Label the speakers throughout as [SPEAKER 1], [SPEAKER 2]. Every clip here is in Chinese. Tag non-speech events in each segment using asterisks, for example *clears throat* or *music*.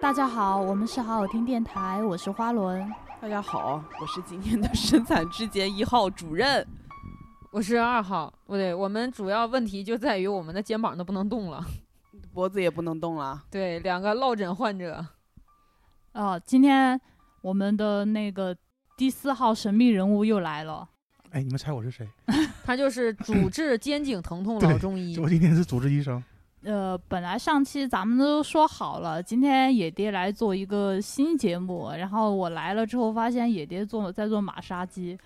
[SPEAKER 1] 大家好，我们是好好听电台，我是花轮。
[SPEAKER 2] 大家好，我是今天的生产质检一号主任。
[SPEAKER 3] 我是二号，不对，我们主要问题就在于我们的肩膀都不能动了。 *laughs*
[SPEAKER 2] 脖子也不能动了，
[SPEAKER 3] 对，两个落枕患者，
[SPEAKER 1] 哦，今天我们的那个第四号神秘人物又来了。
[SPEAKER 4] 哎，你们猜我是谁？。
[SPEAKER 3] 他就是主治肩颈疼痛老中医
[SPEAKER 4] 我今天是主治医生，
[SPEAKER 1] 呃，本来上期咱们都说好了，今天野爹来做一个新节目，然后我来了之后发现野爹做在做马杀鸡，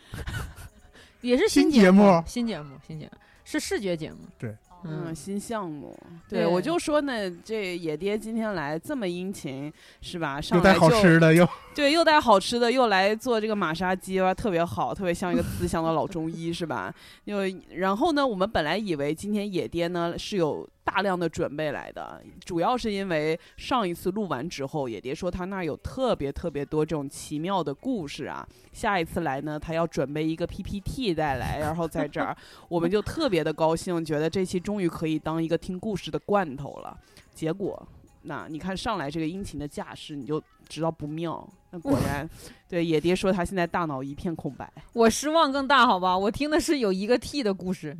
[SPEAKER 3] 也是
[SPEAKER 4] 新
[SPEAKER 3] 节
[SPEAKER 4] 节目
[SPEAKER 3] 新节目，新节目是视觉节目。
[SPEAKER 4] 对，
[SPEAKER 2] 嗯，
[SPEAKER 3] 嗯，
[SPEAKER 2] 新项目。
[SPEAKER 3] 对
[SPEAKER 2] 对，我就说呢，这野爹今天来这么殷勤，是吧？上
[SPEAKER 4] 又
[SPEAKER 2] 来
[SPEAKER 4] 带
[SPEAKER 2] 就
[SPEAKER 4] 好吃的，又
[SPEAKER 2] 对，又带好吃的，又来做这个马杀鸡哇，特别好，特别像一个慈祥的老中医，是吧？又然后呢，我们本来以为今天野爹呢是有大量的准备来的，主要是因为上一次录完之后，野爹说他那儿有特别特别多这种奇妙的故事啊，下一次来呢，他要准备一个 PPT 带来，然后在这儿我们就特别的高兴，觉得这期终于可以当一个听故事的罐头了。结果，那你看上来这个殷勤的架势，你就知道不妙。那果然，对野爹说他现在大脑一片空白。
[SPEAKER 3] 我失望更大，好吧？我听的是有一个 T 的故事，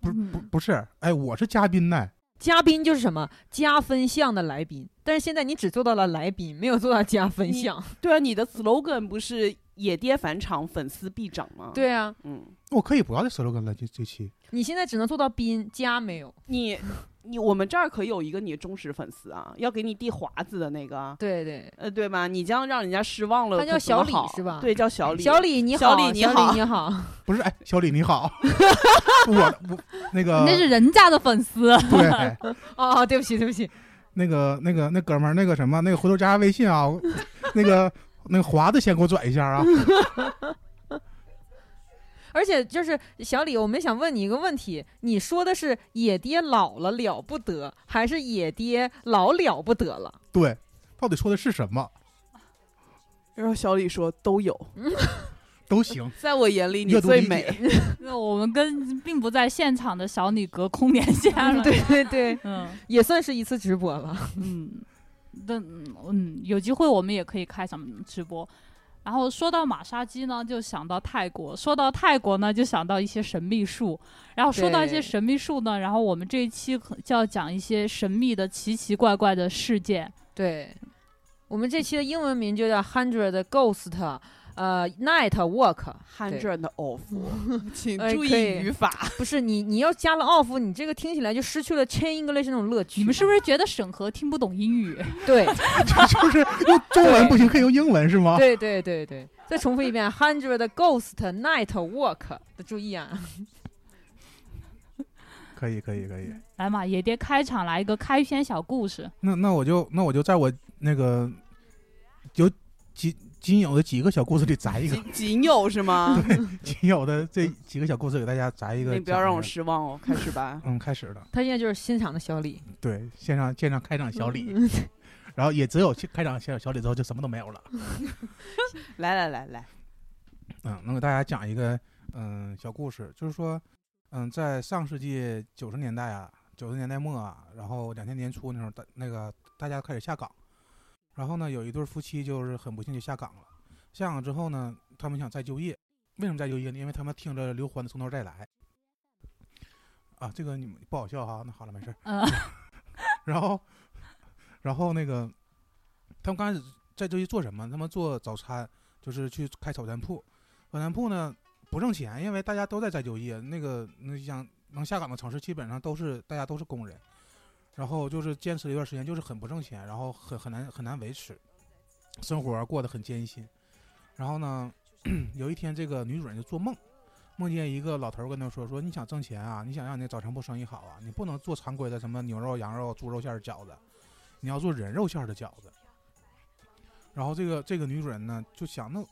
[SPEAKER 4] 不
[SPEAKER 1] 嗯
[SPEAKER 4] 不不是，哎，我是嘉宾呢，
[SPEAKER 3] 嘉宾就是什么加分项的来宾，但是现在你只做到了来宾，没有做到加分项。
[SPEAKER 2] 对啊，你的 slogan 不是“野爹返场，粉丝必涨”吗？，
[SPEAKER 3] 对啊，
[SPEAKER 2] 嗯，
[SPEAKER 4] 我可以不要这 slogan 了，这这期
[SPEAKER 3] 你现在只能做到宾加没有。
[SPEAKER 2] 你你我们这儿可有一个你的忠实粉丝啊，要给你递华子的那个啊，
[SPEAKER 3] 对对，
[SPEAKER 2] 呃，对吧？你将让人家失望了。
[SPEAKER 3] 他叫
[SPEAKER 2] 可怎么
[SPEAKER 3] 小李
[SPEAKER 2] 好
[SPEAKER 3] 是吧
[SPEAKER 2] 对，叫小李。
[SPEAKER 3] 小李你好，
[SPEAKER 2] 小
[SPEAKER 3] 小
[SPEAKER 2] 李你好
[SPEAKER 3] 你好， *laughs*
[SPEAKER 4] 不是，哎，小李你好，我我那个
[SPEAKER 1] 那是人家的粉丝。 *laughs*
[SPEAKER 4] 对
[SPEAKER 3] 哦哦，对不起对不起，
[SPEAKER 4] 那个那个那哥们儿那个什么那个回头加下微信啊，我那个那个华子先给我转一下啊，
[SPEAKER 3] 而且就是小李，我们想问你一个问题：你说的是野爹老了了不得，还是野爹老了不得了？
[SPEAKER 4] 对，到底说的是什么
[SPEAKER 2] 然后小李说都有，
[SPEAKER 4] 都行，
[SPEAKER 2] *laughs* 在我眼里你
[SPEAKER 4] 阅读
[SPEAKER 2] 最
[SPEAKER 4] 理解
[SPEAKER 2] 美。 *laughs*
[SPEAKER 1] 那我们跟并不在现场的小李隔空连线了。
[SPEAKER 3] *laughs* 对对对，
[SPEAKER 1] 嗯
[SPEAKER 3] 也算是一次直播了。
[SPEAKER 1] 嗯，但嗯，有机会我们也可以开场直播。然后说到马杀鸡呢，就想到泰国；说到泰国呢，就想到一些神秘术。然后说到一些
[SPEAKER 3] 对
[SPEAKER 1] 神秘术呢，然后我们这一期可就要讲一些神秘的、奇奇怪怪的事件。
[SPEAKER 3] *laughs* 对，我们这期的英文名就叫 Hundred Ghost，呃，Night Walk。
[SPEAKER 2] Hundred *laughs* of，请
[SPEAKER 3] 哎
[SPEAKER 2] 注意
[SPEAKER 3] 可以
[SPEAKER 2] 语法。
[SPEAKER 3] 不是你，你要加了 off，你这个听起来就失去了 Chain English 那种乐趣。
[SPEAKER 1] 你们是不是觉得审核听不懂英语？ *laughs*
[SPEAKER 3] 对
[SPEAKER 4] 这就是用中文不行，可以用英文是吗？
[SPEAKER 3] 对对对对，再重复一遍 Hundred Ghost Night Walk。注意啊，
[SPEAKER 4] 可以可以可以，
[SPEAKER 1] 来嘛，野爹开场来一个开篇小故事。
[SPEAKER 4] 那那我就那我就在我那个有仅仅有的几个小故事里摘一个，
[SPEAKER 2] 仅仅有是吗？
[SPEAKER 4] 仅有的这几个小故事给大家摘一个。
[SPEAKER 2] 你不要让我
[SPEAKER 4] 讲一
[SPEAKER 2] 失望哦，开始吧。 *laughs*
[SPEAKER 4] 个。嗯，开始了。
[SPEAKER 3] 他现在就是欣赏的小李。
[SPEAKER 4] 对，线上线上开场小李，
[SPEAKER 2] 嗯
[SPEAKER 4] 然后也只有去开场小小李之后就什么都没有了。
[SPEAKER 2] 来来来来，
[SPEAKER 4] 嗯，能给大家讲一个嗯小故事，就是说，嗯，在上世纪九十年代啊，九十年代末啊，然后两千年初那时候，大那个大家开始下岗，然后呢，有一对夫妻就是很不幸就下岗了。下岗之后呢，他们想再就业，为什么再就业呢？因为他们听着刘欢的《从头再来》啊，这个你们不好笑哈、那好了，没事儿。
[SPEAKER 1] 嗯、 *laughs*
[SPEAKER 4] 然后，然后那个他们刚开始在这里做什么？他们做早餐，就是去开早餐铺。早餐铺呢不挣钱，因为大家都在再就业。那个那像能下岗的城市，基本上都是大家都是工人。然后就是坚持了一段时间，就是很不挣钱，然后很很难很难维持，生活过得很艰辛。然后呢， *clears throat* 有一天这个女主人就做梦，梦见一个老头儿跟她说：“说你想挣钱啊，你想让你的早餐铺生意好啊，你不能做常规的什么牛肉、羊肉、猪肉馅儿饺子，你要做人肉馅儿的饺子。”然后这个这个女主人呢就想，那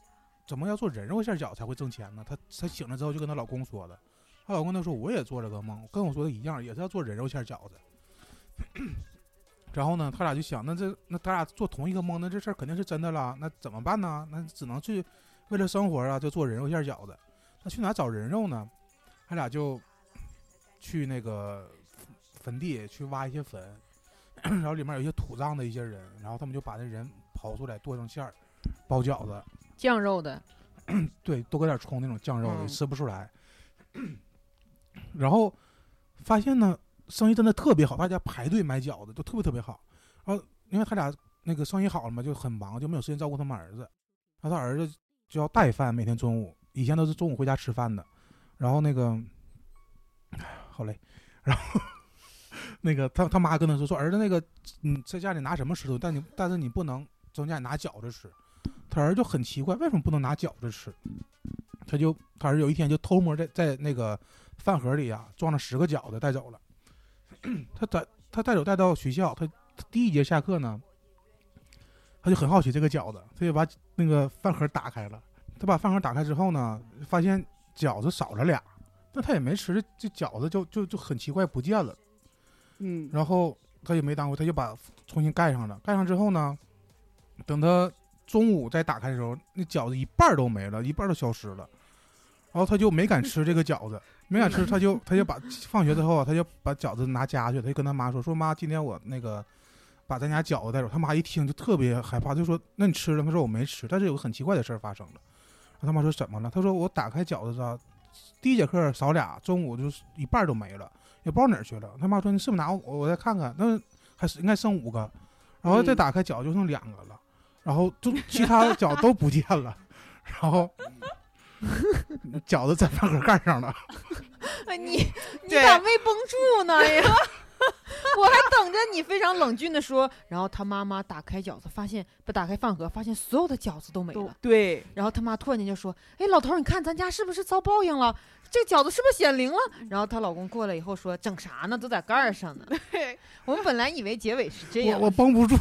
[SPEAKER 4] 怎么要做人肉馅儿饺子才会挣钱呢？她她醒了之后就跟她老公说的，她老公她说我也做了个梦，跟我说的一样，也是要做人肉馅儿饺子。 *coughs* 然后呢，他俩就想，那这那他俩做同一个梦，那这事儿肯定是真的啦，那怎么办呢？那只能去为了生活啊，就做人肉馅儿饺子。那去哪找人肉呢？他俩就去那个坟地去挖一些坟， *clears throat* 然后里面有一些土葬的一些人，然后他们就把那人刨出来剁成馅儿，包饺子，
[SPEAKER 3] 酱肉的，
[SPEAKER 4] 对，多搁点葱那种酱肉的，
[SPEAKER 3] 嗯
[SPEAKER 4] 吃不出来。然后发现呢，生意真的特别好，大家排队买饺子都特别特别好。然后因为他俩那个生意好了嘛，就很忙，就没有时间照顾他们儿子。然后他儿子就要带饭，每天中午以前都是中午回家吃饭的。然后那个，哎呀好嘞。然后那个他他妈跟他说说儿子那个嗯，在家里拿什么吃都，但你但是你不能从家里拿饺子吃。他儿子就很奇怪，为什么不能拿饺子吃？他就他儿子有一天就偷摸在在那个饭盒里啊装了十个饺子带走了。 *clears throat* 他带他带走带到学校，他他第一节下课呢，他就很好奇这个饺子，他就把那个饭盒打开了。他把饭盒打开之后呢，发现饺子少了俩，但他也没吃，这饺子就就就很奇怪不见了。
[SPEAKER 2] 嗯，
[SPEAKER 4] 然后他也没当回，他就把重新盖上了。盖上之后呢，等他中午再打开的时候，那饺子一半儿都没了，一半儿都消失了。然后他就没敢吃这个饺子，没敢吃，他就他就把放学之后啊，他就把饺子拿家去，他就跟他妈说说妈，今天我那个把咱家饺子带走。他妈一听就特别害怕，就说那你吃了吗？他说我没吃，但是有个很奇怪的事儿发生了。然后他妈说怎么了？他说我打开饺子啊，第一节课少俩，中午就是一半儿都没了。也不知道哪儿去了。他妈说你是不是拿我我再看看，那还是应该剩五个，然后再打开脚就剩两个了，然后就其他的脚都不见了，然后饺子在饭盒盖上了，
[SPEAKER 3] *laughs* 哎，你你
[SPEAKER 2] 对
[SPEAKER 3] 咋没绷住呢哎呀？ *laughs* 我还等着你非常冷峻的说，然后他妈妈打开饺子，发现不打开饭盒，发现所有的饺子都没了。
[SPEAKER 2] 对，
[SPEAKER 3] 然后他妈突然间就说：“哎，老头儿，你看咱家是不是遭报应了？这个饺子是不是显灵了？”然后她老公过来以后说：“整啥呢？都在盖儿 *laughs* 上呢。”我们本来以为结尾是这
[SPEAKER 4] 我
[SPEAKER 3] 样，
[SPEAKER 4] 我绷不住，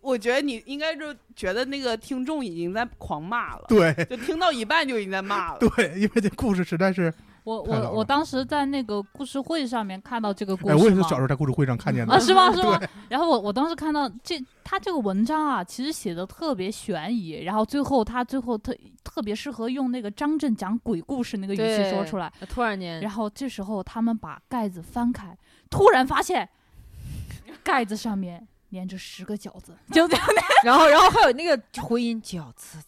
[SPEAKER 2] 我觉得你应该就觉得那个听众已经在狂骂了，
[SPEAKER 4] 对
[SPEAKER 2] 就听到一半就已经在骂了。
[SPEAKER 4] 对，因为这故事实在是，
[SPEAKER 1] 我
[SPEAKER 4] 太老
[SPEAKER 1] 我我
[SPEAKER 4] 了
[SPEAKER 1] 当时在那个故事会上面看到这个故
[SPEAKER 4] 哎，
[SPEAKER 1] 事嘛，
[SPEAKER 4] 我也是小时候在故事会上看见
[SPEAKER 1] 啊，
[SPEAKER 4] 的，
[SPEAKER 1] 是吗？是吗？然后我我当时看到这他这个文章啊，其实写的特别悬疑，然后最后他最后特特别适合用那个张震讲鬼故事那个语气说出来。
[SPEAKER 3] 突然间
[SPEAKER 1] 然后这时候他们把盖子翻开，突然发现盖子上面粘着十个饺子，就这样。 *laughs*
[SPEAKER 3] 然后然后还有那个回音饺子，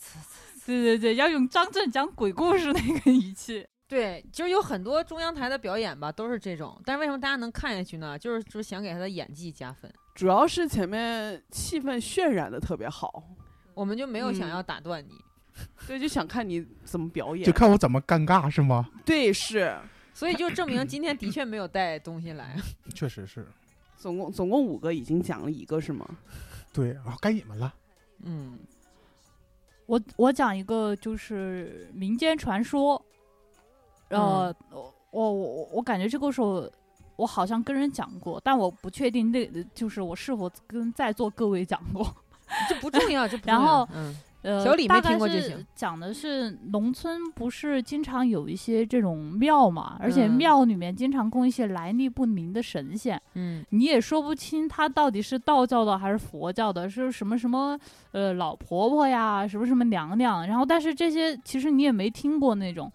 [SPEAKER 1] 对对对，要用张震讲鬼故事那个语气。
[SPEAKER 3] 对，就是有很多中央台的表演吧，都是这种。但是为什么大家能看下去呢？就是就是想给他的演技加分。
[SPEAKER 2] 主要是前面气氛渲染的特别好，
[SPEAKER 3] 我们就没有想
[SPEAKER 2] 嗯
[SPEAKER 3] 要打断你，
[SPEAKER 2] 对，就想看你怎么表
[SPEAKER 4] 就
[SPEAKER 2] 演。
[SPEAKER 4] 看我怎么尴尬是吗？
[SPEAKER 2] 对，是
[SPEAKER 3] 所以就证明今天的确没有带东西
[SPEAKER 1] *laughs*
[SPEAKER 3] 来。
[SPEAKER 4] 确实是
[SPEAKER 2] 总共总共五个，已经讲了一个是吗？
[SPEAKER 4] 对，然后该你们了，
[SPEAKER 3] 嗯，
[SPEAKER 1] 我我讲一个就是民间传说，呃，
[SPEAKER 3] 嗯
[SPEAKER 1] 我我我我感觉这个时候我好像跟人讲过，但我不确定那就是我是否跟在座各位讲过。
[SPEAKER 3] 这不重要，这不重要。
[SPEAKER 1] 然后
[SPEAKER 3] 嗯，
[SPEAKER 1] 呃，
[SPEAKER 3] 小李没
[SPEAKER 1] 大概
[SPEAKER 3] 听过就是行
[SPEAKER 1] 讲的是农村不是经常有一些这种庙嘛，而且
[SPEAKER 3] 嗯
[SPEAKER 1] 庙里面经常供一些来历不明的神仙，
[SPEAKER 3] 嗯，
[SPEAKER 1] 你也说不清他到底是道教的还是佛教的，是什么什么呃老婆婆呀，什么什么娘娘，然后但是这些其实你也没听过那种，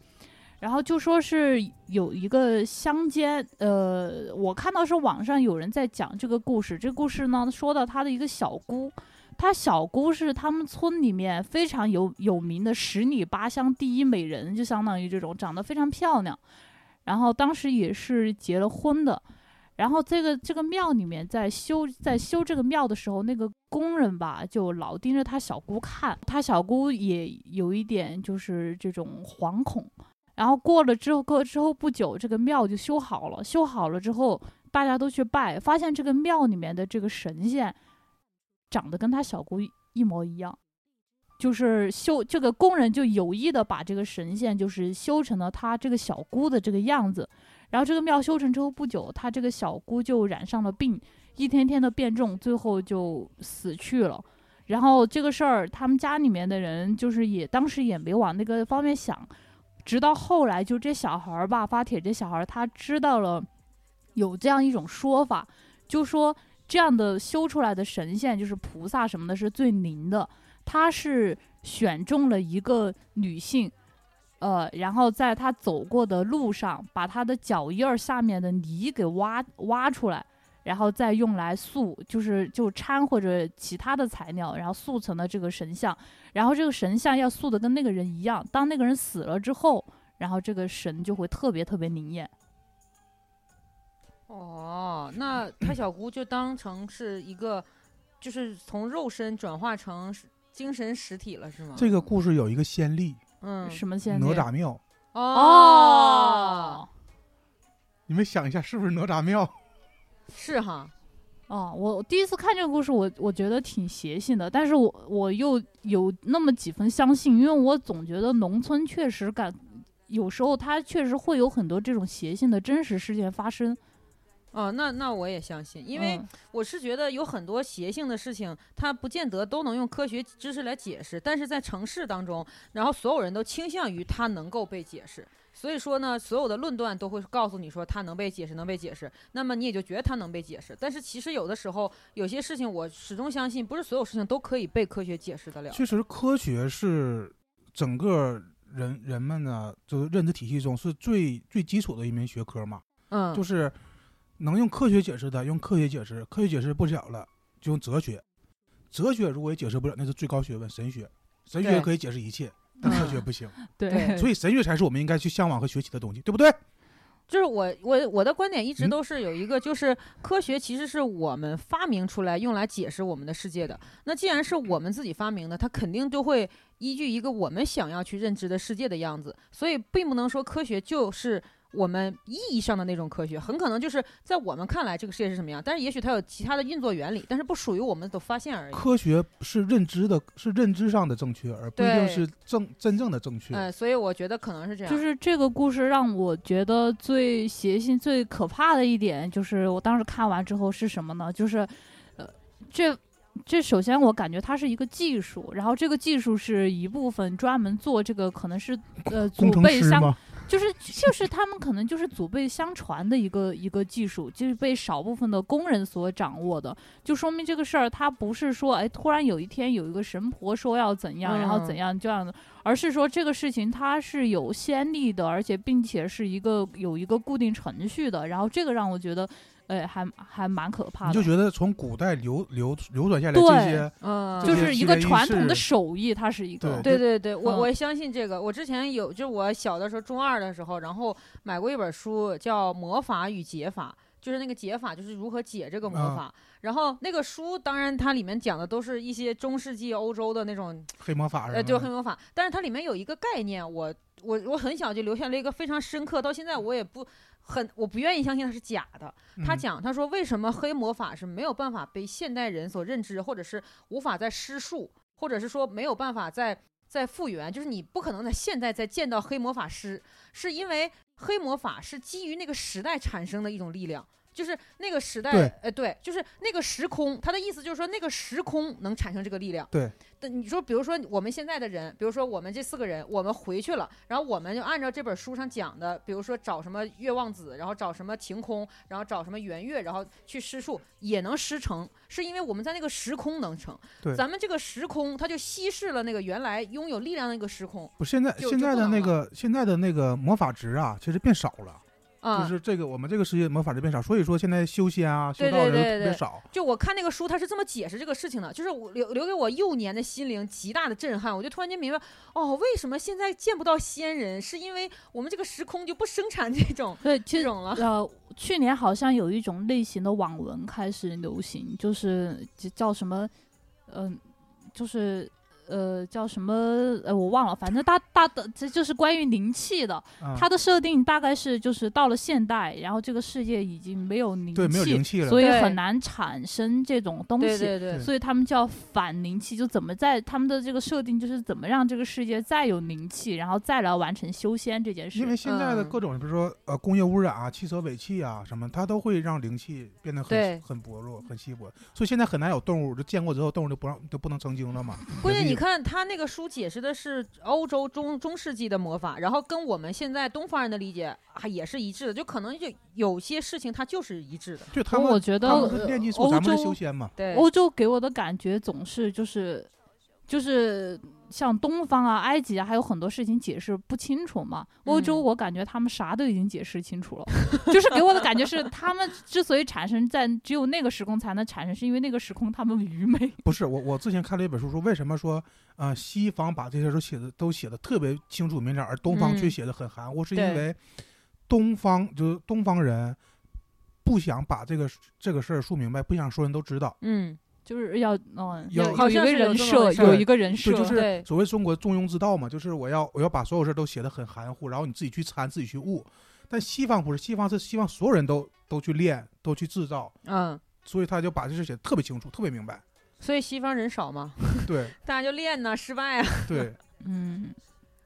[SPEAKER 1] 然后就说是有一个乡间，呃，我看到是网上有人在讲这个故事，这故事呢说到他的一个小姑。她小姑是他们村里面非常有有名的十里八乡第一美人，就相当于这种长得非常漂亮，然后当时也是结了婚的，然后这个这个庙里面在修在修这个庙的时候，那个工人吧就老盯着他小姑看，他小姑也有一点就是这种惶恐。然后过了之后过之后不久，这个庙就修好了。修好了之后，大家都去拜，发现这个庙里面的这个神仙长得跟他小姑一模一样。就是修这个工人就有意的把这个神仙就是修成了他这个小姑的这个样子，然后这个庙修成之后不久，他这个小姑就染上了病，一天天的变重，最后就死去了。然后这个事儿，他们家里面的人就是也当时也没往那个方面想，直到后来就这小孩儿吧，发帖这小孩儿他知道了有这样一种说法，就说这样的修出来的神仙就是菩萨什么的，是最灵的。他是选中了一个女性，呃，然后在她走过的路上，把她的脚印儿下面的泥给挖挖出来，然后再用来塑，就是就掺或者其他的材料，然后塑成了这个神像。然后这个神像要塑的跟那个人一样，当那个人死了之后，然后这个神就会特别特别灵验。
[SPEAKER 3] 哦，那他小姑就当成是一个，就是从肉身转化成是精神实体了，是吗？
[SPEAKER 4] 这个故事有一个先例，
[SPEAKER 3] 嗯，
[SPEAKER 1] 什么现
[SPEAKER 4] 哪
[SPEAKER 1] 象？
[SPEAKER 4] 吒庙。
[SPEAKER 3] 哦
[SPEAKER 1] 哦，
[SPEAKER 4] 你们想一下，是不是哪吒庙？
[SPEAKER 3] 是哈，
[SPEAKER 1] 哦，我第一次看这个故事，我我觉得挺邪性的，但是我我又有那么几分相信，因为我总觉得农村确实感，有时候它确实会有很多这种邪性的真实事件发生，
[SPEAKER 3] 哦，那那我也相信，因为
[SPEAKER 1] 嗯
[SPEAKER 3] 我是觉得有很多邪性的事情，它不见得都能用科学知识来解释，但是在城市当中，然后所有人都倾向于它能够被解释。所以说呢，所有的论断都会告诉你说它能被解释，能被解释，那么你也就觉得它能被解释。但是其实有的时候，有些事情我始终相信，不是所有事情都可以被科学解释得了。
[SPEAKER 4] 确实，科学是整个人人们呢，就是认知体系中是最最基础的一门学科嘛。
[SPEAKER 3] 嗯，
[SPEAKER 4] 就是能用科学解释的，用科学解释；科学解释不了了，就用哲学。哲学如果也解释不了，那是最高学问，神学。神学
[SPEAKER 3] 对嗯
[SPEAKER 4] 可以解释一切，
[SPEAKER 1] 嗯
[SPEAKER 4] 但 *laughs* 科学不行。
[SPEAKER 3] 对
[SPEAKER 4] 所以神学才是我们应该去向往和学习的东西，对不对？
[SPEAKER 3] 就是我我我的观点一直
[SPEAKER 4] 嗯
[SPEAKER 3] 都是有一个，就是科学其实是我们发明出来用来解释我们的世界的。那既然是我们自己发明的，它肯定就会依据一个我们想要去认知的世界的样子，所以并不能说科学就是。我们意义上的那种科学，很可能就是在我们看来这个世界是什么样，但是也许它有其他的运作原理，但是不属于我们的发现而已。
[SPEAKER 4] 科学是认知的，是认知上的正确，而不一定
[SPEAKER 3] 对
[SPEAKER 4] 是正真正的正确。
[SPEAKER 3] 呃，所以我觉得可能是这样。
[SPEAKER 1] 就是这个故事让我觉得最邪性、最可怕的一点，就是我当时看完之后是什么呢？就是，呃，这这首先我感觉它是一个技术，然后这个技术是一部分专门做这个，可能是呃祖
[SPEAKER 4] 工程
[SPEAKER 1] 辈
[SPEAKER 4] 师
[SPEAKER 1] 相
[SPEAKER 4] 吗？
[SPEAKER 1] 就是就是他们可能就是祖辈相传的一个一个技术，就是被少部分的工人所掌握的，就说明这个事儿它不是说哎突然有一天有一个神婆说要怎样，然后
[SPEAKER 3] 嗯
[SPEAKER 1] 怎样这样的，而是说这个事情它是有先例的，而且并且是一个有一个固定程序的，然后这个让我觉得，哎还还蛮可怕的，
[SPEAKER 4] 你就觉得从古代流流流传下来这些，
[SPEAKER 3] 嗯，
[SPEAKER 1] 就
[SPEAKER 4] 这
[SPEAKER 1] 是
[SPEAKER 4] 些
[SPEAKER 1] 一个
[SPEAKER 4] 奇人异
[SPEAKER 1] 传统的
[SPEAKER 4] 事
[SPEAKER 1] 手艺，它是一个 *laughs*
[SPEAKER 4] 对
[SPEAKER 3] 对对对，我
[SPEAKER 1] 嗯
[SPEAKER 3] 我也相信这个。我之前有，就我小的时候，中二的时候，然后买过一本书叫《魔法与解法》，就是那个解法，就是如何解这个魔
[SPEAKER 4] 啊
[SPEAKER 3] 法。然后那个书，当然它里面讲的都是一些中世纪欧洲的那种
[SPEAKER 4] 黑魔法什啊
[SPEAKER 3] 呃，
[SPEAKER 4] 么
[SPEAKER 3] 就黑
[SPEAKER 4] 的
[SPEAKER 3] 魔法。但是它里面有一个概念，我我我很小就留下了一个非常深刻，到现在我也不很我不愿意相信它是假的。他
[SPEAKER 4] 嗯
[SPEAKER 3] 讲，他说为什么黑魔法是没有办法被现代人所认知，或者是无法再施术，或者是说没有办法再再复原，就是你不可能在现代再见到黑魔法师，是因为黑魔法是基于那个时代产生的一种力量。就是那个时代
[SPEAKER 4] 对，
[SPEAKER 3] 呃，对，就是那个时空，他的意思就是说，那个时空能产生这个力量。
[SPEAKER 4] 对，
[SPEAKER 3] 但你说，比如说我们现在的人，比如说我们这四个人，我们回去了，然后我们就按照这本书上讲的，比如说找什么月望子，然后找什么晴空，然后找什么圆月，然后去施术，也能施成，是因为我们在那个时空能成。
[SPEAKER 4] 对
[SPEAKER 3] 咱们这个时空，它就稀释了那个原来拥有力量的那个时空
[SPEAKER 4] 不现在
[SPEAKER 3] 就
[SPEAKER 4] 现在
[SPEAKER 3] 就不
[SPEAKER 4] 的
[SPEAKER 3] 能
[SPEAKER 4] 那
[SPEAKER 3] 了
[SPEAKER 4] 个现在的那个魔法值啊，其实变少了。
[SPEAKER 3] 啊。
[SPEAKER 4] 就是这个我们这个世界魔法就变少，所以说现在修仙啊、修
[SPEAKER 3] 对
[SPEAKER 4] 道
[SPEAKER 3] 对
[SPEAKER 4] 人
[SPEAKER 3] 对
[SPEAKER 4] 特别
[SPEAKER 3] 对
[SPEAKER 4] 少。
[SPEAKER 3] 就我看那个书，他是这么解释这个事情的，就是我留留给我幼年的心灵极大的震撼。我就突然间明白，哦，为什么现在见不到仙人，是因为我们这个时空就不生产这种
[SPEAKER 1] 对，其
[SPEAKER 3] 这
[SPEAKER 1] 实
[SPEAKER 4] 啊
[SPEAKER 3] 种了。
[SPEAKER 1] 呃，去年好像有一种类型的网文开始流行，就是就叫什么，嗯、就是呃叫什么呃我忘了，反正大大的这就是关于灵气的，
[SPEAKER 4] 啊
[SPEAKER 1] 它的设定大概是就是到了现代，然后这个世界已经没有灵气，
[SPEAKER 4] 对没有灵气了
[SPEAKER 1] 所以
[SPEAKER 3] 对
[SPEAKER 1] 很难产生这种东
[SPEAKER 3] 对
[SPEAKER 1] 西。
[SPEAKER 3] 对对
[SPEAKER 4] 对
[SPEAKER 1] 所以他们叫反灵气，就怎么在他们的这个设定就是怎么让这个世界再有灵气，然后再来完成修仙这件事。
[SPEAKER 4] 因为现在的
[SPEAKER 3] 嗯
[SPEAKER 4] 各种，比如说呃工业污染啊、汽车尾气啊什么，它都会让灵气变得
[SPEAKER 3] 对
[SPEAKER 4] 很很薄弱、很稀薄，所以现在很难有动物就见过之后，动物就不让就不能成精了嘛。
[SPEAKER 3] 关键
[SPEAKER 4] 也
[SPEAKER 3] 你
[SPEAKER 4] 是有
[SPEAKER 3] 看他那个书解释的是欧洲中中世纪的魔法，然后跟我们现在东方人的理解还也是一致的，就可能就有些事情它就是一致的。
[SPEAKER 4] 对他
[SPEAKER 1] 我我
[SPEAKER 4] 们，
[SPEAKER 1] 觉得
[SPEAKER 4] 他们是炼技术，
[SPEAKER 1] 欧
[SPEAKER 4] 咱们
[SPEAKER 1] 洲
[SPEAKER 4] 是修仙嘛。
[SPEAKER 3] 对
[SPEAKER 1] 欧洲给我的感觉总是就是就是像东方啊、埃及啊，还有很多事情解释不清楚嘛。欧洲，
[SPEAKER 3] 嗯
[SPEAKER 1] 我感觉他们啥都已经解释清楚了， *laughs* 就是给我的感觉是，他们之所以产生在只有那个时空才能产生，是因为那个时空他们愚昧。 *laughs*
[SPEAKER 4] 不是我，我之前看了一本书，说为什么说，呃，西方把这些都写的都写的特别清楚明了，而东方却
[SPEAKER 3] 嗯
[SPEAKER 4] 写的很含糊，是因
[SPEAKER 3] 对
[SPEAKER 4] 为东方就是东方人不想把这个这个事儿说明白，不想说人都知道。
[SPEAKER 3] 嗯，
[SPEAKER 1] 就是要嗯，
[SPEAKER 4] 有
[SPEAKER 1] 有
[SPEAKER 3] 好
[SPEAKER 1] 一
[SPEAKER 3] 像
[SPEAKER 1] 个
[SPEAKER 3] 是有
[SPEAKER 1] 人
[SPEAKER 3] 这么
[SPEAKER 1] 设，
[SPEAKER 3] 回事
[SPEAKER 1] 有
[SPEAKER 4] 儿
[SPEAKER 1] 一个人设，
[SPEAKER 4] 对，就是
[SPEAKER 3] 对
[SPEAKER 4] 所谓中国中庸之道嘛，就是我要我要把所有事儿都写的很含糊，然后你自己去掺，自己去悟。但西方不是，西方是希望所有人都都去练，都去制造，
[SPEAKER 3] 嗯，
[SPEAKER 4] 所以他就把这事儿写的特别清楚，特别明白。
[SPEAKER 3] 所以西方人少嘛，
[SPEAKER 4] 对
[SPEAKER 3] 大家就练呐，失败啊，
[SPEAKER 4] 对，
[SPEAKER 1] 嗯，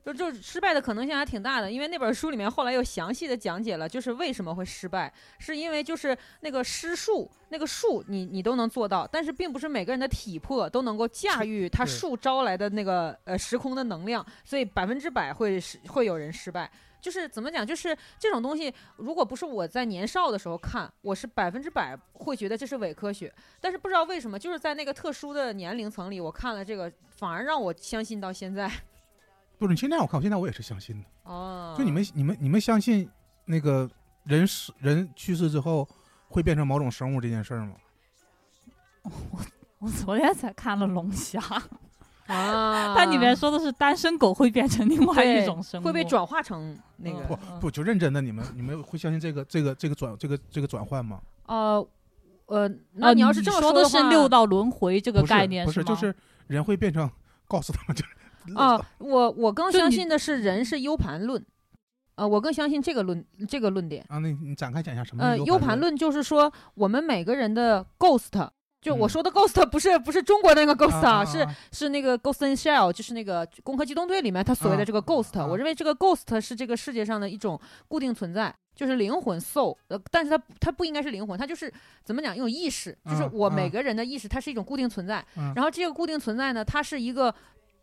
[SPEAKER 3] 就就失败的可能性还挺大的，因为那本书里面后来又详细的讲解了，就是为什么会失败，是因为就是那个施术那个术你你都能做到，但是并不是每个人的体魄都能够驾驭他
[SPEAKER 4] 对
[SPEAKER 3] 术招来的那个呃时空的能量，所以百分之百会失会有人失败。就是怎么讲，就是这种东西，如果不是我在年少的时候看，我是百分之百会觉得这是伪科学。但是不知道为什么，就是在那个特殊的年龄层里，我看了这个，反而让我相信到现在。 *laughs*
[SPEAKER 4] 不是你现在我看，我现在我也是相信的。
[SPEAKER 3] 哦，
[SPEAKER 1] 嗯
[SPEAKER 4] 就你们你们你们相信那个人死人去世之后会变成某种生物这件事儿吗？
[SPEAKER 1] 我昨天才看了《龙虾》，
[SPEAKER 3] 啊，
[SPEAKER 1] 它里面说的是单身狗会变成另外
[SPEAKER 3] 对
[SPEAKER 1] 一种生物，呃
[SPEAKER 3] 会被转化成那个、
[SPEAKER 4] 不
[SPEAKER 1] 嗯
[SPEAKER 4] 不，就认真的，你们你们会相信这个这个这个转这个这个转换吗？
[SPEAKER 3] 呃呃，那
[SPEAKER 1] 啊，
[SPEAKER 3] 你要是这么
[SPEAKER 1] 说
[SPEAKER 3] 的
[SPEAKER 1] 是
[SPEAKER 3] 话
[SPEAKER 1] 六道轮回这个
[SPEAKER 4] 不是
[SPEAKER 1] 概念
[SPEAKER 4] 不是，
[SPEAKER 1] 吗？哦
[SPEAKER 4] 就是人会变成，告诉他们就是
[SPEAKER 3] 啊，，我我更
[SPEAKER 1] 就
[SPEAKER 3] 相
[SPEAKER 1] 你
[SPEAKER 3] 信的是人是 U 盘论，呃，我更相信这个论这个论点。
[SPEAKER 4] 啊，那你展开讲一下什么
[SPEAKER 3] 呃
[SPEAKER 4] 是
[SPEAKER 3] ，U 盘
[SPEAKER 4] 盘
[SPEAKER 3] 论就是说我们每个人的 ghost。就我
[SPEAKER 4] 嗯
[SPEAKER 3] 说的 ghost 不是不是中国那个 ghost
[SPEAKER 4] 啊
[SPEAKER 3] 是是那个 Ghost in Shell，就是那个《攻壳机动队》里面他所谓的这个
[SPEAKER 4] 啊
[SPEAKER 3] ghost，、
[SPEAKER 4] 啊
[SPEAKER 3] 我认为这个 ghost 是这个世界上的一种固定存在，就是灵魂 soul，呃，但是它它不应该是灵魂，它就是怎么讲一种意识，就是
[SPEAKER 4] 啊
[SPEAKER 3] 我
[SPEAKER 4] 啊
[SPEAKER 3] 每个人的意识，它是一种固定存在。
[SPEAKER 4] 啊
[SPEAKER 3] 然后这个固定存在呢，它是一个。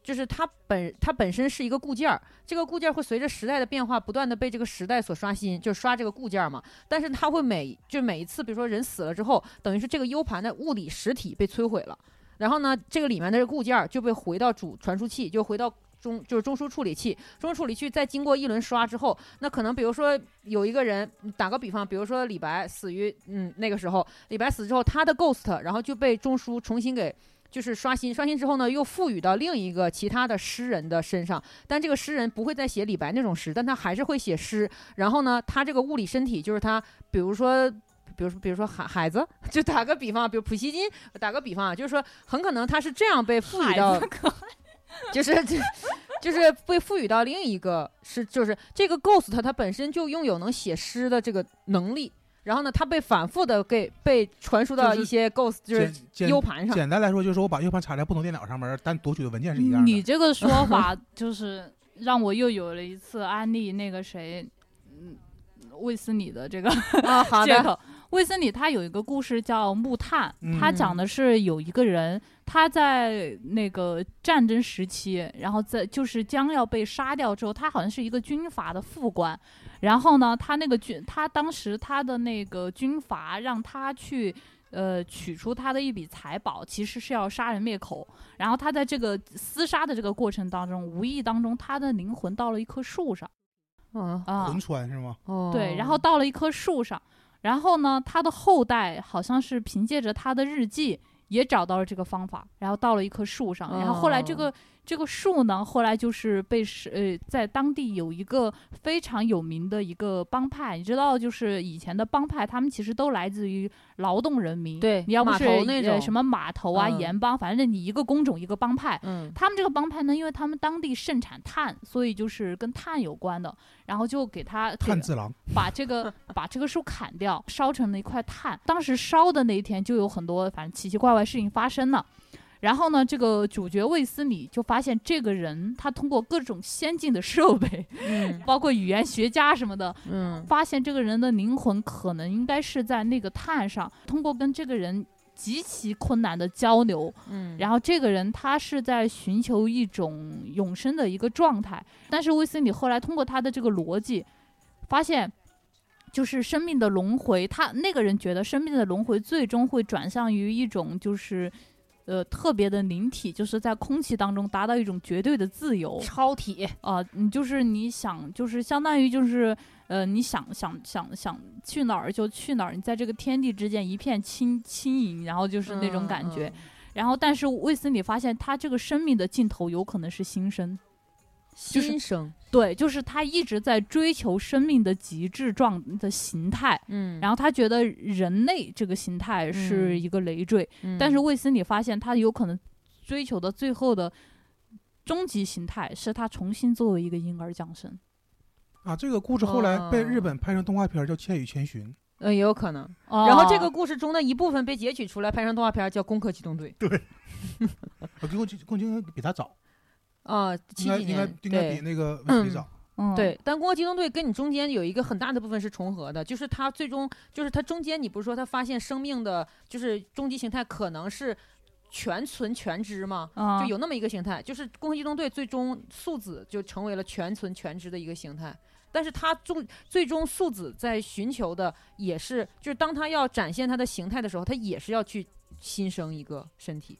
[SPEAKER 3] 就是它本它本身是一个固件儿，这个固件儿会随着时代的变化，不断的被这个时代所刷新，就是刷这个固件儿嘛。但是它会每就每一次，比如说人死了之后，等于是这个 U 盘的物理实体被摧毁了，然后呢，这个里面的这个固件儿就被回到主传输器，就回到中就是中枢处理器，中枢处理器再经过一轮刷之后，那可能比如说有一个人，打个比方，比如说李白死于嗯那个时候，李白死之后，他的 ghost 然后就被中枢重新给就是刷新，刷新之后呢，又赋予到另一个其他的诗人的身上，但这个诗人不会再写李白那种诗，但他还是会写诗。然后呢，他这个物理身体就是他，比如说。比如说，比如说海海子，就打个比方，比如普希金，打个比方啊，就是说，很可能他是这样被赋予到
[SPEAKER 1] 孩子 *laughs* 可
[SPEAKER 3] 就是 *laughs* 就就是被赋予到另一个是，就是这个 ghost 它本身就拥有能写诗的这个能力，然后呢，它被反复的给被传输到
[SPEAKER 4] 就是
[SPEAKER 3] 一些 ghost 就是
[SPEAKER 4] 简简
[SPEAKER 3] U 盘上。
[SPEAKER 4] 简单来说，就是我把 U 盘插在不同电脑上面，但读取的文件是一样
[SPEAKER 1] 你
[SPEAKER 4] 的。
[SPEAKER 1] 这个说法就是让我又有了一次安利那个谁，嗯，卫斯理的这个
[SPEAKER 3] 啊，好
[SPEAKER 1] 借
[SPEAKER 3] 的，
[SPEAKER 1] 口。卫斯理他有一个故事叫《木炭》，
[SPEAKER 4] 嗯
[SPEAKER 1] 他讲的是有一个人他在那个战争时期，然后在就是将要被杀掉之后，他好像是一个军阀的副官，然后呢，他那个军他当时他的那个军阀让他去。呃，取出他的一笔财宝，其实是要杀人灭口。然后他在这个厮杀的这个过程当中，无意当中，他的灵魂到了一棵树上
[SPEAKER 3] 嗯，
[SPEAKER 1] 啊，
[SPEAKER 4] 魂穿是吗？
[SPEAKER 3] 哦，
[SPEAKER 1] 对，然后到了一棵树上，然后呢，他的后代好像是凭借着他的日记也找到了这个方法，然后到了一棵树上，然后后来
[SPEAKER 3] 哦
[SPEAKER 1] 这个、这个树呢，后来就是被是呃，在当地有一个非常有名的一个帮派，你知道，就是以前的帮派，他们其实都来自于劳动人民，
[SPEAKER 3] 对
[SPEAKER 1] 你要不
[SPEAKER 3] 码
[SPEAKER 1] 是
[SPEAKER 3] 头那
[SPEAKER 1] 呃
[SPEAKER 3] 种
[SPEAKER 1] 什么码头啊、
[SPEAKER 3] 嗯
[SPEAKER 1] 盐帮，反正你一个工种一个帮派，
[SPEAKER 3] 嗯，
[SPEAKER 1] 他们这个帮派呢，因为他们当地盛产炭，所以就是跟炭有关的，然后就给他给
[SPEAKER 4] 炭治郎
[SPEAKER 1] 把这个把这个树砍掉，烧成了一块炭。当时烧的那一天就有很多反正奇奇怪怪事情发生了。然后呢，这个主角卫斯理就发现这个人，他通过各种先进的设备，
[SPEAKER 3] 嗯
[SPEAKER 1] 包括语言学家什么的，
[SPEAKER 3] 嗯
[SPEAKER 1] 发现这个人的灵魂可能应该是在那个炭上。通过跟这个人极其困难的交流，
[SPEAKER 3] 嗯，
[SPEAKER 1] 然后这个人他是在寻求一种永生的一个状态，但是威斯理后来通过他的这个逻辑，发现就是生命的轮回，他那个人觉得生命的轮回最终会转向于一种就是呃特别的灵体，就是在空气当中达到一种绝对的自由
[SPEAKER 3] *laughs* 超体，
[SPEAKER 1] 啊、你就是你想，就是相当于就是呃，你想想想想去哪儿就去哪儿，你在这个天地之间一片轻轻盈，然后就是那种感觉。
[SPEAKER 3] 嗯。嗯
[SPEAKER 1] 然后，但是卫斯理发现他这个生命的尽头有可能是新生，就是
[SPEAKER 3] 新生，
[SPEAKER 1] 对，就是他一直在追求生命的极致状的形态。
[SPEAKER 3] 嗯
[SPEAKER 1] 然后他觉得人类这个形态是
[SPEAKER 3] 嗯
[SPEAKER 1] 一个累赘，
[SPEAKER 3] 后
[SPEAKER 1] 但是卫斯理发现他有可能追求的最后的终极形态是他重新作为一个婴儿降生。
[SPEAKER 4] 啊，这个故事后来被日
[SPEAKER 3] 哦
[SPEAKER 4] 本拍成动画片儿叫《千与千寻》。
[SPEAKER 3] 呃也有可能。
[SPEAKER 1] 哦
[SPEAKER 3] 然后这个故事中的一部分被截取出来拍成动画片儿，叫《攻壳机动队
[SPEAKER 4] 啊，宫崎宫崎骏比他早，》
[SPEAKER 3] 啊，七
[SPEAKER 4] 应该
[SPEAKER 3] 几
[SPEAKER 4] 应该
[SPEAKER 3] 年
[SPEAKER 4] 应该比
[SPEAKER 3] 对。
[SPEAKER 4] 那个卫斯理早。 *laughs*
[SPEAKER 1] 嗯
[SPEAKER 3] 对，但《攻壳机动队》跟你中间有一个很大的部分是重合的，就是它最终，就是它中间，你不是说它发现生命的，就是终极形态可能是全存全知吗？
[SPEAKER 1] 啊
[SPEAKER 3] 就有那么一个形态，就是攻壳机动队最终素子就成为了全存全知的一个形态。但是他最最终素子在寻求的也是，就是当他要展现他的形态的时候，他也是要去新生一个身体。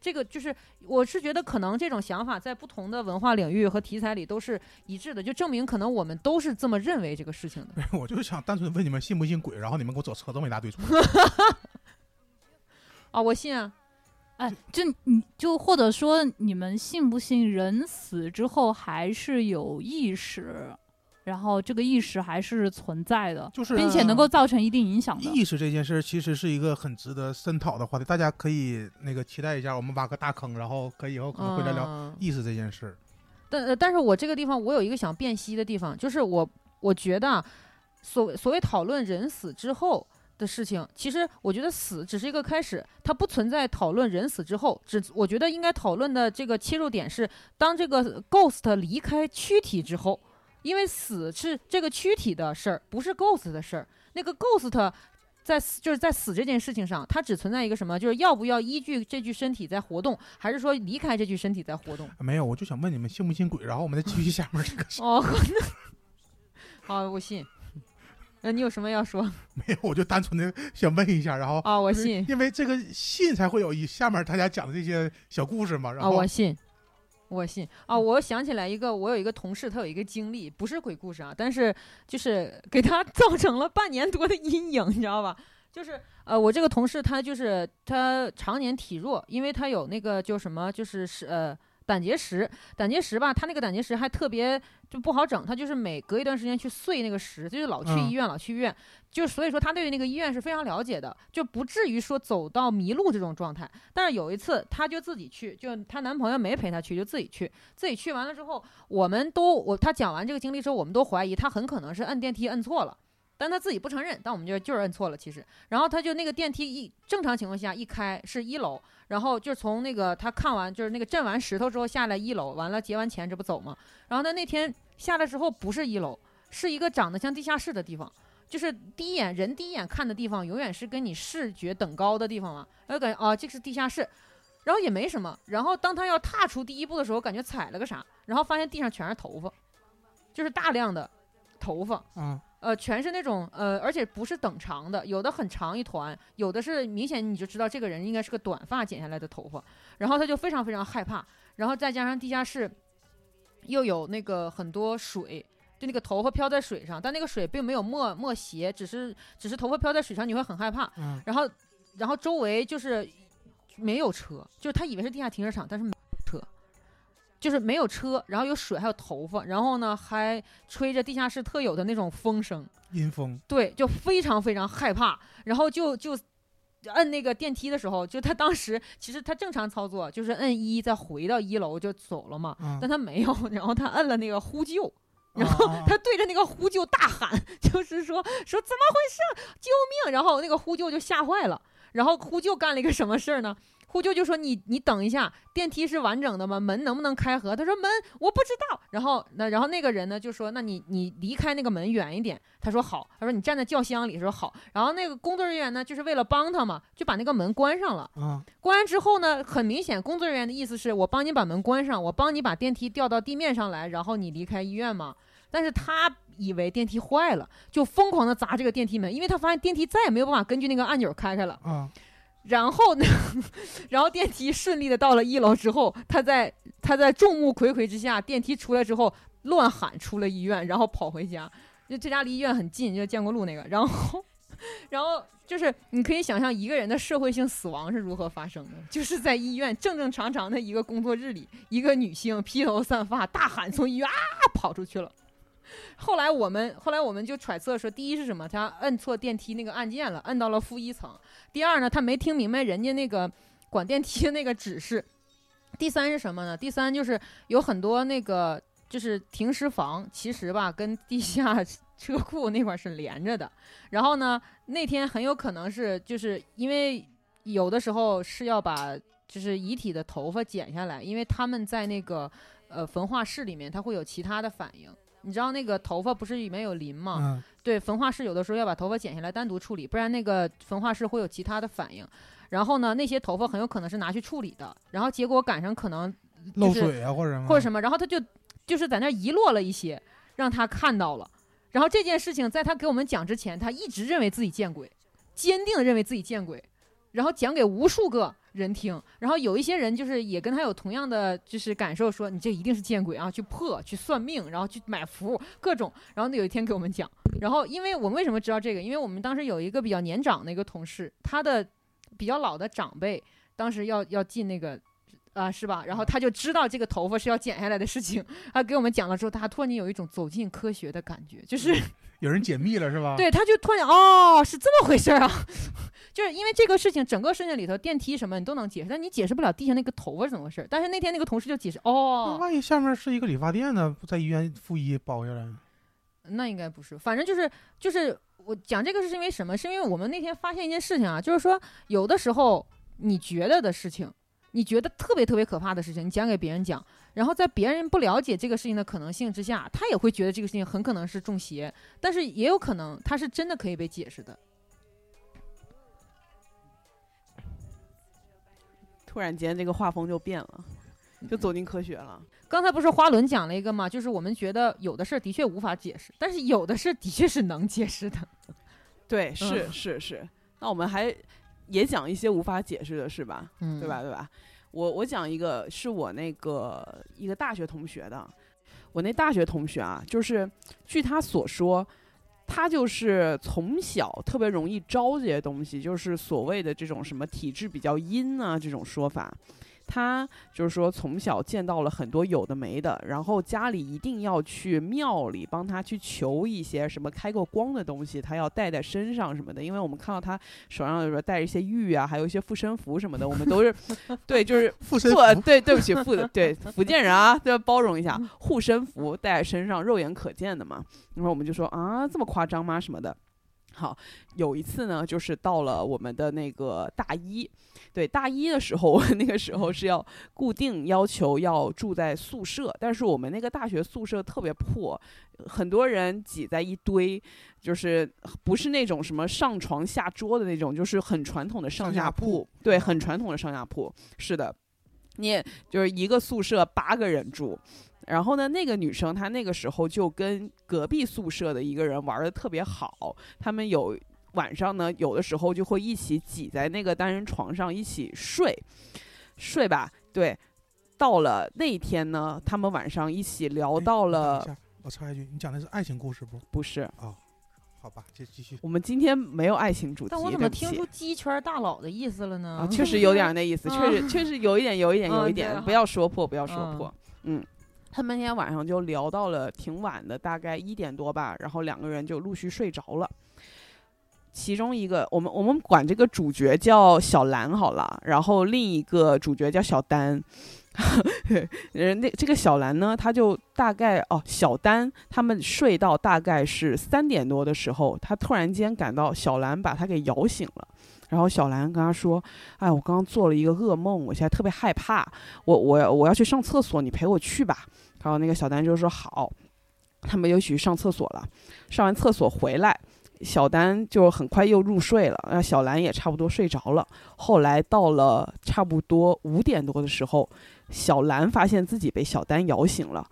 [SPEAKER 3] 这个就是，我是觉得可能这种想法在不同的文化领域和题材里都是一致的，就证明可能我们都是这么认为这个事情
[SPEAKER 4] *laughs*
[SPEAKER 3] 的。
[SPEAKER 4] 我就是想单纯问你们信不信鬼，然后你们给我找扯这么一大堆出来。
[SPEAKER 3] 啊，我信啊，
[SPEAKER 1] 哎，就你就或者说你们信不信人死之后还是有意识，然后这个意识还是存在的，
[SPEAKER 4] 就是啊
[SPEAKER 1] 并且能够造成一定影响的。
[SPEAKER 4] 意识这件事儿其实是一个很值得深讨的话题，大家可以那个期待一下，我们挖个大坑，然后可以以后可能会聊聊
[SPEAKER 3] 嗯
[SPEAKER 4] 意识这件事儿。
[SPEAKER 3] 但呃但是我这个地方，我有一个想辨析的地方，就是我我觉得啊，所所谓讨论人死之后的事情，其实我觉得死只是一个开始，它不存在讨论人死之后，只我觉得应该讨论的这个切入点是，当这个 ghost 离开躯体之后，因为死是这个躯体的事儿，不是 ghost 的事儿，那个 ghost。在死就是在死这件事情上，它只存在一个什么，就是要不要依据这具身体在活动，还是说离开这具身体在活动？
[SPEAKER 4] 没有，我就想问你们信不信鬼，然后我们再继续下面这个事。
[SPEAKER 3] 哦， *laughs* 可能。好，我信。呃，你有什么要说？
[SPEAKER 4] 没有，我就单纯的想问一下，然后
[SPEAKER 3] 啊、我信。
[SPEAKER 4] 因为这个信才会有一下面大家讲的这些小故事嘛。然
[SPEAKER 3] 啊、
[SPEAKER 4] 后
[SPEAKER 3] 我信。我信啊！我想起来一个，我有一个同事，他有一个经历，不是鬼故事啊，但是就是给他造成了半年多的阴影，你知道吧？就是呃，我这个同事他就是他常年体弱，因为他有那个就什么就是是呃胆结石，胆结石吧，他那个胆结石还特别就不好整，他就是每隔一段时间去碎那个石，就是老去
[SPEAKER 4] 嗯
[SPEAKER 3] 医院，老去医院，就所以说他对那个医院是非常了解的，就不至于说走到迷路这种状态。但是有一次，她就自己去，就她男朋友没陪她去，就自己去，自己去完了之后，我们都我她讲完这个经历之后，我们都怀疑她很可能是按电梯摁错了。但她自己不承认，但我们就就是摁错了，其实。然后她就那个电梯一正常情况下一开是一楼，然后就是从那个她看完就是那个震完石头之后下来一楼，完了结完钱这不走吗？然后她那天下来之后不是一楼，是一个长得像地下室的地方，就是第一眼人第一眼看的地方永远是跟你视觉等高的地方嘛，然后感觉啊这是地下室。然后也没什么，然后当她要踏出第一步的时候，感觉踩了个啥，然后发现地上全是头发，就是大量的头发，
[SPEAKER 4] 啊，
[SPEAKER 3] 呃，全是那种呃，而且不是等长的，有的很长一团，有的是明显你就知道这个人应该是个短发剪下来的头发，然后他就非常非常害怕，然后再加上地下室又有那个很多水，就那个头发飘在水上，但那个水并没有没没鞋，只是只是头发飘在水上，你会很害怕，
[SPEAKER 4] 嗯，
[SPEAKER 3] 然后然后周围就是没有车，就是他以为是地下停车场，但是没有车，就是没有车，然后有水，还有头发，然后呢还吹着地下室特有的那种风声。
[SPEAKER 4] 阴风
[SPEAKER 3] 对，就非常非常害怕，然后就就摁那个电梯的时候，就他当时其实他正常操作就是摁一再回到一楼就走了嘛，
[SPEAKER 4] 啊，
[SPEAKER 3] 但他没有，然后他摁了那个呼救。然
[SPEAKER 4] 后啊
[SPEAKER 3] 他对着那个呼救大喊，就是说说怎么回事，救命！然后那个呼救就吓坏了，然后呼救干了一个什么事儿呢？呼救就说你你等一下，电梯是完整的吗？门能不能开合？他说门我不知道。然后那然后那个人呢就说那你你离开那个门远一点。他说好。他说你站在轿厢里。他说好。然后那个工作人员呢就是为了帮他嘛，就把那个门关上了。
[SPEAKER 4] 啊
[SPEAKER 3] 关完之后呢，很明显，工作人员的意思是我帮你把门关上，我帮你把电梯调到地面上来，然后你离开医院嘛。但是他以为电梯坏了，就疯狂的砸这个电梯门，因为他发现电梯再也没有办法根据那个按钮开开了。
[SPEAKER 4] 啊
[SPEAKER 3] 然后呢， *laughs* 然后电梯顺利的到了一楼之后，他在他在众目睽睽之下，电梯出来之后乱喊出了医院，然后跑回家。就这家离医院很近，就建国路那个。然后， *laughs* 然后就是你可以想象一个人的社会性死亡是如何发生的，就是在医院正正常常的一个工作日里，一个女性披头散发大喊从医院啊跑出去了。后来我们后来我们就揣测说，第一是什么？他摁错电梯那个按键了，摁到了负一层。第二呢，他没听明白人家那个管电梯的那个指示。 *laughs* 第三是什么呢？第三就是有很多那个就是停尸房，其实吧跟地下车库那块儿是连着的。 *laughs* 然后呢，那天很有可能是就是因为有的时候是要把就是遗体的头发剪下来，因为他们在那个呃焚化室里面，它会有其他的反应。你知道那个头发不是里面有磷吗？
[SPEAKER 4] 嗯，
[SPEAKER 3] 对，焚化室有的时候要把头发剪下来单独处理，不然那个焚化室会有其他的反应。然后呢，那些头发很有可能是拿去处理的，然后结果赶上可能
[SPEAKER 4] 漏
[SPEAKER 3] 就是
[SPEAKER 4] 水啊或者什么
[SPEAKER 3] 或者什么，然后他就就是在那儿遗落了一些，让他看到了。然后这件事情在他给我们讲之前，他一直认为自己见鬼，坚定地认为自己见鬼，然后讲给无数个人听。然后有一些人就是也跟他有同样的就是感受说，你这一定是见鬼啊，去破，去算命，然后去买符，各种。然后有一天给我们讲，然后因为我们为什么知道这个？因为我们当时有一个比较年长的一个同事，他的比较老的长辈当时要要进那个。啊，是吧？然后他就知道这个头发是要剪下来的事情，他给我们讲了之后，他突然间有一种走进科学的感觉，就是
[SPEAKER 4] 有人解密了是吧？
[SPEAKER 3] 对，他就突然哦，是这么回事儿啊， *laughs* 就是因为这个事情，整个事情里头电梯什么你都能解释，但你解释不了地下那个头发是怎么回事儿。但是那天那个同事就解释，
[SPEAKER 4] 那
[SPEAKER 3] 哦，
[SPEAKER 4] 万一下面是一个理发店呢，在医院负一包下来，
[SPEAKER 3] 那应该不是，反正就是就是我讲这个是因为什么？是因为我们那天发现一件事情啊，就是说有的时候你觉得的事情，你觉得特别特别可怕的事情，你讲给别人讲，然后在别人不了解这个事情的可能性之下，他也会觉得这个事情很可能是中邪，但是也有可能它是真的可以被解释的。
[SPEAKER 2] 突然间这个画风就变了，
[SPEAKER 4] 嗯
[SPEAKER 2] 就走进科学了。
[SPEAKER 3] 刚才不是花轮讲了一个嘛，就是我们觉得有的事儿的确无法解释，但是有的事儿的确是能解释的。
[SPEAKER 2] 对，
[SPEAKER 4] 嗯
[SPEAKER 2] 是是是。那我们还也讲一些无法解释的事吧，
[SPEAKER 3] 嗯
[SPEAKER 2] 对吧？？对吧？我我讲一个是我那个一个大学同学的，我那大学同学啊，就是据他所说，他就是从小特别容易招这些东西，就是所谓的这种什么体质比较阴啊这种说法。他就是说从小见到了很多有的没的，然后家里一定要去庙里帮他去求一些什么开过光的东西，他要带在身上什么的。因为我们看到他手上有时候带一些玉啊，还有一些护身符什么的，我们都是对，就是
[SPEAKER 4] 附身哎
[SPEAKER 2] 做对对不起，福对福建人啊，都要包容一下。护身符戴在身上，肉眼可见的嘛。然后我们就说啊，这么夸张吗？什么的。好，有一次呢，就是到了我们的那个大一，对大一的时候，那个时候是要固定要求要住在宿舍，但是我们那个大学宿舍特别破，呃很多人挤在一堆，就是不是那种什么上床下桌的那种，就是很传统的上
[SPEAKER 4] 上下
[SPEAKER 2] 下
[SPEAKER 4] 铺
[SPEAKER 2] 铺，对，很传统的上下铺，是的，你也就是一个宿舍八个人住。然后呢，那个女生她那个时候就跟隔壁宿舍的一个人玩的特别好，他们有晚上呢，有的时候就会一起挤在那个单人床上一起睡，睡吧，对。到了那一天呢，他们晚上一起聊到
[SPEAKER 4] 哎你等
[SPEAKER 2] 了，
[SPEAKER 4] 一下我插一句，你讲的是爱情故事不？
[SPEAKER 2] 不是，
[SPEAKER 4] 好吧，继继续。
[SPEAKER 2] 我们今天没有爱情主题，
[SPEAKER 3] 嗯但我怎
[SPEAKER 2] 对
[SPEAKER 3] 么
[SPEAKER 2] 不
[SPEAKER 3] 听
[SPEAKER 2] 起
[SPEAKER 3] 出嗯鸡圈大佬的意思了呢？
[SPEAKER 2] 啊，确实有点儿那意思，确实确实有一点，有一点，
[SPEAKER 3] 嗯
[SPEAKER 2] 有一
[SPEAKER 3] 对
[SPEAKER 2] 点，
[SPEAKER 3] 啊
[SPEAKER 2] 不要说破，不要说
[SPEAKER 3] 嗯
[SPEAKER 2] 破，嗯。他们那天晚上就聊到了挺晚的，大概一点多吧，然后两个人就陆续睡着了。其中一个，我们我们管这个主角叫小兰好了，然后另一个主角叫小丹。 *laughs* 呃，那这个小兰呢，她就大概哦，小丹他们睡到大概是三点多的时候，她突然间感到小兰把她给摇醒了，然后小兰跟她说：“哎，我刚刚做了一个噩梦，我现在特别害怕，我我我要去上厕所，你陪我去吧。”然后那个小丹就说：“好。”他们又去上厕所了，上完厕所回来，小丹就很快又入睡了，那小兰也差不多睡着了。后来到了差不多五点多的时候，小兰发现自己被小丹摇醒了，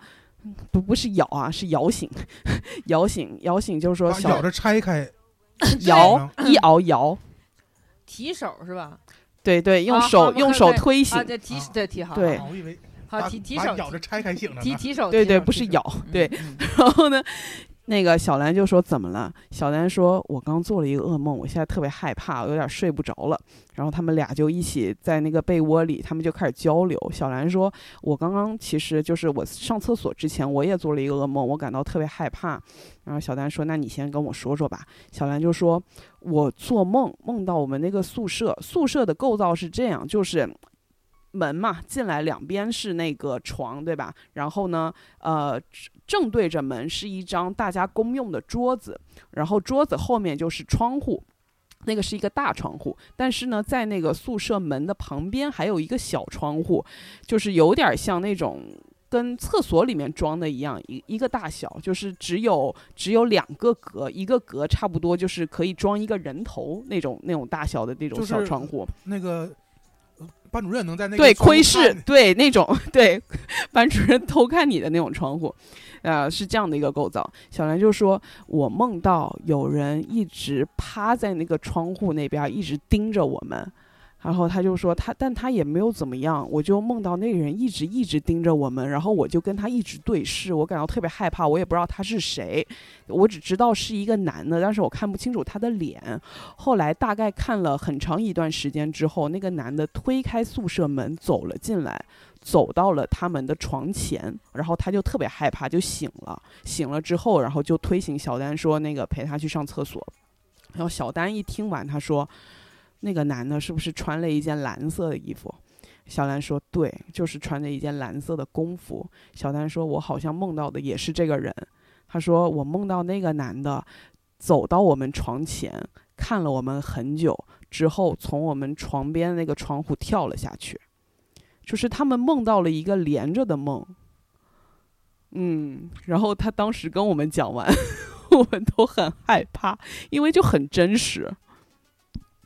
[SPEAKER 2] 不不是咬啊，是摇醒，摇醒，摇醒，就是说
[SPEAKER 4] 把
[SPEAKER 2] 小
[SPEAKER 3] *laughs*
[SPEAKER 4] 咬着拆开，
[SPEAKER 2] 摇
[SPEAKER 4] 能
[SPEAKER 2] 一熬摇，
[SPEAKER 3] 提手是吧？
[SPEAKER 2] 对对，用
[SPEAKER 3] 啊好
[SPEAKER 2] 手
[SPEAKER 3] 我
[SPEAKER 2] 用
[SPEAKER 3] 看
[SPEAKER 2] 手
[SPEAKER 3] 对
[SPEAKER 2] 推醒
[SPEAKER 3] 啊，，对提对提好，
[SPEAKER 2] 对
[SPEAKER 4] 啊我以为
[SPEAKER 3] 好
[SPEAKER 4] 把
[SPEAKER 3] 提提
[SPEAKER 4] 把
[SPEAKER 3] 手
[SPEAKER 4] 咬着拆开醒了
[SPEAKER 3] 提
[SPEAKER 4] 呢。
[SPEAKER 3] 提手，
[SPEAKER 2] 对
[SPEAKER 3] 提
[SPEAKER 2] 对，
[SPEAKER 3] 手
[SPEAKER 2] 不是，咬，
[SPEAKER 3] 提手
[SPEAKER 2] 对。，
[SPEAKER 3] 嗯
[SPEAKER 2] *laughs* 然后呢，那个小兰就说怎么了？小兰说我刚做了一个噩梦，我现在特别害怕，我有点睡不着了。然后他们俩就一起在那个被窝里，他们就开始交流。小兰说，我刚刚其实就是我上厕所之前我也做了一个噩梦，我感到特别害怕。然后小丹说，那你先跟我说说吧。小兰就说，我做梦梦到我们那个宿舍，宿舍的构造是这样，就是。门嘛，进来两边是那个床，对吧？然后呢，呃，正对着门是一张大家公用的桌子，然后桌子后面就是窗户。那个是一个大窗户，但是呢，在那个宿舍门的旁边还有一个小窗户，就是有点像那种跟厕所里面装的一样，一一个大小，就是只有只有两个格，一个格差不多就是可以装一个人头那种那种大小的那种
[SPEAKER 4] 就是
[SPEAKER 2] 小窗户。
[SPEAKER 4] 那个呃班主任能在那个
[SPEAKER 2] 对
[SPEAKER 4] 窗户
[SPEAKER 2] 窥视
[SPEAKER 4] 看， *laughs*
[SPEAKER 2] 对那种对 *laughs* 班主任偷看你的那种窗户，呃，是这样的一个构造。小兰就说：“我梦到有人一直趴在那个窗户那边儿，一直盯着我们。”然后他就说他，但他也没有怎么样，我就梦到那个人一直一直盯着我们，然后我就跟他一直对视，我感到特别害怕，我也不知道他是谁，我只知道是一个男的，但是我看不清楚他的脸。后来大概看了很长一段时间之后，那个男的推开宿舍门走了进来，走到了他们的床前，然后他就特别害怕，就醒了。醒了之后，然后就推醒小丹说：“那个陪他去上厕所。”然后小丹一听完，他说：“那个男的是不是穿了一件蓝色的衣服？”小兰说：“对，就是穿着一件蓝色的工服。”小丹说：“我好像梦到的也是这个人。”他说：“我梦到那个男的走到我们床前，看了我们很久之后，从我们床边那个窗户跳了下去，就是他们梦到了一个连着的梦。嗯，然后他当时跟我们讲完， *laughs* 我们都很害怕，因为就很真实。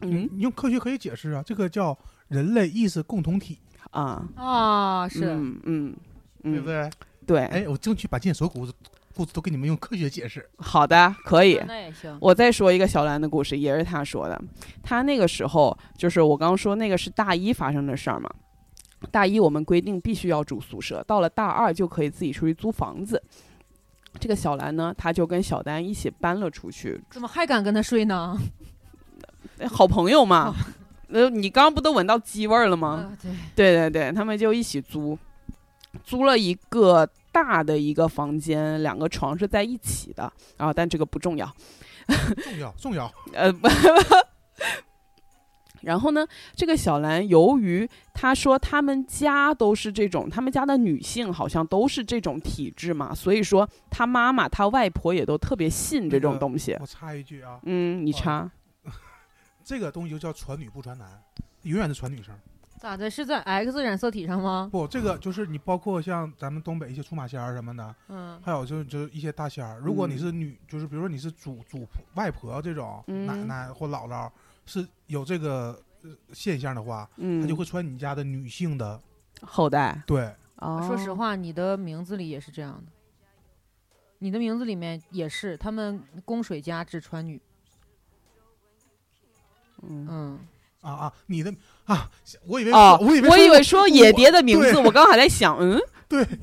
[SPEAKER 2] 嗯
[SPEAKER 4] 你用科学可以解释啊，这个叫人类意识共同体，
[SPEAKER 2] 啊，
[SPEAKER 3] 啊，是
[SPEAKER 2] 嗯嗯
[SPEAKER 4] 对不
[SPEAKER 2] 嗯，
[SPEAKER 4] 对？
[SPEAKER 2] 对，
[SPEAKER 4] 哎，我争取把今天所有故事故事都给你们用科学解释。
[SPEAKER 2] 好的，可以。
[SPEAKER 3] 那也行，
[SPEAKER 2] 我再说一个小兰的故事，也是她说的。她那个时候就是我刚刚说那个是大一发生的事儿嘛。大一我们规定必须要住宿舍，到了大二就可以自己出去租房子。这个小兰呢，她就跟小丹一起搬了出去，
[SPEAKER 3] 怎么还敢跟他睡呢？
[SPEAKER 2] 哎好朋友嘛
[SPEAKER 3] 哦。
[SPEAKER 2] 呃，你刚刚不都闻到鸡味儿了吗？
[SPEAKER 3] 啊，对，
[SPEAKER 2] 对对对，他们就一起租，租了一个大的一个房间，两个床是在一起的啊，但这个不重要。
[SPEAKER 4] 重要重要，
[SPEAKER 2] 呃， *laughs* 不。然后呢，这个小兰由于她说他们家都是这种，他们家的女性好像都是这种体质嘛，所以说她妈妈、她外婆也都特别信这种东西。
[SPEAKER 4] 我插一句啊，
[SPEAKER 2] 嗯，你查，
[SPEAKER 4] 这个东西就叫传女不传男，永远是传女生。
[SPEAKER 3] 咋的？是在 X 染色体上吗？
[SPEAKER 4] 不，这个就是你包括像咱们东北一些出马仙儿什么的，
[SPEAKER 2] 哦
[SPEAKER 3] 嗯，
[SPEAKER 4] 还有就是就是一些大仙儿。如果你是女，就是比如说你是祖祖父外婆这种、
[SPEAKER 2] 嗯
[SPEAKER 4] 奶奶或姥姥是有这个呃现象的话，她
[SPEAKER 2] 嗯
[SPEAKER 4] 就，会穿你家的女性的。
[SPEAKER 2] 后代
[SPEAKER 4] 对，
[SPEAKER 2] 哦，
[SPEAKER 3] 说实，话，你的名字里也是这样的，你的名字里面也是，他们供水家只穿女，
[SPEAKER 2] 嗯，
[SPEAKER 3] 嗯，
[SPEAKER 2] *laughs*
[SPEAKER 4] 啊啊，你的啊，我以为
[SPEAKER 2] 哦，
[SPEAKER 4] 我以为
[SPEAKER 2] 我以
[SPEAKER 4] 说
[SPEAKER 2] 为说野蝶的名字，
[SPEAKER 4] 对
[SPEAKER 2] 我刚刚还在想，嗯，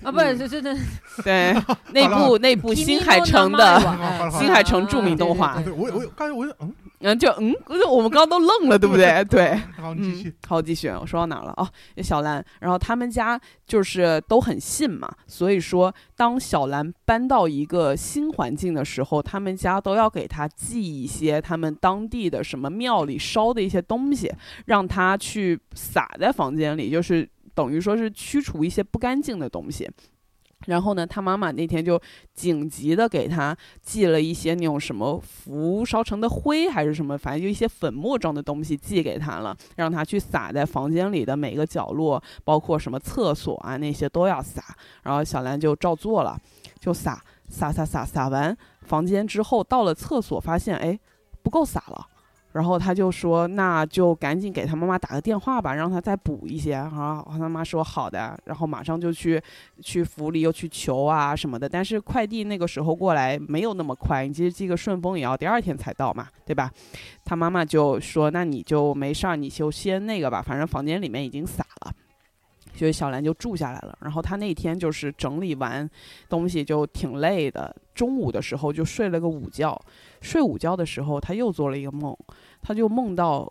[SPEAKER 3] 啊，不，
[SPEAKER 2] 嗯
[SPEAKER 3] 这这这
[SPEAKER 4] *laughs*
[SPEAKER 2] 对，内部内部新海诚的，
[SPEAKER 3] 哎
[SPEAKER 4] 好了好了
[SPEAKER 2] 新海诚著名动画
[SPEAKER 4] 对我我刚才我就嗯，
[SPEAKER 2] 嗯，就嗯，我们刚刚都愣了，对不
[SPEAKER 4] *laughs*
[SPEAKER 2] 对？对。
[SPEAKER 4] 好，你继
[SPEAKER 2] 嗯
[SPEAKER 4] 续。，
[SPEAKER 2] 好，继续，我说到哪儿了？哦，小兰，然后他们家就是都很信嘛，所以说当小兰搬到一个新环境的时候，他们家都要给她寄一些他们当地的什么庙里烧的一些东西，让她去撒在房间里，就是等于说是驱除一些不干净的东西。然后呢，她妈妈那天就紧急的给她寄了一些那种什么符烧成的灰还是什么，反正就一些粉末状的东西寄给他了，让他去撒在房间里的每个角落，包括什么厕所啊那些都要撒。然后小兰就照做了，就撒撒撒撒撒完房间之后，到了厕所发现哎不够撒了，然后他就说，那就赶紧给他妈妈打个电话吧，让他再补一些。然后他妈说好的，然后马上就去去府里又去求啊什么的。但是快递那个时候过来没有那么快，你其实寄个顺丰也要第二天才到嘛，对吧？他妈妈就说，那你就没事儿，你就先那个吧，反正房间里面已经撒了。所以小兰就住下来了。然后她那天就是整理完东西就挺累的，中午的时候就睡了个午觉。睡午觉的时候，她又做了一个梦，她就梦到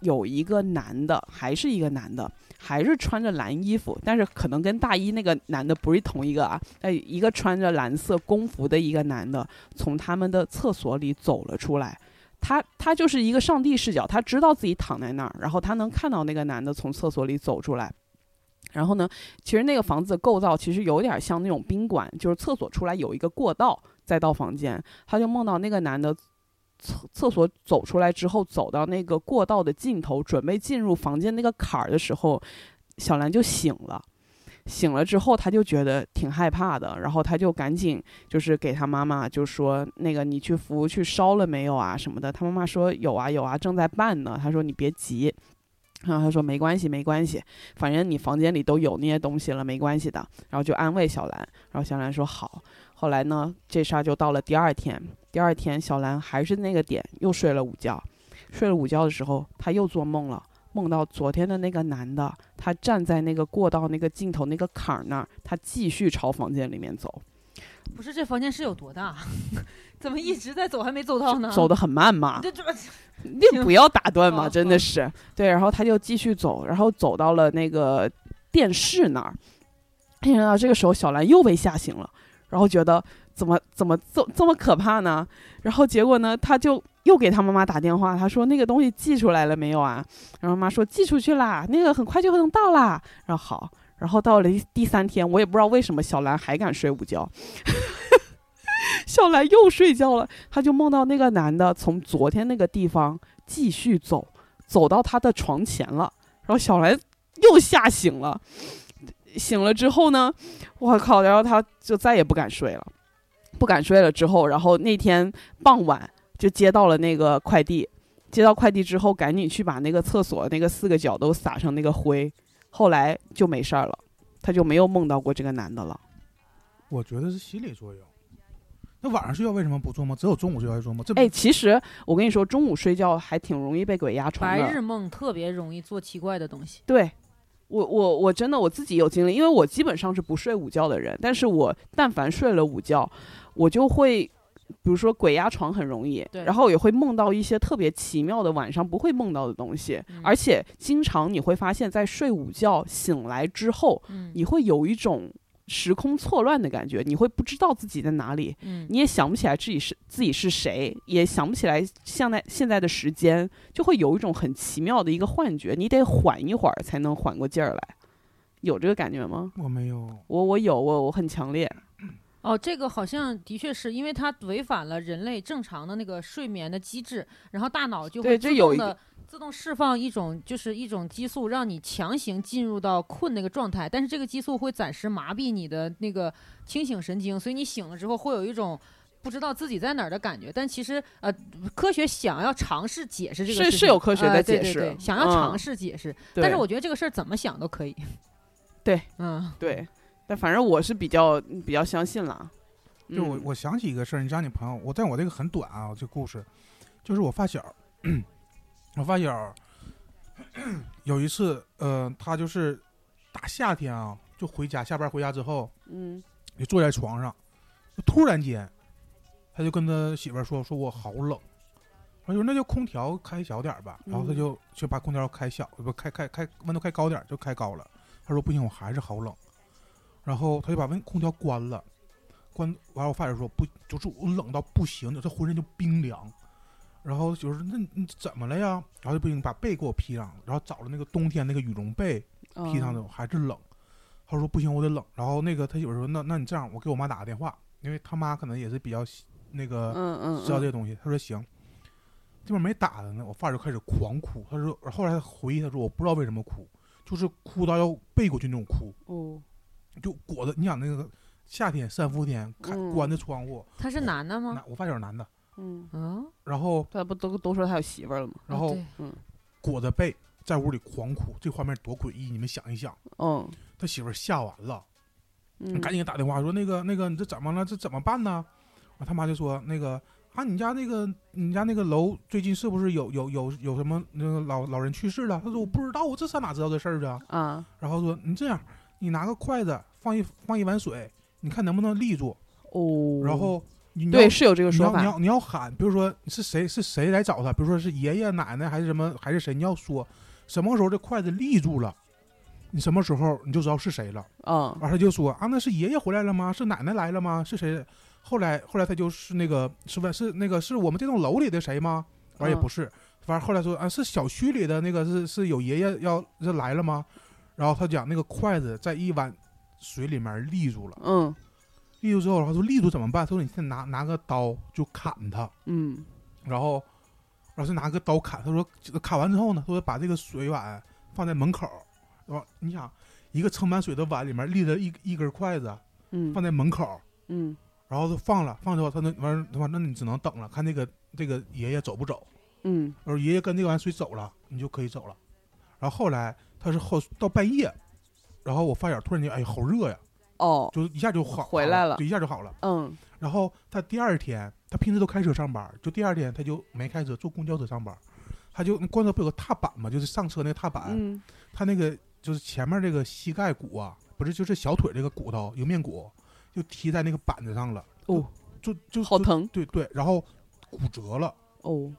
[SPEAKER 2] 有一个男的，还是一个男的，还是穿着蓝衣服，但是可能跟大一那个男的不是同一个啊。哎，一个穿着蓝色工服的一个男的从他们的厕所里走了出来。他他就是一个上帝视角，他知道自己躺在那儿，然后他能看到那个男的从厕所里走出来。然后呢，其实那个房子的构造其实有点像那种宾馆，就是厕所出来有一个过道，再到房间。他就梦到那个男的厕厕所走出来之后，走到那个过道的尽头，准备进入房间那个坎儿的时候，小兰就醒了。醒了之后，他就觉得挺害怕的，然后他就赶紧就是给他妈妈就说：“那个你去服务区烧了没有啊？什么的。”他妈妈说：“有啊有啊，正在办呢。”他说：“你别急。”然后他说没关系，没关系，反正你房间里都有那些东西了，没关系的。然后就安慰小兰，然后小兰说好。后来呢，这事儿就到了第二天，第二天小兰还是那个点，又睡了午觉。睡了午觉的时候，她又做梦了，梦到昨天的那个男的，他站在那个过道那个尽头那个坎儿那儿，他继续朝房间里面走，
[SPEAKER 3] 不是这房间是有多大？ *laughs* 怎么一直在走还没走到呢？
[SPEAKER 2] 走得很慢嘛。
[SPEAKER 3] 这这
[SPEAKER 2] 那不要打断嘛，
[SPEAKER 3] 哦
[SPEAKER 2] 真的是。对，然后他就继续走，然后走到了那个电视那儿。没想到这个时候，小兰又被吓醒了，然后觉得怎么怎么这这么可怕呢？然后结果呢，他就又给他妈妈打电话，他说那个东西寄出来了没有啊？然后妈说寄出去啦，那个很快就能到啦。然后好，然后到了第第三天，我也不知道为什么小兰还敢睡午觉。 *laughs* 小兰又睡觉了，她就梦到那个男的从昨天那个地方继续走，走到她的床前了，然后小兰又吓醒了。醒了之后呢，我靠，然后她就再也不敢睡了，不敢睡了之后，然后那天傍晚就接到了那个快递，接到快递之后，赶紧去把那个厕所那个四个角都撒上那个灰，后来就没事儿了，她就没有梦到过这个男的了。
[SPEAKER 4] 我觉得是心理作用。那晚上睡觉为什么不做梦？只有中午睡觉才做梦？这
[SPEAKER 2] 哎，其实我跟你说，中午睡觉还挺容易被鬼压床
[SPEAKER 3] 白
[SPEAKER 2] 的。
[SPEAKER 3] 日梦特别容易做奇怪的东西。
[SPEAKER 2] 对，我我我真的我自己有经历，因为我基本上是不睡午觉的人，但是我但凡睡了午觉，我就会。比如说鬼压床很容易，
[SPEAKER 3] 对
[SPEAKER 2] 然后也会梦到一些特别奇妙的晚上不会梦到的东西，
[SPEAKER 3] 嗯
[SPEAKER 2] 而且经常你会发现，在睡午觉醒来之后，
[SPEAKER 3] 嗯
[SPEAKER 2] 你会有一种时空错乱的感觉，你会不知道自己在哪里，
[SPEAKER 3] 嗯
[SPEAKER 2] 你也想不起来自己是自己是谁，也想不起来现在现在的时间，就会有一种很奇妙的一个幻觉，你得缓一会儿才能缓过劲儿来，有这个感觉吗？
[SPEAKER 4] 我没有，
[SPEAKER 2] 我我有我我很强烈，
[SPEAKER 3] 哦，这个好像的确是因为它违反了人类正常的那个睡眠的机制，然后大脑就
[SPEAKER 2] 对
[SPEAKER 3] 会
[SPEAKER 2] 这
[SPEAKER 3] 自
[SPEAKER 2] 有
[SPEAKER 3] 动
[SPEAKER 2] 一
[SPEAKER 3] 的自动释放一种就是一种激素，让你强行进入到困那个状态，但是这个激素会暂时麻痹你的那个清醒神经，所以你醒了之后会有一种。不知道自己在哪儿的感觉，但其实呃，科学想要尝试解释这个
[SPEAKER 2] 是
[SPEAKER 3] 事
[SPEAKER 2] 是
[SPEAKER 3] 情
[SPEAKER 2] 有科学
[SPEAKER 3] 呃
[SPEAKER 2] 在
[SPEAKER 3] 对
[SPEAKER 2] 解
[SPEAKER 3] 对
[SPEAKER 2] 释
[SPEAKER 3] 对想要
[SPEAKER 2] 嗯
[SPEAKER 3] 尝试解释，
[SPEAKER 2] 对
[SPEAKER 3] 但是我觉得这个事儿怎么想都可以。
[SPEAKER 2] 对，
[SPEAKER 3] 嗯，
[SPEAKER 2] 对，但反正我是比较比较相信啦。
[SPEAKER 4] 就是我
[SPEAKER 2] 嗯
[SPEAKER 4] 我想起一个事儿，你让你朋友，我但我这个很短啊，我这故事，就是我发小，我发小有一次，呃，他就是大夏天啊，就回家，下班回家之后，
[SPEAKER 2] 嗯
[SPEAKER 4] 就坐在床上，就突然间，他就跟他媳妇儿说：“说我好冷。”他说：“那就空调开小点儿吧。”然后他
[SPEAKER 2] 嗯
[SPEAKER 4] 就就把空调开小，不开开开温度开高点儿，就开高了。他说：“不行，我还是好冷。”然后他就把温空调关了，关完了我发小说：“不，就是我冷到不行，这浑身就冰凉。”然后就是那你你怎么了呀？然后就不行，把被给我披上了，然后找了那个冬天那个羽绒被，披上的
[SPEAKER 2] 嗯
[SPEAKER 4] 还是冷。他说不行，我得冷。然后那个他媳妇说，那那你这样，我给我妈打个电话，因为他妈可能也是比较喜那个
[SPEAKER 2] 嗯嗯，
[SPEAKER 4] 知道这
[SPEAKER 2] 嗯
[SPEAKER 4] 些东西。他说行，这边没打他呢，我发小就开始狂哭。他说，后来他回忆，他说我不知道为什么哭，就是哭到要背过去那种哭，
[SPEAKER 2] 哦
[SPEAKER 4] 就裹着你想那个夏天三伏天开
[SPEAKER 2] 嗯
[SPEAKER 4] 关着窗户，
[SPEAKER 3] 他是男的吗？
[SPEAKER 4] 那我发小男的，
[SPEAKER 2] 嗯，啊
[SPEAKER 3] 嗯，
[SPEAKER 4] 然后
[SPEAKER 2] 他不都都说他有媳妇儿了吗？
[SPEAKER 4] 然后
[SPEAKER 3] 哦对
[SPEAKER 4] 裹着被在屋里狂哭，这画面多诡异！你们想一想，
[SPEAKER 2] 嗯
[SPEAKER 4] 他媳妇儿吓完了，
[SPEAKER 2] 嗯，
[SPEAKER 4] 赶紧给打电话说那个那个你这怎么了？这怎么办呢？我他妈就说那个啊，你家那个你家那个楼最近是不是有有有有什么那个老老人去世了？他说我不知道，我这上哪知道这事儿去啊？
[SPEAKER 2] 啊，
[SPEAKER 4] 然后说你这样，你拿个筷子放一放一碗水，你看能不能立住？
[SPEAKER 2] 哦，
[SPEAKER 4] 然后你你
[SPEAKER 2] 对
[SPEAKER 4] 要
[SPEAKER 2] 是有这个
[SPEAKER 4] 你
[SPEAKER 2] 说
[SPEAKER 4] 要
[SPEAKER 2] 法
[SPEAKER 4] 你，要你要喊，比如说是谁是谁来找他，比如说是爷爷奶奶还是什么还是谁，你要说什么时候这筷子立住了，你什么时候你就知道是谁了。
[SPEAKER 2] 嗯
[SPEAKER 4] 完他就说啊，那是爷爷回来了吗？是奶奶来了吗？是谁？后来后来他就是那个是问是那个是我们这栋楼里的谁吗？完也
[SPEAKER 2] 嗯
[SPEAKER 4] 不是，完后来说啊是小区里的那个是是有爷爷要是来了吗？然后他讲那个筷子在一碗水里面立住了，
[SPEAKER 2] 嗯
[SPEAKER 4] 立住之后他说立住怎么办？他说你先拿拿个刀就砍他，
[SPEAKER 2] 嗯
[SPEAKER 4] 然后然后是拿个刀砍，他说砍完之后呢，他说把这个水碗放在门口，然后你想一个盛满水的碗里面立着一一根筷子。
[SPEAKER 2] 嗯
[SPEAKER 4] 放在门口，
[SPEAKER 2] 嗯
[SPEAKER 4] 然后就放了，放之后他那完事儿，完那你只能等了，看那个这个爷爷走不走。
[SPEAKER 2] 嗯
[SPEAKER 4] 然后爷爷跟这碗水走了，你就可以走了。然后后来他是后到半夜，然后我发小突然间哎好热呀，
[SPEAKER 2] 哦
[SPEAKER 4] 就一下就好
[SPEAKER 2] 回来
[SPEAKER 4] 好
[SPEAKER 2] 了
[SPEAKER 4] 就一下就好了。
[SPEAKER 2] 嗯
[SPEAKER 4] 然后他第二天，他平时都开车上班，就第二天他就没开车，坐公交车上班。他就那公交车不有个踏板嘛，就是上车那个踏板，
[SPEAKER 2] 嗯
[SPEAKER 4] 他那个就是前面这个膝盖骨啊，不是就是小腿这个骨头迎面骨，就踢在那个板子上了。
[SPEAKER 2] 哦
[SPEAKER 4] 就，就就
[SPEAKER 2] 好疼
[SPEAKER 4] 对对，然后骨折了，
[SPEAKER 2] 哦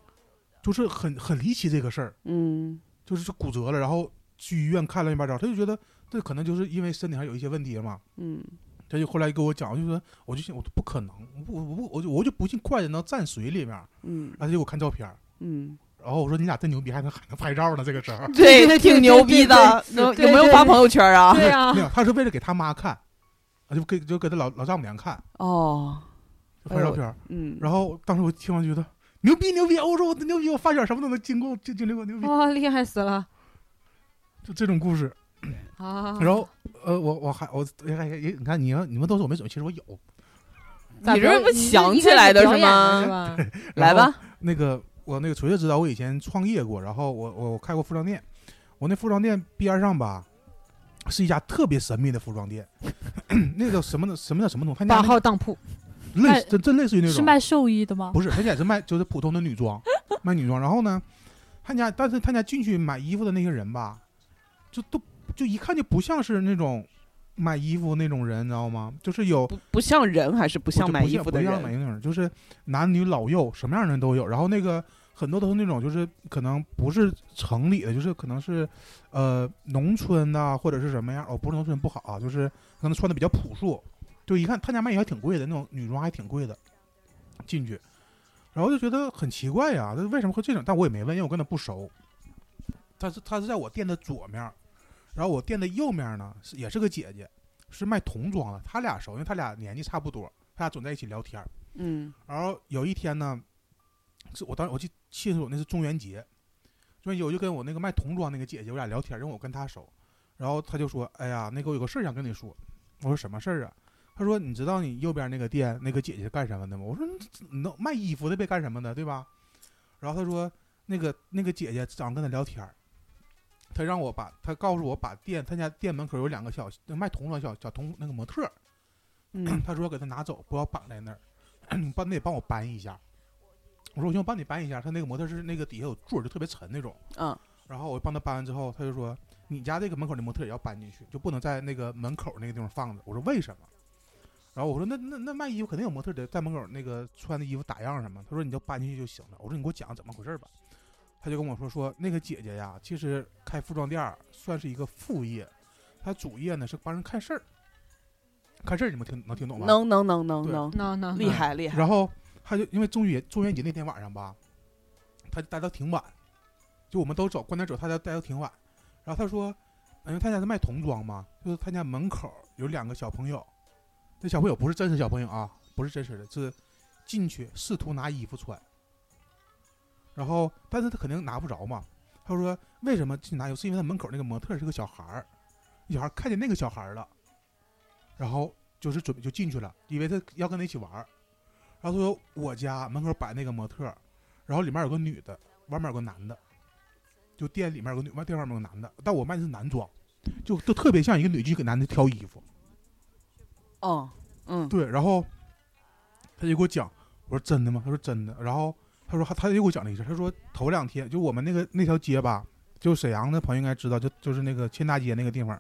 [SPEAKER 4] 就是很很离奇这个事儿，
[SPEAKER 2] 嗯
[SPEAKER 4] 就是骨折了，然后去医院看了一巴掌，他就觉得这可能就是因为身体上有一些问题了嘛。
[SPEAKER 2] 嗯
[SPEAKER 4] 他就后来给我讲，我就说我就信，我说不可能，我不我不我就我就不信筷子能站水里面。
[SPEAKER 2] 嗯
[SPEAKER 4] 然后他就给我看照片儿，
[SPEAKER 2] 嗯，
[SPEAKER 4] 然后我说你俩真牛逼，还能还能拍照呢，这个时候。
[SPEAKER 2] 这个挺牛逼的，有有没有发朋友圈啊？
[SPEAKER 3] 对啊
[SPEAKER 4] 没，有，他是为了给他妈看，啊，就给就给他老老丈母娘看，
[SPEAKER 2] 哦，
[SPEAKER 4] 就拍照片儿。
[SPEAKER 2] 嗯，
[SPEAKER 4] 然后当时我听完觉得牛逼牛逼，我说我牛逼，我发小什么都能经过经经历过牛逼，
[SPEAKER 3] 哇，厉害死了
[SPEAKER 4] 就这种故事。
[SPEAKER 3] 啊！
[SPEAKER 4] 然后呃，我我还我还还你看你要你们都说我没准备，其实我有。
[SPEAKER 3] 咋
[SPEAKER 2] 你这
[SPEAKER 3] 表
[SPEAKER 2] 是不
[SPEAKER 3] 你
[SPEAKER 2] 想
[SPEAKER 3] 一
[SPEAKER 2] 起
[SPEAKER 3] 开始
[SPEAKER 2] 来的
[SPEAKER 3] 表
[SPEAKER 2] 是
[SPEAKER 3] 演
[SPEAKER 2] 吗
[SPEAKER 3] 的是吧？
[SPEAKER 4] *laughs*
[SPEAKER 2] 来
[SPEAKER 4] 然后
[SPEAKER 2] 吧，
[SPEAKER 4] 那个我那个锤子知道我以前创业过，然后我我我开过服装店，我那服装店边上吧。是一家特别神秘的服装店， *coughs* 那个什么的，什么叫什么东西？他
[SPEAKER 3] 八
[SPEAKER 4] 家
[SPEAKER 3] 号当铺，
[SPEAKER 4] 那类似真真类似于那种
[SPEAKER 1] 是卖寿衣的吗？
[SPEAKER 4] 不是，他家也是卖就是普通的女装，卖女装。然后呢，他家但是他家进去买衣服的那些人吧，就都就一看就不像是那种买衣服那种人，你知道吗？就是有
[SPEAKER 2] 不不像人还是不像
[SPEAKER 4] 就
[SPEAKER 2] 买
[SPEAKER 4] 不
[SPEAKER 2] 衣服的
[SPEAKER 4] 不像买
[SPEAKER 2] 人？
[SPEAKER 4] 衣服那种人，就是男女老幼什么样的人都有。然后那个很多都是那种就是可能不是城里的，就是可能是呃农村呐、或者是什么样。哦，不是农村不好啊，就是可能穿的比较朴素。就一看他家卖衣服还挺贵的，那种女装还挺贵的，进去，然后就觉得很奇怪呀、这为什么会这种？但我也没问，因为我跟他不熟。他是他是在我店的左面儿，然后我店的右面儿呢是也是个姐姐，是卖童装的。他俩熟，因为他俩年纪差不多，他俩总在一起聊天儿。
[SPEAKER 2] 嗯
[SPEAKER 4] 然后有一天呢，是我当时我记记得我那是中元节，中元节我就跟我那个卖童装那个姐姐，我俩聊天，因为我跟她熟，然后她就说：“哎呀，那个我有个事儿想跟你说。”我说：“什么事儿啊？”她说：“你知道你右边那个店那个姐姐是干什么的吗？”我说：“你这你能卖衣服的呗，干什么的，对吧？”然后她说：“那个那个姐姐早上跟她聊天儿，她让我把她告诉我把店她家店门口有两个小卖童装小小童那个模特儿，
[SPEAKER 2] 嗯
[SPEAKER 4] 他说给他拿走，不要绑在那儿， *clears throat* 你帮你得帮我搬一下。我说我行，我帮你搬一下。他那个模特是那个底下有座儿，就特别沉那种。
[SPEAKER 2] 嗯
[SPEAKER 4] 然后我帮他搬完之后，他就说你家这个门口的模特也要搬进去，就不能在那个门口那个地方放着。我说为什么？然后我说那那那卖衣服肯定有模特得在门口那个穿的衣服打样什么。他说你就搬进去就行了。我说你给我讲讲怎么回事吧。他就跟我说说那个姐姐呀，其实开服装店儿算是一个副业，她主业呢是帮人看事儿。看事儿你们听能听懂吗？
[SPEAKER 2] 嗯能能能能
[SPEAKER 4] 对嗯
[SPEAKER 2] 能，
[SPEAKER 3] 那那
[SPEAKER 2] 厉害厉害，
[SPEAKER 4] 然后他就因为中元中元节那天晚上吧，他就待到挺晚，就我们都走，关点走，他就待到挺晚。然后他说，因为他家是卖童装嘛，就是他家门口有两个小朋友，这小朋友不是真实小朋友啊，不是真实的，是进去试图拿衣服穿，然后但是他肯定拿不着嘛。他说为什么去拿衣服？是因为他门口那个模特是个小孩儿，小孩儿看见那个小孩儿了，然后就是准备就进去了，以为他要跟他一起玩儿。然后他说我家门口摆那个模特儿，然后里面有个女的，外面有个男的，就店里面有个女，外店外面有个男的，但我卖的是男装，就就特别像一个女去给男的挑衣服。
[SPEAKER 2] 哦，嗯，
[SPEAKER 4] 对，然后他就给我讲，我说真的吗？他说真的。然后他说他他就给我讲了一事儿，他说头两天就我们那个那条街吧，就沈阳的朋友应该知道，就就是那个千大街那个地方，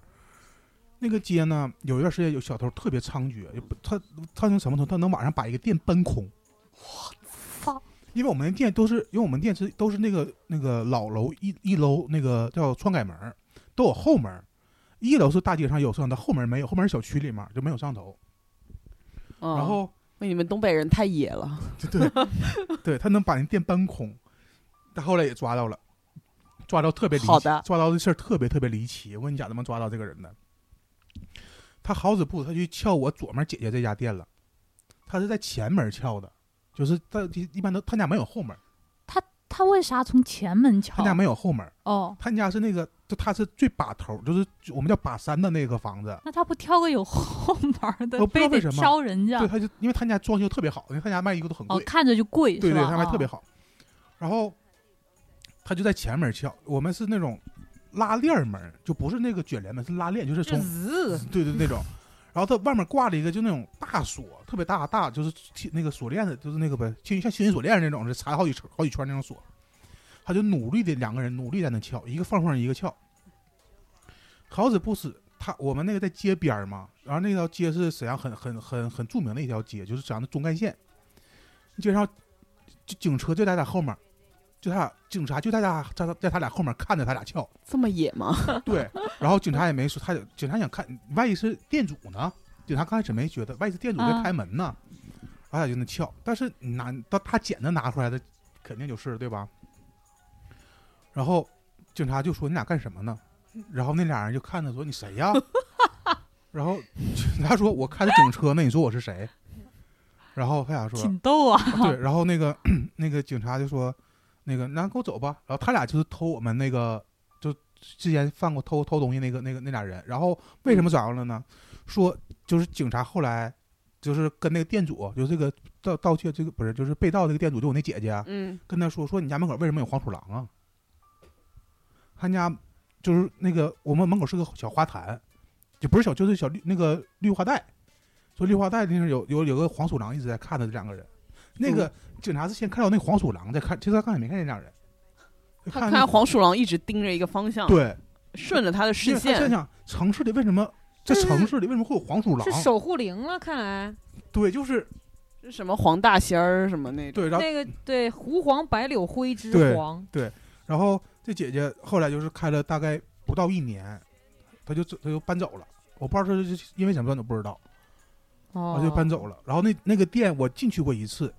[SPEAKER 4] 那个街呢有一段时间有小偷特别猖獗，也不他他成什么程度？他能晚上把一个店搬空。我
[SPEAKER 1] 操！
[SPEAKER 4] 因为我们店都是，因为我们店是都是那个那个老楼一一楼那个叫窗改门儿，都有后门儿，一楼是大街上有摄像头，后门没有，后门是小区里面就没有摄像头。
[SPEAKER 2] 嗯
[SPEAKER 4] 然后
[SPEAKER 2] 你们东北人太野了，
[SPEAKER 4] 对对，他能把人店搬空，他后来也抓到了，抓到特别离奇，
[SPEAKER 2] 好的
[SPEAKER 4] 抓到的事儿特别特别离奇。我跟你讲，怎么抓到这个人的？他好死不死，他去撬我左面姐姐这家店了，他是在前门撬的，就是他一一般都他家没有后门，
[SPEAKER 1] 他为啥从前门
[SPEAKER 4] 他
[SPEAKER 1] 敲？
[SPEAKER 4] 家没有后门，
[SPEAKER 1] 哦，
[SPEAKER 4] 他家是那个就他是最把头，就是我们叫把山的那个房子。
[SPEAKER 1] 那他不挑个有后门的
[SPEAKER 4] 我，不知
[SPEAKER 1] 非
[SPEAKER 4] 道为
[SPEAKER 1] 得
[SPEAKER 4] 什么
[SPEAKER 1] 挑人家
[SPEAKER 4] 对，？他就因为他家装修特别好，因为他家卖衣服都很
[SPEAKER 1] 啊哦，
[SPEAKER 4] 贵，
[SPEAKER 1] 看着就贵，
[SPEAKER 4] 对
[SPEAKER 1] 是
[SPEAKER 4] 对，
[SPEAKER 1] 吧？
[SPEAKER 4] 他卖特别
[SPEAKER 1] 啊
[SPEAKER 4] 好。然后他就在前门撬，我们是那种拉链儿门，就不是那个卷帘门，是拉链，就是从
[SPEAKER 3] 滋，
[SPEAKER 4] 对对那种。然后它外面挂了一个就那种大锁，特别大大，就是气那个锁链子，就是那个呗，就像金银锁链那种，是缠好几圈好几圈那种锁。他就努力的两个人努力在那撬，一个放放一个撬。好死不死，他我们那个在街边儿嘛，然后那条街是沈阳很很很很著名的一条街，就是沈阳的中干线。街上就警车就在他后面，就他俩警察就在他在他在他俩后面看着他俩撬。
[SPEAKER 2] 这么野吗？
[SPEAKER 4] 对，然后警察也没说，他警察想看，万一是店主呢？警察刚开始没觉得，万一是店主在
[SPEAKER 1] 啊
[SPEAKER 4] 开门呢，然后他就那撬。但是你拿到他捡的拿出来的，肯定就是对吧？然后警察就说：“你俩干什么呢？”然后那俩人就看他说：“你谁呀？” *laughs* 然后警察说：“我开的警车呢，你说我是谁？”然后他俩
[SPEAKER 1] *laughs*
[SPEAKER 4] 说：“
[SPEAKER 1] 挺逗啊！
[SPEAKER 4] 对，然后那个 *clears throat* 那个警察就说，那个那跟我走吧。然后他俩就是偷我们那个，就之前犯过偷偷东西那个那个那俩人。然后为什么找着了呢？说就是警察后来就是跟那个店主，就这个盗盗窃这个不是就是被盗这个店主，就我那姐姐啊，
[SPEAKER 2] 嗯，
[SPEAKER 4] 跟他说说你家门口为什么有黄鼠狼啊？他家就是那个我们门口是个小花坛，就不是小就是小绿那个绿化带，说绿化带那是有有有个黄鼠狼一直在看着这两个人。那个警察是先看到那个黄鼠狼，再看，其实他刚才没看见这俩人，就
[SPEAKER 2] 他
[SPEAKER 4] 看
[SPEAKER 2] 看
[SPEAKER 4] 那
[SPEAKER 2] 黄鼠狼一直盯着一个方向，
[SPEAKER 4] 对，
[SPEAKER 2] 顺着他的视
[SPEAKER 4] 因为他想
[SPEAKER 2] 线，
[SPEAKER 4] 想城市里为什么
[SPEAKER 3] 就
[SPEAKER 4] 在
[SPEAKER 3] 是
[SPEAKER 4] 城市里为什么会有黄鼠狼
[SPEAKER 3] 是？守护灵了，看来
[SPEAKER 4] 对，就是
[SPEAKER 2] 是什么黄大仙儿什么那种，
[SPEAKER 4] 对，然后
[SPEAKER 3] 那个对狐黄白柳灰之
[SPEAKER 4] 啊对
[SPEAKER 3] 黄，
[SPEAKER 4] 然后这姐姐后来就是开了大概不到一年，她就走她就搬走了。我不知道她是因为什么搬走，不知道，
[SPEAKER 3] 哦
[SPEAKER 4] 她，啊就搬走了。然后那那个店我进去过一次，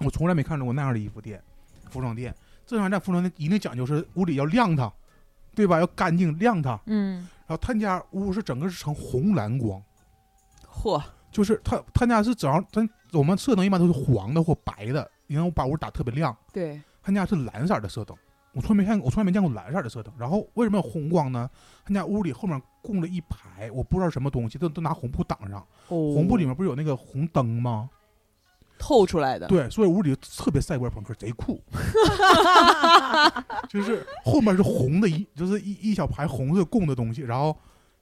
[SPEAKER 4] 我从来没看着过那样的衣服店、服装店。正常在服装店一定讲究是屋里要亮堂，对吧？要干净亮堂。
[SPEAKER 3] 嗯，
[SPEAKER 4] 然后他家屋是整个是呈红蓝光，
[SPEAKER 2] 嚯，
[SPEAKER 4] 就是他他家是只要他我们射灯一般都是黄的或白的，然后把屋打特别亮。
[SPEAKER 2] 对，
[SPEAKER 4] 他家是蓝色的射灯，我从来没看过，我从来没见过蓝色的射灯。然后为什么有红光呢？他家屋里后面供了一排，我不知道什么东西，都都拿红布挡上。
[SPEAKER 2] 红
[SPEAKER 4] 哦
[SPEAKER 1] 哦
[SPEAKER 4] 红布里面不是有那个红灯吗？
[SPEAKER 2] 透
[SPEAKER 1] 嗯
[SPEAKER 2] 出来的，
[SPEAKER 4] 对，所以屋里特别赛博朋克，贼酷。 *laughs* 就是后面是红的一，就是一一小排红色供的东西，然后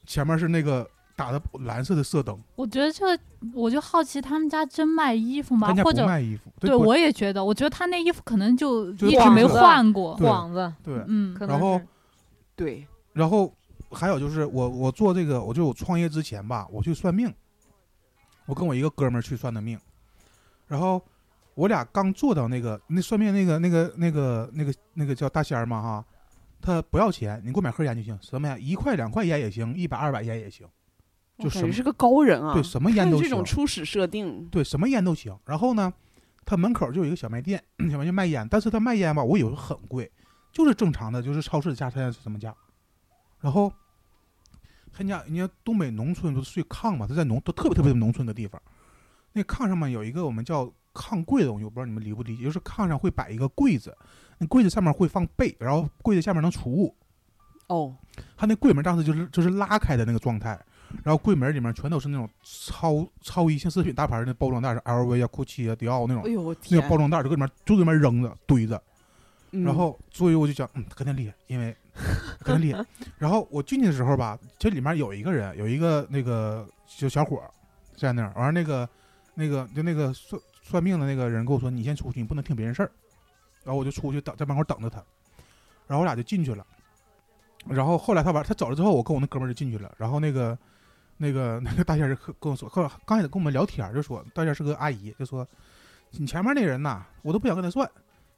[SPEAKER 4] 前面是那个打的蓝色的射灯。
[SPEAKER 1] 我觉得这个，我就好奇他们家真卖衣服吗
[SPEAKER 4] 他？家
[SPEAKER 1] 或
[SPEAKER 4] 不
[SPEAKER 1] 者
[SPEAKER 4] 卖衣服，
[SPEAKER 1] 对
[SPEAKER 4] 不
[SPEAKER 1] 我也觉得，我觉得他那衣服可能就
[SPEAKER 4] 就
[SPEAKER 1] 一直
[SPEAKER 4] 晃
[SPEAKER 1] 没
[SPEAKER 4] 着
[SPEAKER 1] 换过。
[SPEAKER 4] 对
[SPEAKER 3] 幌子，
[SPEAKER 4] 对。
[SPEAKER 1] 嗯，
[SPEAKER 3] 可能
[SPEAKER 4] 然后
[SPEAKER 3] 是
[SPEAKER 2] 对，
[SPEAKER 4] 然后还有就是我我做这个，我就我创业之前吧，我去算命，我跟我一个哥们儿去算的命，然后我俩刚做到那个那算命那个那个那个那个那个叫大仙儿嘛哈，他不要钱，你给我买盒烟就行，什么呀，一块两块烟也行，一百二百烟也行，就
[SPEAKER 2] 我
[SPEAKER 4] 什
[SPEAKER 2] 感觉
[SPEAKER 4] 么
[SPEAKER 2] 是个高人啊，
[SPEAKER 4] 对什么烟都
[SPEAKER 2] 这
[SPEAKER 4] 行
[SPEAKER 2] 种，初始设定，
[SPEAKER 4] 对什么烟都行。然后呢，他门口就有一个小卖店，小卖店卖烟，但是他卖烟吧，我以为很贵，就是正常的，就是超市的价，他家是什么价。然后他家人家东北农村都是睡炕嘛，他在农都特别特别农村的地方，那炕上面有一个我们叫炕柜的东西，我不知道你们理不理解，就是炕上会摆一个柜子，那柜子上面会放被，然后柜子下面能储物，
[SPEAKER 2] 哦，
[SPEAKER 4] 他那柜门当时就是就是拉开的那个状态，然后柜门里面全都是那种超超一线奢侈品大牌的包装袋，是 LV 啊、GUCCI 啊、迪奥那
[SPEAKER 2] 哎
[SPEAKER 4] 种
[SPEAKER 2] 呦我
[SPEAKER 4] 那
[SPEAKER 2] 天
[SPEAKER 4] 种！包装袋，就搁里面就搁里面扔着堆着。
[SPEAKER 2] 嗯
[SPEAKER 4] 然后所以我就想，嗯，肯定厉害，因为 *laughs* 肯定厉害。然后我进去的时候吧，这里面有一个人，有一个那个就小伙儿在那儿，完了那个那个就那个算算命的那个人跟我说，你先出去，你不能听别人事儿。然后我就出去等，在门口等着他，然后我俩就进去了。然后后来他玩，他走了之后，我跟我那哥们儿就进去了。然后那个那个那个大仙儿跟跟我说，后来刚开始跟我们聊天儿就说，大仙儿是个阿姨，就说你前面那人呐，我都不想跟他算，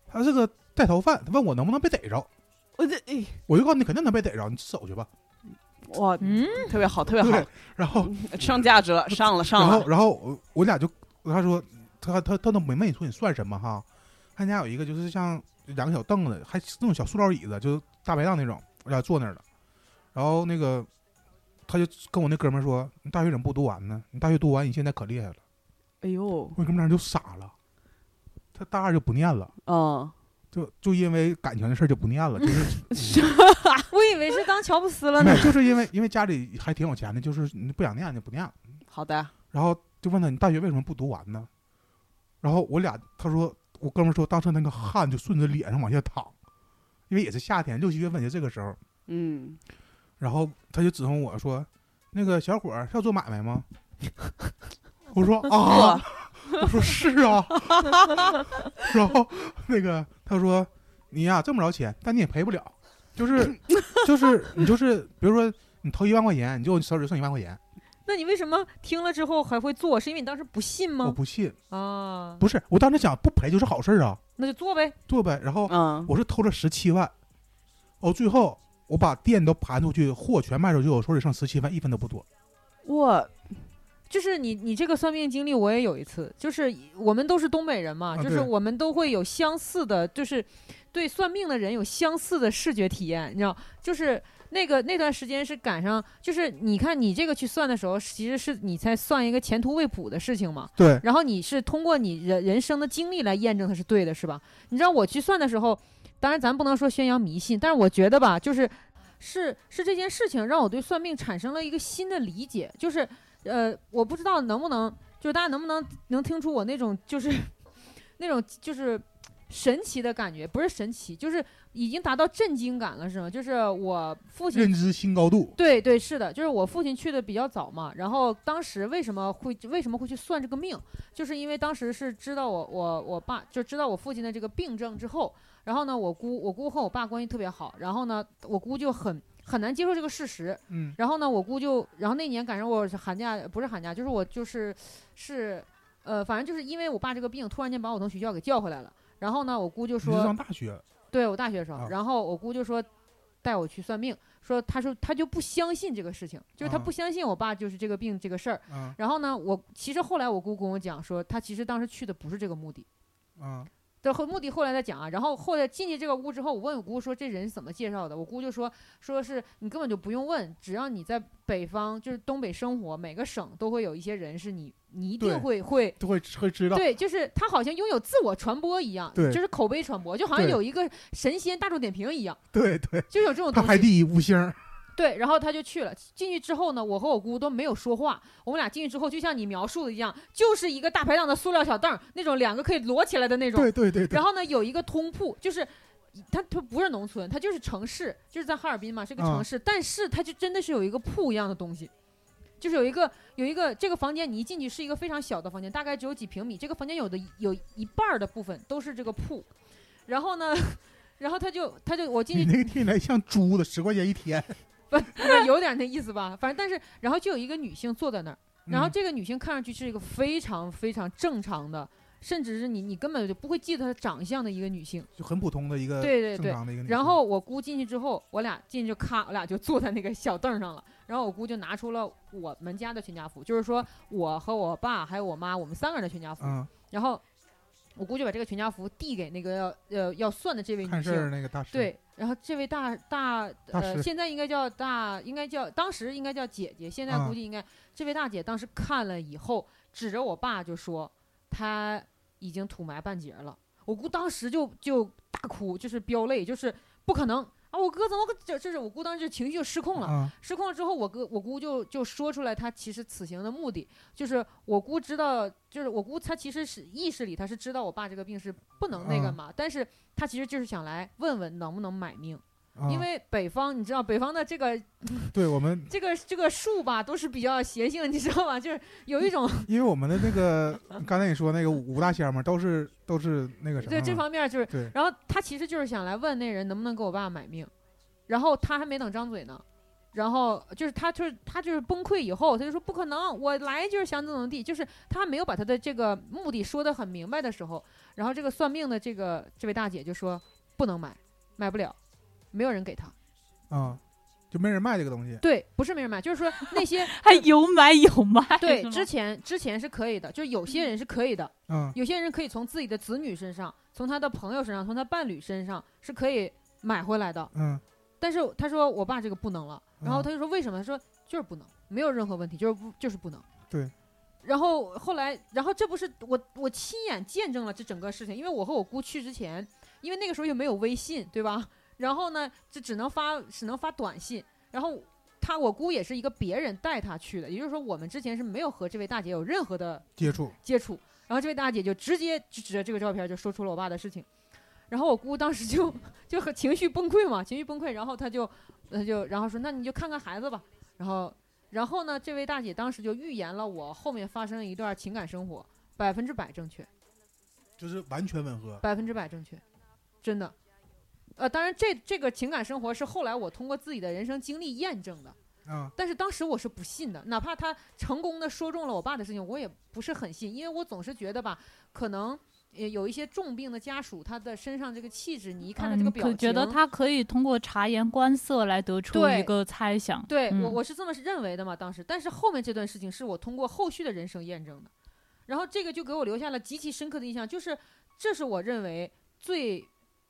[SPEAKER 4] 他是个带逃犯，他问我能不能被逮着，
[SPEAKER 2] 我这哎
[SPEAKER 4] 我就告诉你肯定能被逮着，你走去吧。
[SPEAKER 2] 哇，
[SPEAKER 3] 嗯，
[SPEAKER 2] 特别好，特别
[SPEAKER 4] 对
[SPEAKER 2] 好，， *laughs* 嗯
[SPEAKER 4] 然后
[SPEAKER 2] 上价值了，上了上
[SPEAKER 4] 然
[SPEAKER 2] 了
[SPEAKER 4] 后，然后我我俩就他说他他他都没问你说你算什么哈，他家有一个就是像两个小凳子，还那种小塑料椅子，就是大排档那种，我俩坐那儿了。然后那个他就跟我那哥们儿说：“你大学怎么不读完呢？你大学读完，你现在可厉害了。
[SPEAKER 2] 哎呦”，
[SPEAKER 4] 我那哥们儿当时就傻了，他大二就不念了，
[SPEAKER 2] 嗯，
[SPEAKER 4] 就就因为感情的事儿就不念了，就是。
[SPEAKER 3] 我以为是当乔布斯了
[SPEAKER 4] 没
[SPEAKER 3] 呢
[SPEAKER 4] 有，。就是因为因为家里还挺有钱的，就是你不想念就不念了。
[SPEAKER 2] 好的，
[SPEAKER 4] 然后就问他你大学为什么不读完呢？然后我俩他说我哥们儿说当时那个汗就顺着脸上往下淌，因为也是夏天六七月份就这个时候，
[SPEAKER 2] 嗯，
[SPEAKER 4] 然后他就指控我说那个小伙儿是要做买卖吗？ *laughs* 我说啊，
[SPEAKER 2] 哇，
[SPEAKER 4] 我说是啊，然后那个他说你呀挣不着钱，但你也赔不了，就是就是你就是比如说你投一万块钱，你就手里剩一万块钱，
[SPEAKER 3] 那你为什么听了之后还会做？是因为你当时不信
[SPEAKER 4] 我
[SPEAKER 3] 吗？
[SPEAKER 4] 不信，
[SPEAKER 3] 啊，
[SPEAKER 4] 不是我当时想不赔就是好事儿啊，
[SPEAKER 3] 那就做呗。
[SPEAKER 4] 做呗。然后
[SPEAKER 2] 嗯，
[SPEAKER 4] 我是偷了十七万，哦，最后我把店都盘出去，货全卖出去，我手里剩十七万，一分都不多。
[SPEAKER 2] 我
[SPEAKER 3] 就是你，你这个算命经历我也有一次，就是我们都是东北人嘛，
[SPEAKER 4] 啊
[SPEAKER 3] 就是
[SPEAKER 4] 对
[SPEAKER 3] 我们都会有相似的，就是对算命的人有相似的视觉体验，你知道，就是那个那段时间是赶上，就是你看你这个去算的时候，其实是你在算一个前途未卜的事情嘛，
[SPEAKER 4] 对，
[SPEAKER 3] 然后你是通过你人人生的经历来验证它是对的，是吧？你知道我去算的时候，当然咱不能说宣扬迷信，但是我觉得吧，就是是是这件事情让我对算命产生了一个新的理解，就是呃，我不知道能不能，就是大家能不能能听出我那种就是 *laughs* 那种就是神奇的感觉，不是神奇，就是已经达到震惊感了，是吗？就是我父亲
[SPEAKER 4] 认知新高度。
[SPEAKER 3] 对对，是的，就是我父亲去的比较早嘛，然后当时为什么会为什么会去算这个命，就是因为当时是知道我我我爸就知道我父亲的这个病症之后，然后呢，我姑我姑和我爸关系特别好，然后呢，我姑就很很难接受这个事实，
[SPEAKER 4] 嗯，
[SPEAKER 3] 然后呢，我姑就，然后那年赶上我寒假，不是寒假，就是我就是是，呃，反正就是因为我爸这个病，突然间把我从学校给叫回来了。然后呢，我姑就
[SPEAKER 4] 你是
[SPEAKER 3] 说
[SPEAKER 4] 上，大学，
[SPEAKER 3] 对我大学的时候
[SPEAKER 4] 啊，
[SPEAKER 3] 然后我姑就说带我去算命，说他说他就不相信这个事情，就是他
[SPEAKER 4] 啊
[SPEAKER 3] 不相信我爸就是这个病这个事儿。
[SPEAKER 4] 嗯
[SPEAKER 3] 然后呢，我其实后来我姑跟我讲说，他其实当时去的不是这个目的，
[SPEAKER 4] 嗯，
[SPEAKER 3] 对，后目的后来再讲啊。然后后来进去这个屋之后，我问我姑说这人是怎么介绍的，我姑就说说是你根本就不用问，只要你在北方，就是东北生活，每个省都会有一些人是你，你一
[SPEAKER 4] 对
[SPEAKER 3] 定会会。
[SPEAKER 4] 都会会知道。
[SPEAKER 3] 对，就是他好像拥有自我传播一样，
[SPEAKER 4] 对
[SPEAKER 3] 就是口碑传播，就好像
[SPEAKER 4] 对
[SPEAKER 3] 有一个神仙大众点评一样，
[SPEAKER 4] 对对，
[SPEAKER 3] 就有这种
[SPEAKER 4] 他
[SPEAKER 3] 东
[SPEAKER 4] 排
[SPEAKER 3] 西。
[SPEAKER 4] 第一五星儿。
[SPEAKER 3] 对，然后他就去了。进去之后呢，我和我姑都没有说话。我们俩进去之后，就像你描述的一样，就是一个大排档的塑料小凳儿，那种两个可以摞起来的那种。
[SPEAKER 4] 对对对对
[SPEAKER 3] 然，后呢，有一个通铺，就是它它不是农村，它就是城市，就是在哈尔滨嘛，是个城
[SPEAKER 4] 嗯
[SPEAKER 3] 市，但是它就真的是有一个铺一样的东西。就是有一个有一个这个房间，你一进去是一个非常小的房间，大概只有几平米。这个房间有的有一半儿的部分都是这个铺，然后呢， *laughs* 然后他就他就我进
[SPEAKER 4] *laughs* 你
[SPEAKER 3] 去
[SPEAKER 4] 那个听起来像猪的，十块钱一天。
[SPEAKER 3] 不有点那意思吧，反正但是然后就有一个女性坐在那儿，然后
[SPEAKER 4] 嗯
[SPEAKER 3] 这个女性看上去是一个非常非常正常的，甚至是你你根本就不会记得她长相的一个女性。
[SPEAKER 4] 就很普通的一个
[SPEAKER 3] 对对对
[SPEAKER 4] 正常的一个女生。
[SPEAKER 3] 然后我姑进去之后，我俩进去就咔，我俩就坐在那个小凳上了。然后我姑就拿出了我们家的全家福，就是说我和我爸还有我妈，我们三个人的全家福。
[SPEAKER 4] 嗯，
[SPEAKER 3] 然后我姑就把这个全家福递给那个呃要算的这位
[SPEAKER 4] 看
[SPEAKER 3] 女
[SPEAKER 4] 事儿
[SPEAKER 3] 性。
[SPEAKER 4] 那个大师。
[SPEAKER 3] 对，然后这位大大
[SPEAKER 4] 大
[SPEAKER 3] 呃，
[SPEAKER 4] 师
[SPEAKER 3] 现在应该叫大，应该叫当时应该叫姐姐，现在
[SPEAKER 4] 啊
[SPEAKER 3] 估计应该、这位大姐当时看了以后，指着我爸就说他已经土埋半截了。我姑当时就就大哭，就是飙泪，就是不可能，啊，我哥怎么个这这是我姑当时情绪就失控了，
[SPEAKER 4] 啊
[SPEAKER 3] 失控了之后，我哥我姑就就说出来，她其实此行的目的就是我姑知道，就是我姑她其实是意识里她是知道我爸这个病是不能那个
[SPEAKER 4] 嗯
[SPEAKER 3] 嘛，但是她其实就是想来问问能不能买命，
[SPEAKER 4] 啊！
[SPEAKER 3] 因为北方你知道北方的这个
[SPEAKER 4] 嗯对我们，
[SPEAKER 3] 这个这个树吧都是比较邪性，你知道吧？就是有一种
[SPEAKER 4] 因为我们的那个刚才你说那个五大仙儿嘛，都是都是那个什么
[SPEAKER 3] 对
[SPEAKER 4] 嘛，
[SPEAKER 3] 这方面就是
[SPEAKER 4] 啊对，
[SPEAKER 3] 然后他其实就是想来问那人能不能给我爸买命，然后他还没等张嘴呢，然后就是他就是他就是崩溃以后，他就说不可能，我来就是想怎么怎么地，就是他还没有把他的这个目的说得很明白的时候，然后这个算命的这个这位大姐就说不能买，买不了，没有人给他，
[SPEAKER 4] 啊，就没人卖这个东西，
[SPEAKER 3] 对，不是没人买，就是说那些
[SPEAKER 1] 还有买有卖是吗，
[SPEAKER 3] *laughs* 对之前之前是可以的，就是有些人是可以的，
[SPEAKER 4] 嗯
[SPEAKER 3] 有些人可以从自己的子女身上，从他的朋友身上，从他伴侣身上是可以买回来的。
[SPEAKER 4] 嗯
[SPEAKER 3] 但是他说我爸这个不能了，然后
[SPEAKER 4] 嗯
[SPEAKER 3] 他就说为什么？他说就是不能，没有任何问题，就是不就是不能。
[SPEAKER 4] 对。
[SPEAKER 3] 然后后来，然后这不是我我亲眼见证了这整个事情，因为我和我姑去之前，因为那个时候又没有微信，对吧？ *laughs* 然后呢，就只能发只能发短信。然后他我姑也是一个别人带他去的，也就是说我们之前是没有和这位大姐有任何的
[SPEAKER 4] 接触，
[SPEAKER 3] 接触。然后这位大姐就直接就指着这个照片就说出了我爸的事情，然后我姑当时就就很情绪崩溃嘛，情绪崩溃，然后她就她就然后说那你就看看孩子吧，然后然后呢，这位大姐当时就预言了我后面发生的一段情感生活，百分之百正确，
[SPEAKER 4] 就是完全吻合，
[SPEAKER 3] 百分之百正确，真的。呃，当然这这个情感生活是后来我通过自己的人生经历验证的，
[SPEAKER 4] 啊
[SPEAKER 3] 但是当时我是不信的，哪怕他成功的说中了我爸的事情，我也不是很信，因为我总是觉得吧，可能也有一些重病的家属，他的身上这个气质，你一看他这个
[SPEAKER 1] 嗯
[SPEAKER 3] 表情，
[SPEAKER 1] 可觉得他可以通过察言观色来得出
[SPEAKER 3] 对
[SPEAKER 1] 一个猜想。
[SPEAKER 3] 对、我
[SPEAKER 1] 嗯
[SPEAKER 3] 我是这么认为的嘛，当时，但是后面这段事情是我通过后续的人生验证的，然后这个就给我留下了极其深刻的印象，就是这是我认为最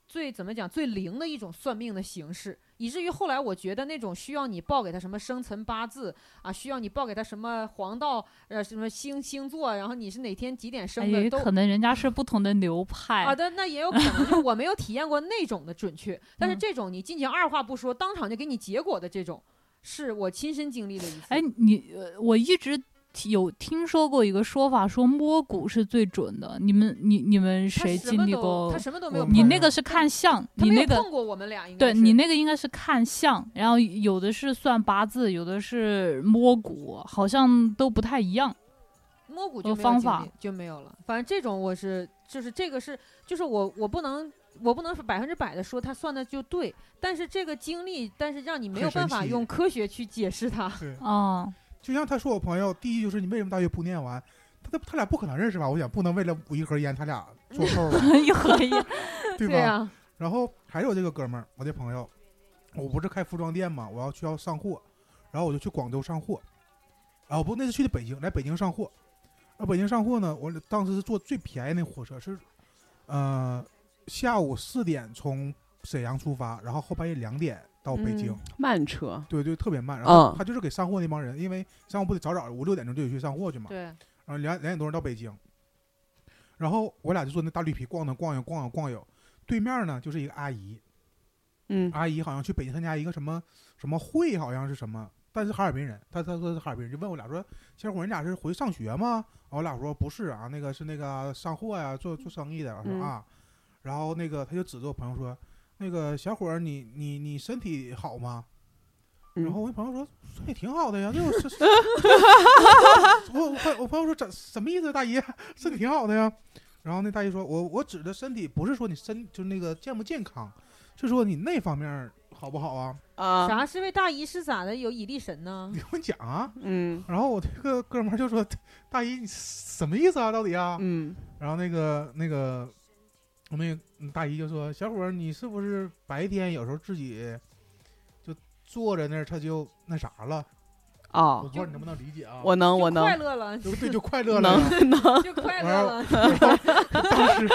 [SPEAKER 3] 最怎么讲最灵的一种算命的形式，以至于后来我觉得那种需要你报给他什么生辰八字啊，需要你报给他什么黄道呃什么星星座，然后你是哪天几点
[SPEAKER 1] 哎
[SPEAKER 3] 生的
[SPEAKER 1] 也
[SPEAKER 3] 都
[SPEAKER 1] 可能人家是不同的流派。
[SPEAKER 3] 啊，但那也有可能，就是我没有体验过那种的准确，但是
[SPEAKER 1] 嗯
[SPEAKER 3] 这种你进去二话不说，当场就给你结果的这种，是我亲身经历的一次。
[SPEAKER 1] 哎，你呃我一直提有听说过一个说法，说摸骨是最准的。你们你你们
[SPEAKER 3] 他
[SPEAKER 1] 谁
[SPEAKER 3] 什
[SPEAKER 1] 经
[SPEAKER 3] 么
[SPEAKER 1] 历
[SPEAKER 3] 都
[SPEAKER 1] 过
[SPEAKER 3] 他？什么都没有
[SPEAKER 4] 我
[SPEAKER 3] 碰
[SPEAKER 4] 们
[SPEAKER 1] 你
[SPEAKER 3] 过，
[SPEAKER 1] 那个是看相，
[SPEAKER 3] 他
[SPEAKER 1] 你
[SPEAKER 3] 没
[SPEAKER 1] 那
[SPEAKER 3] 有
[SPEAKER 1] 个
[SPEAKER 3] 碰过我们俩，应
[SPEAKER 1] 对
[SPEAKER 3] 该
[SPEAKER 1] 你
[SPEAKER 3] 是
[SPEAKER 1] 那个应该是看相，然后有的是算八字，有的是摸骨，好像都不太一样。
[SPEAKER 3] 摸骨
[SPEAKER 1] 我
[SPEAKER 3] 就没有
[SPEAKER 1] 方
[SPEAKER 3] 经
[SPEAKER 1] 法
[SPEAKER 3] 历就没有了。反正这种我是就是这个是就是我我不能。我不能百分之百的说他算的就对，但是这个经历，但是让你没
[SPEAKER 4] 很
[SPEAKER 3] 有办
[SPEAKER 4] 神
[SPEAKER 3] 法
[SPEAKER 4] 奇
[SPEAKER 3] 用科学去解
[SPEAKER 1] *laughs*
[SPEAKER 3] 释它。 *laughs*
[SPEAKER 4] 对，
[SPEAKER 1] 啊、
[SPEAKER 3] 哦
[SPEAKER 4] 就像他说我朋友，第一就是你为什么大学不念完？他他他俩不可能认识吧？我想不能为了一盒烟他俩
[SPEAKER 3] *laughs*
[SPEAKER 4] 做扣吧，
[SPEAKER 1] 一合一，
[SPEAKER 4] 对吧？
[SPEAKER 3] 对啊，
[SPEAKER 4] 然后还有这个哥们儿，我的朋友，我不是开服装店嘛，我要去要上货，然后我就去广州上货，啊我不，那次去的北京，来北京上货，啊北京上货呢，我当时是坐最便宜的火车，是呃下午四点从沈阳出发，然后后半夜两点到北京，
[SPEAKER 3] 嗯
[SPEAKER 2] 慢车，
[SPEAKER 4] 对对，特别慢。然后
[SPEAKER 2] 嗯
[SPEAKER 4] 他就是给上货那帮人，因为上货不得早早五六点钟就得去上货去嘛，
[SPEAKER 3] 对，
[SPEAKER 4] 然后两两点多钟到北京，然后我俩就坐那大绿皮逛呢逛悠逛悠逛悠，对面呢就是一个阿姨。
[SPEAKER 2] 嗯
[SPEAKER 4] 阿姨好像去北京参加一个什么什么会，好像是什么，但是哈尔滨人，她她说是哈尔滨人，就问我俩说，小伙儿你俩是回去上学吗？我俩说不是啊，那个是那个上货呀、做做生意的。我说
[SPEAKER 2] 嗯
[SPEAKER 4] 啊，然后那个他就指着我朋友说，那个小伙儿你你你身体好吗？
[SPEAKER 2] 嗯
[SPEAKER 4] 然后我那朋友说，身体挺好的呀，那我是
[SPEAKER 2] *laughs*
[SPEAKER 4] 是我我朋我朋友说怎什么意思，大姨身体挺好的呀。然后那大姨说，我我指的身体不是说你身就那个健不健康，是说你那方面儿好不好啊？
[SPEAKER 2] 啊，
[SPEAKER 3] 啥是位大姨是咋的？有以力神呢
[SPEAKER 4] 你？跟我讲啊。
[SPEAKER 2] 嗯
[SPEAKER 4] 然后我这个哥们儿就说，大姨你什么意思啊？到底啊？
[SPEAKER 2] 嗯
[SPEAKER 4] 然后那个那个我们也大姨就说，小伙儿你是不是白天有时候自己就坐在那儿，他就那啥了？我
[SPEAKER 2] 哦
[SPEAKER 4] 不，知道你能不能理解啊？
[SPEAKER 2] 我能我
[SPEAKER 3] 就快
[SPEAKER 2] 能
[SPEAKER 3] 乐了， *laughs*
[SPEAKER 4] 就对，就快乐了
[SPEAKER 2] 能 *laughs*
[SPEAKER 4] 呀。
[SPEAKER 3] 就快
[SPEAKER 4] 然
[SPEAKER 3] 乐
[SPEAKER 4] 后
[SPEAKER 3] 了。
[SPEAKER 4] 当时，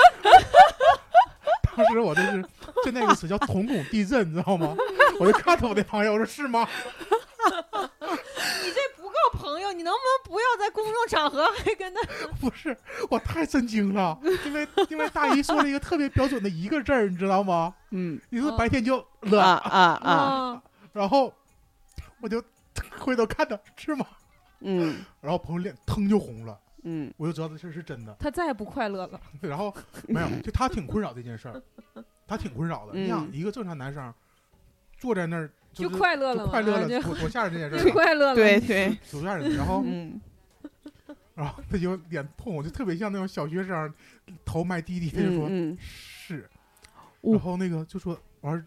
[SPEAKER 4] 当时我就是就那个词叫瞳孔地震，你知道吗？我就看着我那朋友，我说是吗？
[SPEAKER 3] 你这不够朋友，你能不能不要在公众场合还跟他？
[SPEAKER 4] 不是，我太震惊了，因为因为大姨说了一个特别标准的一个字儿，你知道吗？ *laughs*
[SPEAKER 2] 嗯
[SPEAKER 4] 你是
[SPEAKER 3] 嗯
[SPEAKER 4] 白天就
[SPEAKER 2] 啊
[SPEAKER 4] 了，
[SPEAKER 2] 啊啊，
[SPEAKER 3] 嗯
[SPEAKER 4] 然后我就回头看他是吗？
[SPEAKER 2] 嗯
[SPEAKER 4] 然后朋友脸腾就红了，
[SPEAKER 2] *laughs* 嗯
[SPEAKER 4] 我就知道这事儿是真的。
[SPEAKER 3] 他再也不快乐了。
[SPEAKER 4] 然后没有，就他挺困扰这件事儿，他挺困扰的。你想，
[SPEAKER 2] 嗯
[SPEAKER 4] 一个正常男生坐在那儿
[SPEAKER 3] 就是快乐了
[SPEAKER 4] 就
[SPEAKER 3] 嘛，
[SPEAKER 4] 快乐
[SPEAKER 3] 啊
[SPEAKER 4] 了，
[SPEAKER 3] 就
[SPEAKER 4] 多多吓人这件事
[SPEAKER 3] 就
[SPEAKER 4] *laughs* 儿啊，
[SPEAKER 3] 快乐了。
[SPEAKER 2] 对，对，
[SPEAKER 4] 多吓人。然后
[SPEAKER 2] 嗯
[SPEAKER 4] 然后他就脸通红，就特别像那种小学生头埋地里，他就说
[SPEAKER 2] 嗯嗯，
[SPEAKER 4] 是，
[SPEAKER 2] 哦
[SPEAKER 4] 然后那个就说完儿，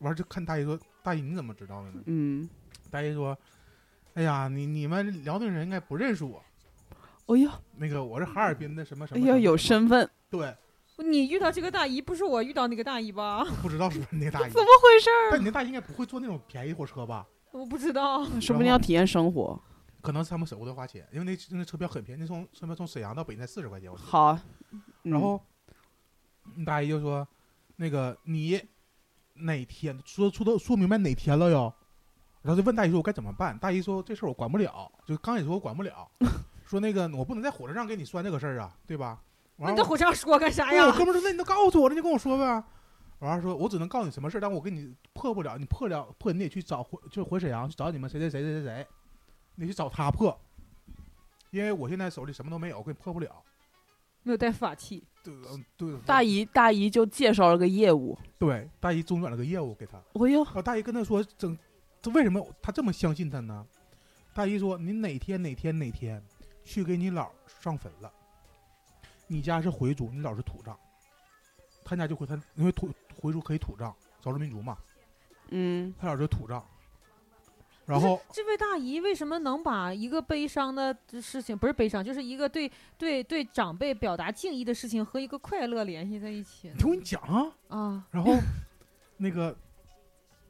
[SPEAKER 4] 完儿就看大姨说大姨你怎么知道的呢？
[SPEAKER 2] 嗯，
[SPEAKER 4] 大姨说，哎呀，你你们辽宁人应该不认识我，
[SPEAKER 2] 哎呦
[SPEAKER 4] 那个我是哈尔滨的什么什
[SPEAKER 2] 哎
[SPEAKER 4] 么，
[SPEAKER 2] 呦，
[SPEAKER 4] 什么
[SPEAKER 2] 有
[SPEAKER 4] 什么
[SPEAKER 2] 身份，
[SPEAKER 4] 对，
[SPEAKER 3] 你遇到这个大姨，不是我遇到那个大姨吧？ *laughs*
[SPEAKER 4] 不知道是不是你那大姨，
[SPEAKER 2] *laughs* 怎么回事
[SPEAKER 4] 但你那大姨应该不会坐那种便宜火车吧？
[SPEAKER 3] 我不知道。
[SPEAKER 2] 儿？说不定要体验生活。
[SPEAKER 4] 可能是他们舍不得花钱，因为那那车票很便宜，那从车票从沈阳到北京才四十块钱，我记得
[SPEAKER 2] 好，嗯
[SPEAKER 4] 然后你大姨就说，那个你哪天说说都说明白哪天了哟，然后就问大姨说我该怎么办？大姨说这事儿我管不了，就刚也说我管不了，说那个我不能在火车上给你拴这个事儿啊，对吧？
[SPEAKER 3] 那
[SPEAKER 4] 完
[SPEAKER 3] 你
[SPEAKER 4] 了
[SPEAKER 3] 在火车上说干啥
[SPEAKER 4] 对
[SPEAKER 3] 呀
[SPEAKER 4] 我？哥们儿说那你都告诉我了，你就跟我说呗。完了说，我只能告诉你什么事儿，但我跟你破不了，你破了破你得去找回，就回沈阳去找你们谁谁谁谁谁谁，你去找他破，因为我现在手里什么都没有，我给你破不了。
[SPEAKER 3] 没有带法器，
[SPEAKER 4] 对嗯对，
[SPEAKER 2] 大姨大姨就介绍了个业务，
[SPEAKER 4] 对，大姨中转了个业务给他。
[SPEAKER 2] 哎呦，
[SPEAKER 4] 啊，大姨跟他说，整这为什么他这么相信他呢？大姨说，你哪天哪天哪天去给你姥上坟了，你家是回族，你姥是土葬，他家就回他，因为土回族可以土葬，少数民族嘛，
[SPEAKER 2] 嗯，
[SPEAKER 4] 他姥是土葬。然后
[SPEAKER 3] 这位大姨为什么能把一个悲伤的事情，不是悲伤，就是一个对对对长辈表达敬意的事情和一个快乐联系在一起
[SPEAKER 4] 你听我跟你讲啊，
[SPEAKER 3] 啊？
[SPEAKER 4] 然后那个，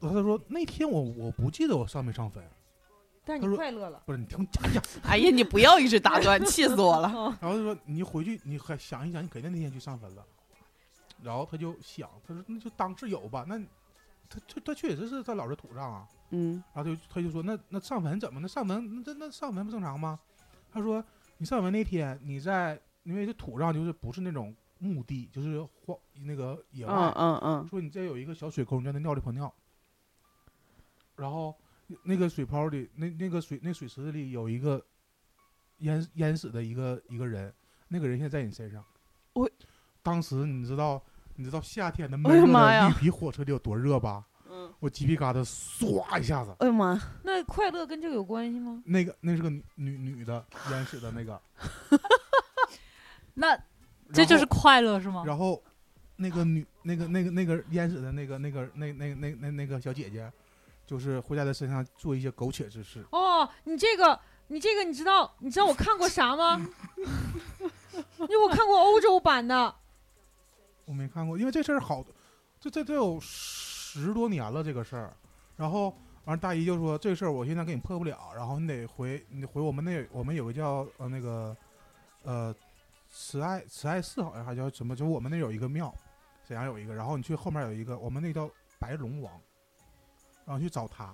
[SPEAKER 4] 然后他说那天我我不记得我上没上坟，
[SPEAKER 3] 但是你
[SPEAKER 4] 他说
[SPEAKER 3] 快乐了，
[SPEAKER 4] 不是你听我讲讲，
[SPEAKER 2] 哎呀，你不要一直打断，气死我了。
[SPEAKER 3] 啊，
[SPEAKER 4] 然后他说你回去你还想一想，你肯定那天去上坟了。然后他就想，他说那就当是有吧，那他他他确实是他老是土葬啊。
[SPEAKER 2] 嗯
[SPEAKER 4] 然后他就他就说那那上坟怎么那上坟那那上坟不正常吗？他说你上坟那天你在因为这土葬就是不是那种墓地，就是荒那个野外，
[SPEAKER 2] 嗯嗯嗯，
[SPEAKER 4] 说你这有一个小水沟，你在那尿里泡尿，然后那个水泡里，那那个水那水池子里有一个淹淹死的一个一个人，那个人现在在你身上。
[SPEAKER 2] 我
[SPEAKER 4] 当时你知道你知道夏天的
[SPEAKER 2] 哎
[SPEAKER 4] 闷
[SPEAKER 2] 呦
[SPEAKER 4] 热
[SPEAKER 2] 妈
[SPEAKER 4] 的
[SPEAKER 2] 呀
[SPEAKER 4] 绿皮火车里有多热吧？
[SPEAKER 2] 嗯，
[SPEAKER 4] 我鸡皮疙瘩唰一下子，
[SPEAKER 2] 哎呀妈，
[SPEAKER 3] 那快乐跟这个有关系吗？
[SPEAKER 4] 那个那是个女女女的淹死的那个，
[SPEAKER 1] 那这就是
[SPEAKER 4] 然
[SPEAKER 1] 快乐是吗
[SPEAKER 4] 后。？然后那个女 *laughs* 那个那个那个淹死的那个那个那那那那那个小姐姐，就是会在她身上做一些苟且之事。
[SPEAKER 3] 哦，你这个，你这个，你知道，你知道我看过啥吗？ *laughs* 因为我看过欧洲版的，
[SPEAKER 4] 我没看过，因为这事儿好，这这这有十多年了这个事儿。然后完，大姨就说这事儿我现在给你破不了，然后你得回你得回我们那我们有个叫呃那个呃慈爱慈爱寺好像还叫什么，就我们那有一个庙，沈阳有一个，然后你去后面有一个我们那叫白龙王，然后去找他。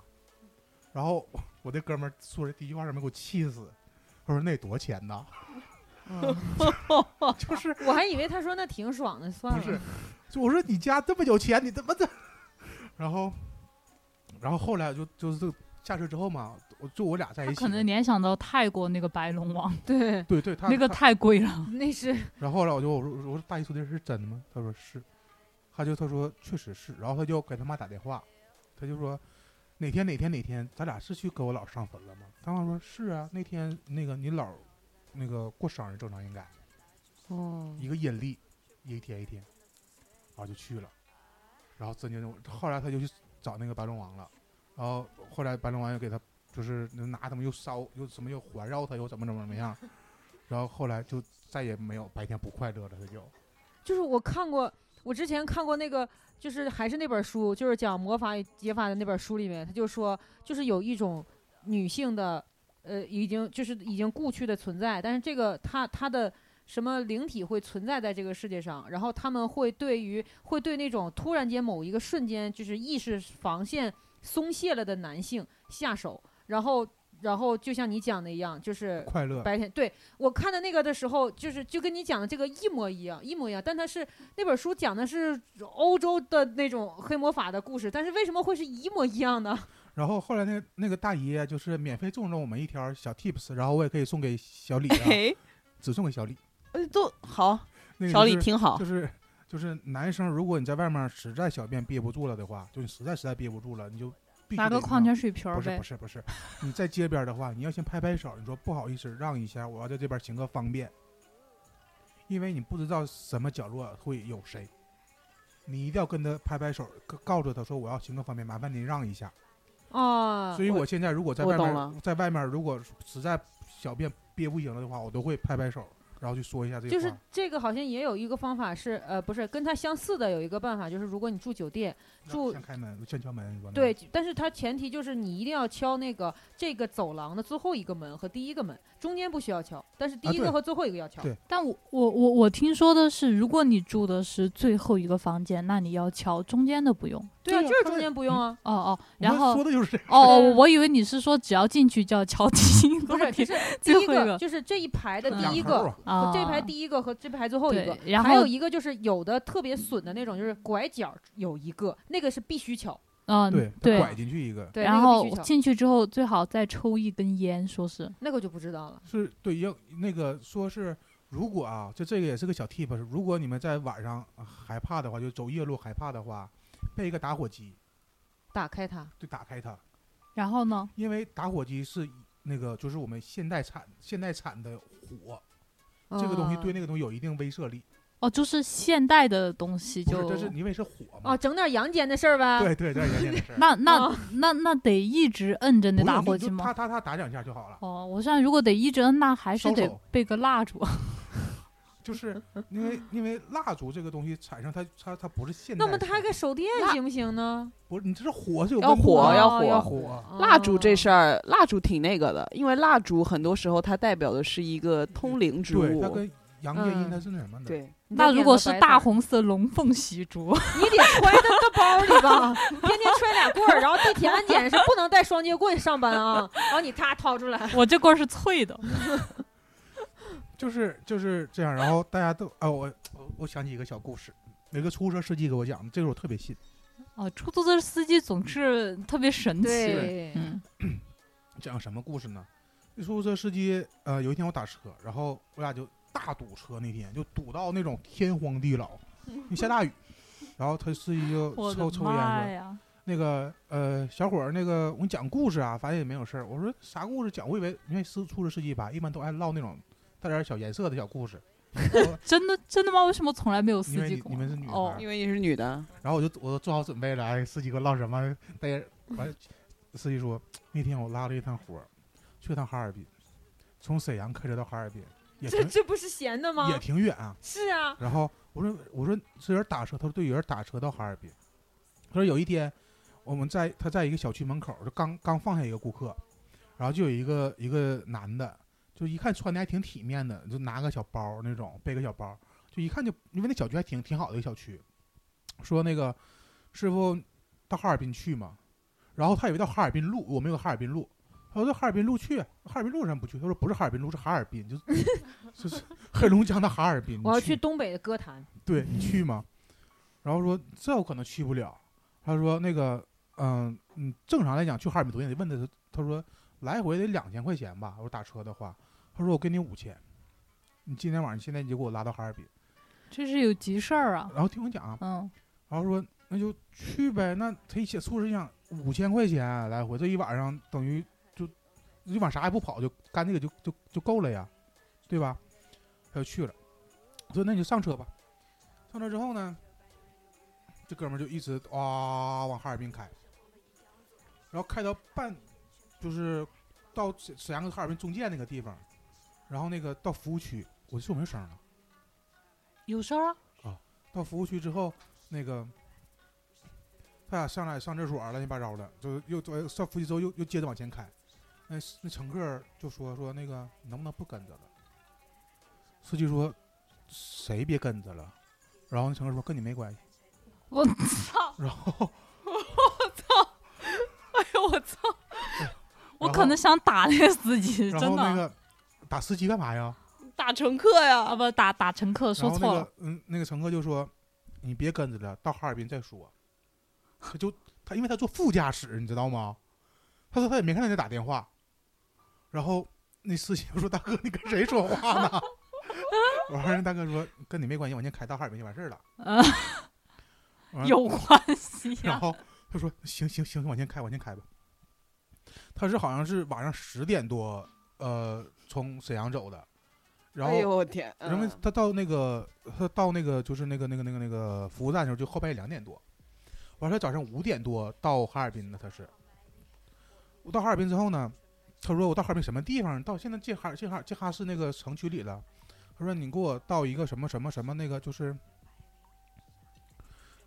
[SPEAKER 4] 然后我那哥们儿说的第一句话，让没给我气死。他说：“那多钱呐？ *laughs* 就是
[SPEAKER 3] 我还以为他说那挺爽的，算
[SPEAKER 4] 不
[SPEAKER 3] 了。
[SPEAKER 4] 是，就我说你家这么 *laughs* 有钱，你怎么的？然后，然后后来就就是下车之后嘛，我就我俩在一
[SPEAKER 1] 他
[SPEAKER 4] 起，
[SPEAKER 1] 可能联想到泰国那个白龙王，
[SPEAKER 3] 对，
[SPEAKER 4] 对对，他
[SPEAKER 1] 那个
[SPEAKER 4] 他
[SPEAKER 1] 太贵了。
[SPEAKER 3] 那是
[SPEAKER 4] 然后后来我就我说我说大姨说的是真的吗？他说是，他就他说确实是，然后他就给他妈打电话，他就说哪天哪天哪天，咱俩是去给我姥上坟了吗？他妈说是啊，那天那个你姥那个过生日正常应该
[SPEAKER 3] 哦，
[SPEAKER 4] 一个阴历，一天一天，然后就去了，然后真就后来他就去找那个白龙王了，然后后来白龙王又给他就是拿他们又烧又什么又环绕他又怎么怎么怎么样，然后后来就再也没有白天不快乐了，他就
[SPEAKER 3] 就是我看过，我之前看过那个，就是还是那本书，就是讲魔法与解法的那本书里面，他就说，就是有一种女性的，呃，已经就是已经故去的存在，但是这个她她的什么灵体会存在在这个世界上，然后他们会对于会对那种突然间某一个瞬间就是意识防线松懈了的男性下手，然后然后就像你讲的一样，就是
[SPEAKER 4] 快乐，
[SPEAKER 3] 白天对我看的那个的时候，就是就跟你讲的这个一模一样，一模一样。但它是那本书讲的是欧洲的那种黑魔法的故事，但是为什么会是一模一样呢？ *laughs*
[SPEAKER 4] 然后后来那那个大姨就是免费送了我们一条小 tips，然后我也可以送给小李、啊，
[SPEAKER 2] 哎，
[SPEAKER 4] 只送给小李。
[SPEAKER 2] 呃都好，
[SPEAKER 4] 那个
[SPEAKER 2] 小
[SPEAKER 4] 哎
[SPEAKER 2] 李
[SPEAKER 4] 就是
[SPEAKER 2] 挺好
[SPEAKER 4] 就。是就是男生，如果你在外面实在小便憋不住了的话，就你实在实在憋不住了，你就必须
[SPEAKER 1] 拿
[SPEAKER 4] 得
[SPEAKER 1] 个矿
[SPEAKER 4] 让
[SPEAKER 1] 泉水瓶儿
[SPEAKER 4] 不是
[SPEAKER 1] 呗
[SPEAKER 4] 不。是不是，你在街边的话，你要先拍拍手，你说不好意思，让一下，我要在这边行个方便，因为你不知道什么角落会有谁，你一定要跟他拍拍手，告告诉他说我要行个方便，麻烦您让一下。
[SPEAKER 3] 啊，
[SPEAKER 4] 所以我现在如果在
[SPEAKER 2] 我
[SPEAKER 4] 外
[SPEAKER 2] 懂
[SPEAKER 4] 面
[SPEAKER 2] 了，
[SPEAKER 4] 在外面如果实在小便憋不赢了的话，我都会拍拍手，然后去说一下这
[SPEAKER 3] 就
[SPEAKER 4] 个
[SPEAKER 3] 是
[SPEAKER 4] 话。
[SPEAKER 3] 这个好像也有一个方法是，呃，不是跟它相似的有一个办法，就是如果你住酒店，住
[SPEAKER 4] 像开门，像敲门，完了
[SPEAKER 3] 对，，但是它前提就是你一定要敲那个这个走廊的最后一个门和第一个门，中间不需要敲，但是第
[SPEAKER 4] 啊
[SPEAKER 3] 一个
[SPEAKER 4] 对
[SPEAKER 3] 和最后一个要敲。
[SPEAKER 4] 对
[SPEAKER 1] 但我我我我听说的是，如果你住的是最后一个房间，那你要敲，中间的不用。
[SPEAKER 3] 对啊，
[SPEAKER 4] 对啊
[SPEAKER 3] 就是
[SPEAKER 4] 它
[SPEAKER 3] 中间不用啊，
[SPEAKER 1] 哦哦，
[SPEAKER 4] 我们
[SPEAKER 1] 然后
[SPEAKER 4] 说的就是这个。
[SPEAKER 1] 哦，
[SPEAKER 3] 对
[SPEAKER 1] 我以为你是说只要进去就要敲第一
[SPEAKER 3] 不
[SPEAKER 1] 个
[SPEAKER 3] 是，就
[SPEAKER 1] 点
[SPEAKER 3] 是第
[SPEAKER 1] 最
[SPEAKER 3] 一
[SPEAKER 1] 后一
[SPEAKER 3] 个，
[SPEAKER 1] 个
[SPEAKER 3] 就是这一排的
[SPEAKER 1] 两
[SPEAKER 3] 第一
[SPEAKER 4] 头
[SPEAKER 3] 个
[SPEAKER 4] 啊。
[SPEAKER 1] 啊
[SPEAKER 3] 和，这排第一个和这排最后一个，
[SPEAKER 1] 对然
[SPEAKER 3] 还有
[SPEAKER 1] 后
[SPEAKER 3] 一个就是有的特别损的那种，就是拐角有一个，那个是必须敲，
[SPEAKER 1] 嗯
[SPEAKER 4] 对，
[SPEAKER 1] 对
[SPEAKER 4] 拐进去一个，
[SPEAKER 3] 对，
[SPEAKER 1] 然
[SPEAKER 3] 那个
[SPEAKER 1] 后
[SPEAKER 3] 必须敲，
[SPEAKER 1] 进去之后最好再抽一根烟，说是
[SPEAKER 3] 那个就不知道了。
[SPEAKER 4] 是对要那个说是，如果啊，就这个也是个小 tip，如果你们在晚上啊害怕的话，就走夜路害怕的话，备一个打火机，
[SPEAKER 3] 打开它，
[SPEAKER 4] 就打开它，
[SPEAKER 1] 然后呢？
[SPEAKER 4] 因为打火机是那个就是我们现代产现代产的火，这个东西对
[SPEAKER 3] 嗯
[SPEAKER 4] 那个东西有一定威慑力，
[SPEAKER 1] 哦，就是现代的东西
[SPEAKER 4] 不是
[SPEAKER 1] 就
[SPEAKER 4] 这是因为是火嘛
[SPEAKER 3] 哦，，整点阳间的事儿呗。
[SPEAKER 4] 对对对，人家的事儿。
[SPEAKER 1] 那那、
[SPEAKER 3] 哦
[SPEAKER 1] 那那得一直摁着那
[SPEAKER 4] 不
[SPEAKER 1] 打
[SPEAKER 4] 用
[SPEAKER 1] 火
[SPEAKER 4] 你就
[SPEAKER 1] 机吗
[SPEAKER 4] 他？他他打两下就
[SPEAKER 1] *laughs*
[SPEAKER 4] 好了，
[SPEAKER 1] 哦，我想如果得一直摁，那还是
[SPEAKER 4] 收
[SPEAKER 1] 得
[SPEAKER 4] 手
[SPEAKER 1] 备个蜡 *laughs* 烛。
[SPEAKER 4] 就是因为因为蜡烛这个东西产生它它它不是现代
[SPEAKER 3] 那
[SPEAKER 4] 产
[SPEAKER 3] 么
[SPEAKER 4] 生，
[SPEAKER 3] 它开个手电行不行呢？
[SPEAKER 4] 不是你这是火是有
[SPEAKER 2] 要
[SPEAKER 4] 温度啊
[SPEAKER 2] 火
[SPEAKER 4] 的
[SPEAKER 2] 要
[SPEAKER 3] 哦
[SPEAKER 2] 火
[SPEAKER 3] 要
[SPEAKER 4] 火，
[SPEAKER 2] 蜡烛这事
[SPEAKER 3] 儿，
[SPEAKER 2] 儿，蜡烛挺那个的，因为蜡烛很多时候它代表的是一个通灵之
[SPEAKER 4] 对，它
[SPEAKER 2] 物。
[SPEAKER 4] 跟阳间
[SPEAKER 3] 嗯
[SPEAKER 4] 阴它是那什么的，
[SPEAKER 2] 对，
[SPEAKER 3] 你
[SPEAKER 1] 那
[SPEAKER 3] 再
[SPEAKER 1] 如
[SPEAKER 3] 点
[SPEAKER 1] 果
[SPEAKER 3] 个
[SPEAKER 1] 是
[SPEAKER 3] 白
[SPEAKER 1] 大
[SPEAKER 3] 色儿
[SPEAKER 1] 红色龙凤喜 *laughs* 烛，
[SPEAKER 3] 你得揣在他包里吧，天天揣俩棍儿，然后地铁安检是不能带双节棍上班啊，然后你他掏
[SPEAKER 1] *laughs*
[SPEAKER 3] 出来，
[SPEAKER 1] 我这棍儿是脆 *laughs* 的。
[SPEAKER 4] 就是就是这样。然后大家都啊，我我我想起一个小故事，有一个出租车司机给我讲的，这个我特别信。
[SPEAKER 1] 哦，出租车司机总是特别神奇。
[SPEAKER 3] 对
[SPEAKER 1] 嗯，
[SPEAKER 4] 讲什么故事呢？那出租车司机呃，有一天我打车，然后我俩就大堵车，那天就堵到那种天荒地老，因为下
[SPEAKER 1] *laughs*
[SPEAKER 4] 大雨。然后他司机就
[SPEAKER 1] 我的
[SPEAKER 4] 抽抽烟
[SPEAKER 1] 妈
[SPEAKER 4] 说
[SPEAKER 1] 呀！：“
[SPEAKER 4] 那个呃，小伙儿，那个我讲故事啊，反正也没有事儿。”我说：“啥故事讲？我以为因为司出租车司机吧，一般都爱唠那种带点小颜色的小故事。 *laughs*
[SPEAKER 1] 真的真的吗？为什么从来没有司
[SPEAKER 4] 因为
[SPEAKER 1] 机
[SPEAKER 4] 你
[SPEAKER 1] 跟
[SPEAKER 4] 你
[SPEAKER 1] 我？
[SPEAKER 4] 们是女孩儿，
[SPEAKER 1] 哦
[SPEAKER 2] 因为你是女的，
[SPEAKER 4] 然后我就我都做好准备了，哎，司机给我唠什么？大家完，司机说那天我拉了一趟活儿，去趟哈尔滨，从沈阳开车到哈尔滨，也
[SPEAKER 3] 这
[SPEAKER 4] 挺
[SPEAKER 3] 这不是闲的
[SPEAKER 4] 也
[SPEAKER 3] 吗？
[SPEAKER 4] 挺远啊。
[SPEAKER 3] 是啊，
[SPEAKER 4] 然后我说我说这人打车，他说对，有人打车到哈尔滨。他说有一天我们在他在一个小区门口，就刚刚放下一个顾客，然后就有一个一个男的，就一看穿的还挺体面的，就拿个小包那种，背个小包，就一看就因为那小区还挺挺好的一个小区，说那个师傅到哈尔滨去吗？然后他以为到哈尔滨路，我们有个哈尔滨路。他说到哈尔滨路去，哈尔滨路为什么不去？他说不是哈尔滨路，是哈尔滨，就是就是黑龙江的哈尔滨。你
[SPEAKER 3] 我
[SPEAKER 4] *laughs*
[SPEAKER 3] 要去东北的歌坛，
[SPEAKER 4] 对你去吗？然后说这我可能去不了。他说那个，嗯嗯，正常来讲去哈尔滨多远？问他，他说来回得两千块钱吧。我说打车的话，他说我给你五千，你今天晚上现在你就给我拉到哈尔滨。
[SPEAKER 1] 这是有急事儿啊。
[SPEAKER 4] 然后听我讲啊，
[SPEAKER 1] 嗯，
[SPEAKER 4] 然后说那就去呗。那他一想，促使想五千块钱来回，这一晚上等于就一晚啥也不跑，就干这个就就就够了呀，对吧？他就去了，我说那你就上车吧。上车之后呢，这哥们儿就一直啊往哈尔滨开，然后开到半就是到沈沈阳跟哈尔滨中间那个地方，然后那个到服务区，我就没声了。
[SPEAKER 1] 有事 *laughs* 儿啊。
[SPEAKER 4] 到服务区之后，那个他俩上来上厕所了，你八糟的，就是又呃上服务区之后又又接着往前开。那那乘客就说说那个能不能不跟着了？司机说谁别跟着了？然后那乘客说跟你没关系。
[SPEAKER 1] 我操！
[SPEAKER 4] 然后
[SPEAKER 1] 哎呦我操！我可能想打那个司机，
[SPEAKER 4] 然后
[SPEAKER 1] 真
[SPEAKER 4] 那
[SPEAKER 1] 的
[SPEAKER 4] 个打司机干嘛呀？
[SPEAKER 2] 打乘客
[SPEAKER 1] 啊
[SPEAKER 2] 呀，
[SPEAKER 1] 不打打乘客说
[SPEAKER 4] 然后
[SPEAKER 1] 错
[SPEAKER 4] 那
[SPEAKER 1] 了
[SPEAKER 4] 个，嗯，那个乘客就说：“你别跟着了，到哈尔滨再说。”他就他因为他坐副驾驶，你知道吗？他说他也没看见他打电话。然后那司机就说：“大 *laughs* 哥，你跟谁说话呢？”完了，大哥说：“ *laughs* 跟你没关系，往前开到哈尔滨就完事儿了。
[SPEAKER 1] 嗯，
[SPEAKER 4] 完了
[SPEAKER 1] 有关系啊
[SPEAKER 4] 然
[SPEAKER 1] 呀。
[SPEAKER 4] 后他说：“行行行，往前开，往前开吧。”他是好像是晚上十点多，呃，从沈阳走的，然后
[SPEAKER 2] 哎呦我天，
[SPEAKER 4] 然后
[SPEAKER 2] 嗯
[SPEAKER 4] 他到那个他到那个就是那个那个那个那个服务站的时候，就后半夜两点多，完事儿早上五点多到哈尔滨的，他是。我到哈尔滨之后呢，他说我到哈尔滨什么地方？到现在进哈进哈进哈市那个城区里了。他说你给我到一个什么什么什么那个就是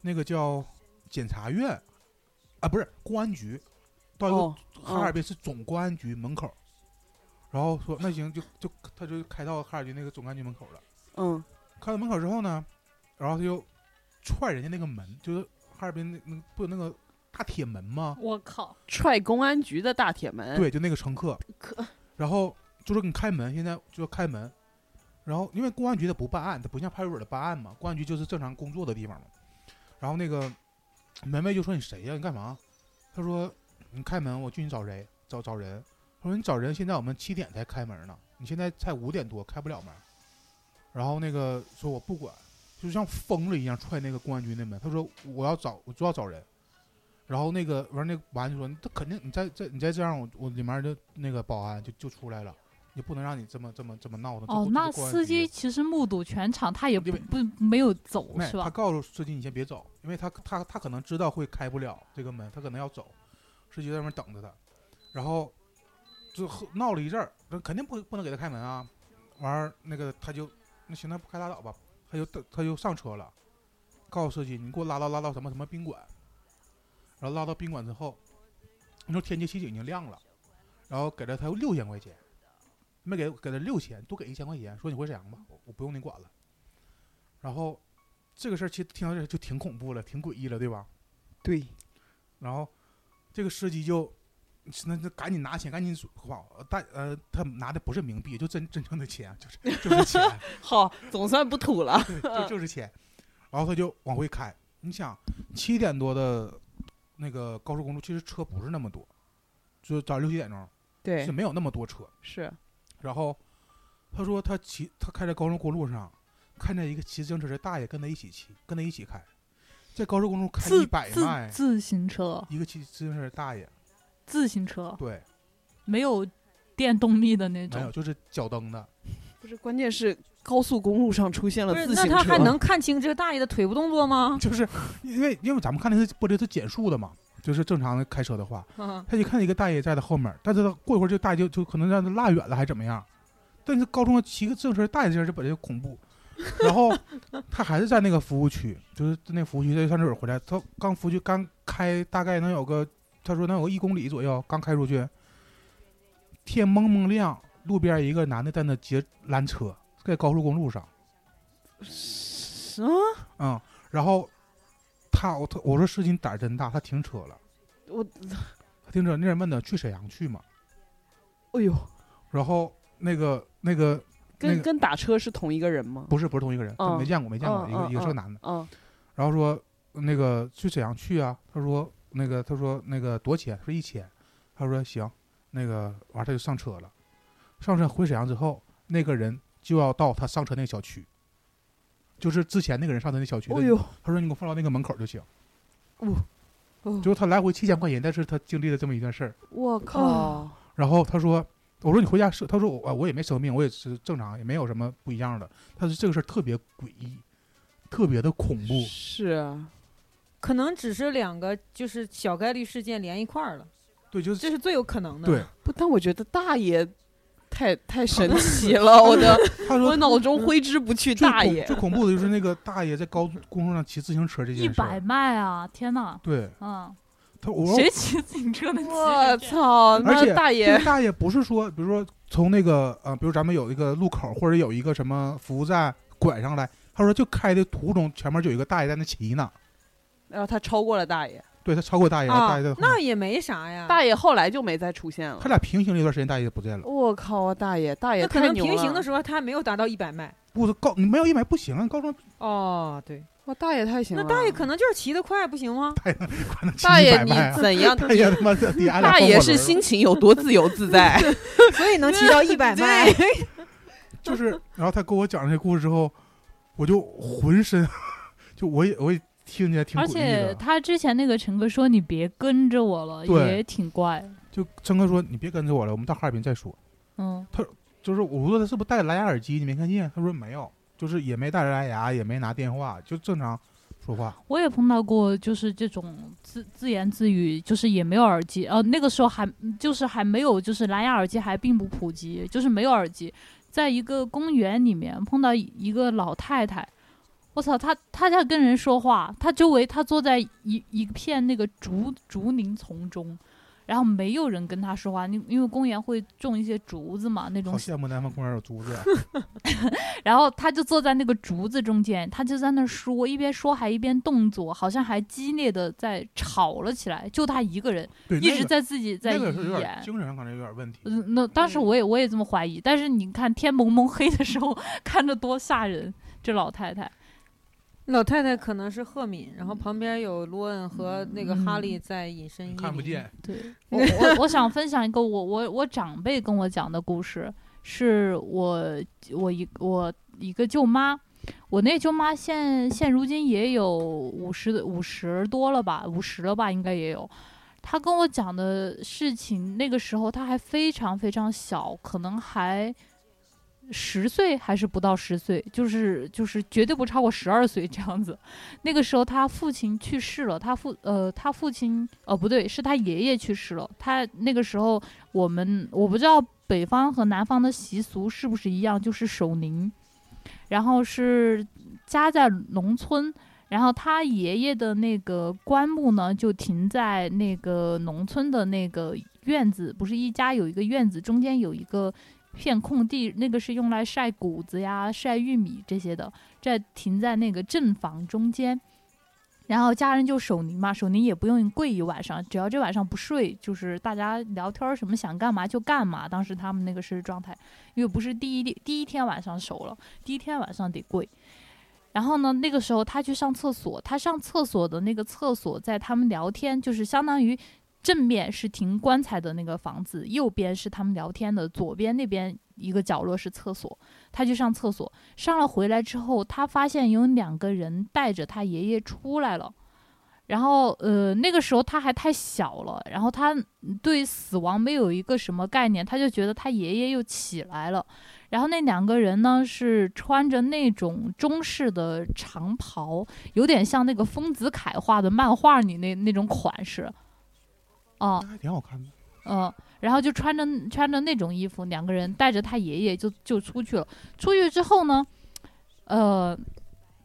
[SPEAKER 4] 那个叫检察院啊，不是公安局，到一个
[SPEAKER 2] 哦，
[SPEAKER 4] 哈尔滨市总公安局门口，然后说那行就就他就开到哈尔滨那个总公安局门口了。
[SPEAKER 2] 嗯
[SPEAKER 4] 开到门口之后呢，然后他就踹人家那个门，就是哈尔滨那那不有那个大铁门吗？
[SPEAKER 1] 我靠，
[SPEAKER 2] 踹公安局的大铁门，，
[SPEAKER 4] 对，就那个乘客，
[SPEAKER 2] 可
[SPEAKER 4] 然后就说你开门，现在就要开门，然后因为公安局他不办案，他不像派出所的办案嘛，公安局就是正常工作的地方嘛。然后那个门卫就说你谁呀、你干嘛？他说你开门，我去你找谁？找找人。他说你找人，现在我们七点才开门呢，你现在才五点多，开不了门。然后那个说我不管，就像疯了一样踹那个公安局那门。他说我要找，我就要找人。然后那个完，那个保安就说：“他肯定你再再你再这样，我我里面就那个保安就就出来了，也不能让你这么这么这么闹腾。这
[SPEAKER 1] 哦
[SPEAKER 4] 不”，
[SPEAKER 1] 那
[SPEAKER 4] 这不公安
[SPEAKER 1] 司机
[SPEAKER 4] 局
[SPEAKER 1] 其实目睹全场，他也不
[SPEAKER 4] 因为
[SPEAKER 1] 不没有走
[SPEAKER 4] 没，
[SPEAKER 1] 是
[SPEAKER 4] 他
[SPEAKER 1] 吧？
[SPEAKER 4] 告诉司机你先别走，因为他他他可能知道会开不了这个门，他可能要走，司机在外面等着他，然后就后闹了一阵儿，那肯定不不能给他开门啊。完儿那个他就那行，那不开拉倒吧，他就他就上车了，告诉司机你给我拉到拉到什么什么宾馆，然后拉到宾馆之后，那时候天气气已经亮了，然后给了他六千块钱，没给给了六千，多给一千块钱，说你回沈阳吧，我我不用你管了。然后这个事儿其实听到这儿就挺恐怖了，挺诡异了，对吧？
[SPEAKER 2] 对，
[SPEAKER 4] 然后这个司机就那那赶紧拿钱，赶紧往但呃，他拿的不是冥币，就真真正的钱，就是就是钱，
[SPEAKER 2] 好，总算不吐了，
[SPEAKER 4] 对，就就是钱。然后他就往回开，你想七点多的那个高速公路，其实车不是那么多，就早上六七点钟
[SPEAKER 2] 对
[SPEAKER 4] 是，没有那么多车。
[SPEAKER 2] 是，
[SPEAKER 4] 然后他说他骑他开在高速公路上，看见一个骑自行车的大爷跟他一起骑，跟他一起开，在高速公路开
[SPEAKER 1] 自
[SPEAKER 4] 一百
[SPEAKER 1] 自
[SPEAKER 4] 迈，
[SPEAKER 1] 自行车，
[SPEAKER 4] 一个骑自行车的大爷，
[SPEAKER 1] 自行车
[SPEAKER 4] 对，
[SPEAKER 1] 没有电动力哦的那
[SPEAKER 4] 没有
[SPEAKER 1] 种，
[SPEAKER 4] 就是脚蹬的，
[SPEAKER 2] 不是，关键是高速公路上出现了
[SPEAKER 3] 不是，
[SPEAKER 2] 自
[SPEAKER 3] 那
[SPEAKER 2] 行车，
[SPEAKER 3] 他还能看清这个大爷的腿部动作
[SPEAKER 1] 嗯
[SPEAKER 3] 吗？
[SPEAKER 4] *laughs* 就是因为因为咱们看的是玻璃是减速的嘛，就是正常的开车的话，
[SPEAKER 3] 嗯，
[SPEAKER 4] 他就看见一个大爷在他后面，但是他过一会儿这个大爷就就可能让他落远了还怎么样，但是高中骑个自行车大爷这事儿就本身就恐怖，
[SPEAKER 1] *laughs*
[SPEAKER 4] 然后他还是在那个服务区，就是那服务区在上厕所回来，他刚服务区刚开大概能有个，他说能有个一公里左右，刚开出去，天蒙蒙亮，路边一个男的在那截拦车，在高速公路上。
[SPEAKER 2] 啊什
[SPEAKER 4] 嗯，然后他我他我说师姐你胆儿真大，他停车了，
[SPEAKER 2] 我，
[SPEAKER 4] 他停车，那人问他去沈阳去嘛，
[SPEAKER 2] 哎呦，
[SPEAKER 4] 然后那个那个
[SPEAKER 2] 跟、
[SPEAKER 4] 那个
[SPEAKER 2] 跟打车是同一个人吗？
[SPEAKER 4] 不是不是同一个人，他
[SPEAKER 2] 嗯
[SPEAKER 4] 没见过没见过，
[SPEAKER 2] 嗯
[SPEAKER 4] 一个
[SPEAKER 2] 嗯
[SPEAKER 4] 一个是个
[SPEAKER 2] 嗯
[SPEAKER 4] 男的，
[SPEAKER 2] 嗯，
[SPEAKER 4] 然后说那个去沈阳去啊，他说那个他说那个多少钱？说一千，他说行，那个完他就上车了，上车回沈阳之后，那个人就要到他上车那个小区。就是之前那个人上他那小区的，
[SPEAKER 2] 哎呦，
[SPEAKER 4] 他说你给我放到那个门口就行。
[SPEAKER 2] 哦
[SPEAKER 4] 就是他来回七千块钱，但是他经历了这么一段事儿，
[SPEAKER 3] 哦
[SPEAKER 2] 我靠，
[SPEAKER 4] 然后他说：“我说你回家是？”他说：“我啊我也没生病，我也是正常，也没有什么不一样的。”但是这个事儿特别诡异，特别的恐怖。
[SPEAKER 2] 是啊，
[SPEAKER 3] 可能只是两个就是小概率事件连一块儿了，
[SPEAKER 4] 对，就是
[SPEAKER 3] 这是最有可能的。啊
[SPEAKER 4] 对。
[SPEAKER 2] 不，但我觉得大爷太太神奇了，我的
[SPEAKER 4] 他
[SPEAKER 2] *laughs*
[SPEAKER 4] 说
[SPEAKER 2] 我脑中挥之不 *laughs* 去
[SPEAKER 4] 最
[SPEAKER 2] 大
[SPEAKER 4] 恐
[SPEAKER 2] 爷
[SPEAKER 4] 最，恐怖的就是那个大爷在高速公路上骑自行车这
[SPEAKER 1] 一
[SPEAKER 4] 件事
[SPEAKER 1] 百
[SPEAKER 4] 儿。
[SPEAKER 1] 迈啊！天哪，
[SPEAKER 4] 对
[SPEAKER 1] 嗯，
[SPEAKER 4] 他，我说
[SPEAKER 1] 谁骑自行车能骑
[SPEAKER 2] 我
[SPEAKER 1] 成这样？
[SPEAKER 2] 操，
[SPEAKER 4] 而且
[SPEAKER 2] 那大
[SPEAKER 4] 这
[SPEAKER 2] 爷
[SPEAKER 4] 个大爷不是说，比如说从那个呃，比如咱们有一个路口或者有一个什么服务站拐上来，他说就开的途中前面就有一个大爷在那骑呢。
[SPEAKER 2] 然后他超过了大爷，
[SPEAKER 4] 对他超过大爷了，大
[SPEAKER 3] 啊
[SPEAKER 4] 爷在后，面
[SPEAKER 3] 那也没啥呀。
[SPEAKER 2] 大爷后来就没再出现了
[SPEAKER 4] 他。俩平行了一段时间，大爷就不见了。
[SPEAKER 2] 我靠啊，大爷，大爷
[SPEAKER 3] 那可
[SPEAKER 2] 太
[SPEAKER 3] 能
[SPEAKER 2] 牛
[SPEAKER 3] 平行的
[SPEAKER 2] 了！
[SPEAKER 3] 时候他还没有达到一百迈。
[SPEAKER 4] 不是高，你没有一百不行啊，高中
[SPEAKER 3] 哦，对，
[SPEAKER 2] 哇，大爷太行
[SPEAKER 3] 那
[SPEAKER 2] 了！
[SPEAKER 3] 大爷可能就是骑得快，不行吗？
[SPEAKER 4] 可能
[SPEAKER 2] 大爷
[SPEAKER 4] 100
[SPEAKER 2] 你
[SPEAKER 4] 迈啊
[SPEAKER 2] 怎样？
[SPEAKER 4] *laughs* 大爷他妈的，底下俩
[SPEAKER 2] 大
[SPEAKER 4] 风
[SPEAKER 2] 爷
[SPEAKER 4] 火
[SPEAKER 2] 是
[SPEAKER 4] 轮儿
[SPEAKER 2] 心情有多自由自在？
[SPEAKER 3] 所以能骑到一百迈。 *laughs*
[SPEAKER 4] 就是，然后他跟我讲这些故事之后，我就浑身，就我也我也听起来挺
[SPEAKER 1] 而
[SPEAKER 4] 诡
[SPEAKER 1] 且
[SPEAKER 4] 异的。
[SPEAKER 1] 他之前那个陈哥说你别跟着我了，
[SPEAKER 4] 对
[SPEAKER 1] 也挺怪。
[SPEAKER 4] 就陈哥说：“你别跟着我了，我们到哈尔滨再说。
[SPEAKER 1] 嗯，”
[SPEAKER 4] 就是我说他是不是戴蓝牙耳机，你没看见？他说没有，就是也没带蓝牙，也没拿电话，就正常说话。
[SPEAKER 1] 我也碰到过，就是这种自自言自语，就是也没有耳机。呃，那个时候还就是还没有，就是蓝牙耳机还并不普及，就是没有耳机。在一个公园里面碰到一个老太太，我操，她她在跟人说话，她周围她坐在一一片那个竹竹林丛中，然后没有人跟她说话，因因为公园会种一些竹子嘛，那
[SPEAKER 4] 好
[SPEAKER 1] 种
[SPEAKER 4] 羡慕南方公园有竹子，
[SPEAKER 1] 然后他就坐在那个竹子中间，他就在那儿说，一边说还一边动作，好像还激烈的在吵了起来。就他一个人，
[SPEAKER 4] 对，
[SPEAKER 1] 一直在自己在演。
[SPEAKER 4] 那个那个是有点精神上可能有点问题。
[SPEAKER 1] 嗯，那当时我也我也这么怀疑，但是你看天蒙蒙黑的时候， *laughs* 看着多吓人，这老太太。
[SPEAKER 3] 老太太可能是赫敏，然后旁边有罗恩和那个哈利在隐身衣
[SPEAKER 4] 你
[SPEAKER 3] 里
[SPEAKER 4] 看不见，
[SPEAKER 1] 对 *laughs* 我我我想分享一个我我我长辈跟我讲的故事，是我我一我一个舅妈，我那舅妈现现如今也有五十五十多了吧，五十了吧，应该也有。她跟我讲的事情，那个时候她还非常非常小，可能还十岁还是不到十岁，就是就是绝对不超过十二岁这样子。那个时候他父亲去世了，他父呃他父亲哦不对，是他爷爷去世了。他那个时候我们我不知道北方和南方的习俗是不是一样，就是守灵，然后是家在农村。然后他爷爷的那个棺木呢，就停在那个农村的那个院子，不是一家有一个院子，中间有一个片空地，那个是用来晒谷子呀、晒玉米这些的。这停在那个正房中间。然后家人就守灵嘛，守灵也不用跪一晚上，只要这晚上不睡，就是大家聊天儿什么想干嘛就干嘛。当时他们那个是状态，因为不是第一天第一天晚上守了，第一天晚上得跪。然后呢，那个时候他去上厕所，他上厕所的那个厕所在他们聊天，就是相当于正面是停棺材的那个房子，右边是他们聊天的，左边那边一个角落是厕所。他去上厕所，上了回来之后，他发现有两个人带着他爷爷出来了。然后，呃，那个时候他还太小了，然后他对死亡没有一个什么概念，他就觉得他爷爷又起来了。然后那两个人呢是穿着那种中式的长袍，有点像那个丰子恺画的漫画里那那种款式，哦、
[SPEAKER 4] 那还挺好看的。
[SPEAKER 1] 嗯，然后就穿着穿着那种衣服，两个人带着他爷爷就就出去了。出去之后呢，呃，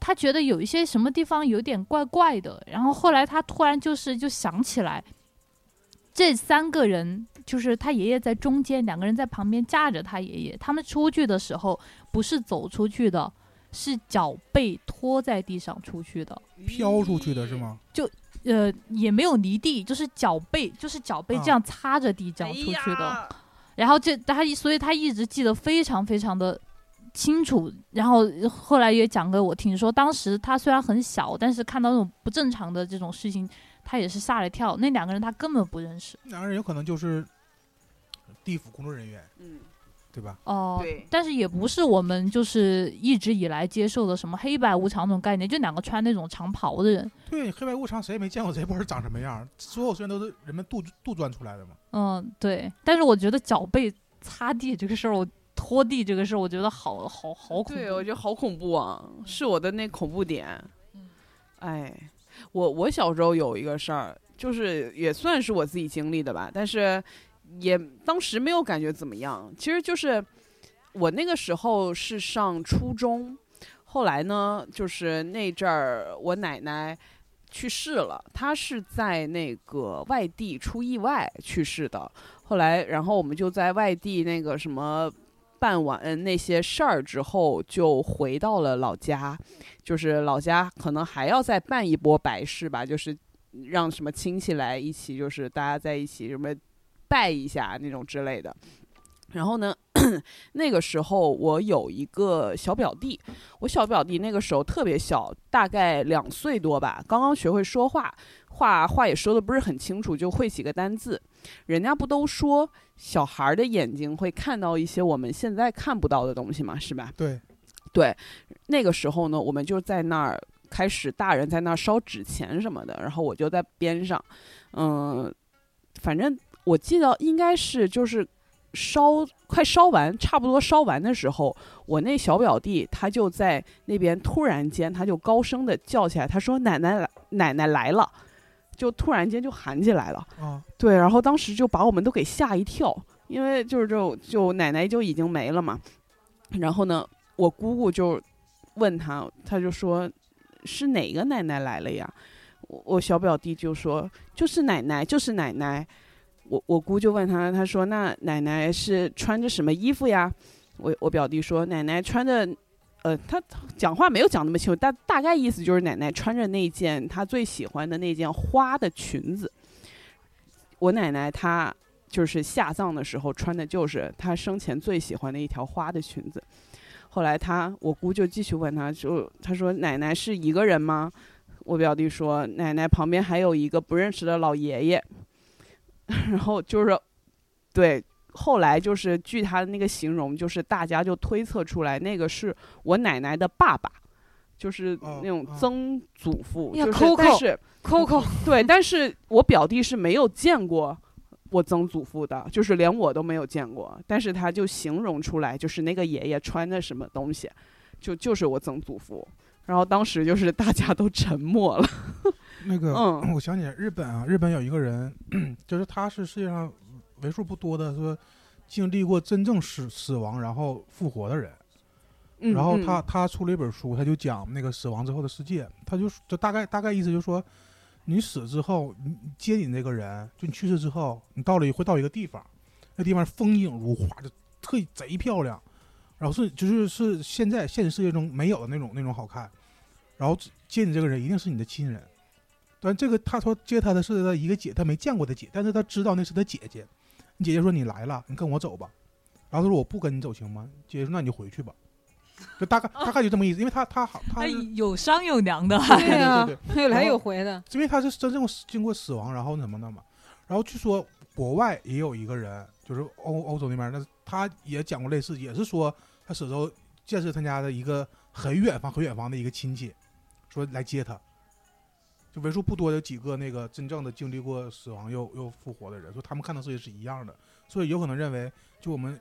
[SPEAKER 1] 他觉得有一些什么地方有点怪怪的，然后后来他突然就是就想起来，这三个人就是他爷爷在中间，两个人在旁边架着他爷爷，他们出去的时候不是走出去的，是脚被拖在地上出去的。
[SPEAKER 4] 飘出去的是吗？
[SPEAKER 1] 呃，也没有离地，就是脚背，就是脚背
[SPEAKER 4] 啊
[SPEAKER 1] 这样擦着地这样出去
[SPEAKER 2] 哎
[SPEAKER 1] 的。然后这他一，所以他一直记得非常非常的清楚。然后后来也讲给我听，说当时他虽然很小，但是看到那种不正常的这种事情，他也是吓了一跳。那两个人他根本不认识
[SPEAKER 4] 那两个人有可能就是地府工作人员，
[SPEAKER 2] 嗯，
[SPEAKER 4] 对吧？
[SPEAKER 1] 哦、
[SPEAKER 2] 对
[SPEAKER 1] 但是也不是我们就是一直以来接受的什么黑白无常那种概念，就两个穿那种长袍的人，
[SPEAKER 4] 对，黑白无常谁也没见过，谁不知道长什么样儿？所有事情都是人们杜杜撰出来的嘛。
[SPEAKER 1] 嗯，对。但是我觉得脚背擦地这个事儿，我拖地这个事儿，我觉得好好好恐怖。
[SPEAKER 2] 对，我觉得好恐怖啊，是我的那恐怖点
[SPEAKER 1] 嗯。
[SPEAKER 2] 哎，我我小时候有一个事儿，就是也算是我自己经历的吧，但是也当时没有感觉怎么样。其实就是我那个时候是上初中，后来呢，就是那阵儿我奶奶。去世了，她是在那个外地出意外去世的。后来，然后我们就在外地那个什么办完呃那些事儿之后，就回到了老家，就是老家可能还要再办一波白事吧，就是让什么亲戚来一起，就是大家在一起什么拜一下那种之类的。然后呢， *clears throat* 那个时候我有一个小表弟，我小表弟那个时候特别小，大概两岁多吧，刚刚学会说话，话话也说的不是很清楚，就会几个单字。人家不都说小孩儿的眼睛会看到一些我们现在看不到的东西嘛，是吧？
[SPEAKER 4] 对，
[SPEAKER 2] 对，那个时候呢，我们就在那儿开始，大人在那儿烧纸钱什么的，然后我就在边上，嗯、反正我记得应该是就是烧快烧完，差不多烧完的时候，我那小表弟他就在那边突然间他就高声的叫起来，他说：“奶奶来，奶奶来了！”就突然间就喊起来了。
[SPEAKER 4] 啊，
[SPEAKER 2] 对，然后当时就把我们都给吓一跳，因为就是就就奶奶就已经没了嘛。然后呢，我姑姑就问他，他就说是哪个奶奶来了呀？我我小表弟就说就是奶奶，就是奶奶。我我姑就问他，他说那奶奶是穿着什么衣服呀？我我表弟说奶奶穿着。呃，他讲话没有讲那么清楚，但大概意思就是奶奶穿着那件她最喜欢的那件花的裙子，我奶奶她就是下葬的时候穿的就是她生前最喜欢的一条花的裙子。后来她，我姑就继续问她，就她说奶奶是一个人吗？我表弟说奶奶旁边还有一个不认识的老爷爷。 *laughs* 然后就是，对，后来就是据他的那个形容，就是大家就推测出来那个是我奶奶的爸爸。就是
[SPEAKER 4] 哦
[SPEAKER 2] 那种
[SPEAKER 4] 哦
[SPEAKER 2] 曾祖父，
[SPEAKER 3] 呀
[SPEAKER 2] 就是但
[SPEAKER 3] Coco
[SPEAKER 2] 是
[SPEAKER 3] Coco，
[SPEAKER 2] 对，但是我表弟是没有见过我曾祖父的，就是连我都没有见过。但是他就形容出来，就是那个爷爷穿的什么东西，就就是我曾祖父。然后当时就是大家都沉默了。
[SPEAKER 4] 那个，
[SPEAKER 2] 嗯
[SPEAKER 4] *clears throat* 我想起来日本啊，日本有一个人，就是他是世界上为数不多的说经历过真正死死亡然后复活的人。
[SPEAKER 2] 嗯、
[SPEAKER 4] 然后
[SPEAKER 2] 嗯
[SPEAKER 4] 他他出了一本书，他就讲那个死亡之后的世界，他就就大概大概意思就是说，你死之后，你你接你那个人，就你去世之后，你到了会到一个地方，那地方风景如画，就特贼漂亮，然后是就是是现在现实世界中没有的那种那种好看，然后接你这个人一定是你的亲人，但这个他说接他的是他一个姐，他没见过的姐，但是他知道那是他姐姐，你姐姐说你来了，你跟我走吧，然后他说我不跟你走行吗？姐姐说那你就回去吧。就大概大概就这么意思，因为他他好他
[SPEAKER 1] 哎
[SPEAKER 4] 是
[SPEAKER 1] 有商有量的，
[SPEAKER 4] *laughs* 对对
[SPEAKER 3] 呀
[SPEAKER 4] 对，
[SPEAKER 3] 有啊来有回的，
[SPEAKER 4] 因为他是真正经过死亡，然后什么的嘛。然后据说国外也有一个人，就是欧欧洲那边，那他也讲过类似，也是说他死之后见识他家的一个很远方、很远方的一个亲戚，说来接他。就为数不多的几个那个真正的经历过死亡又又复活的人，说他们看到世界是一样的，所以有可能认为，就我们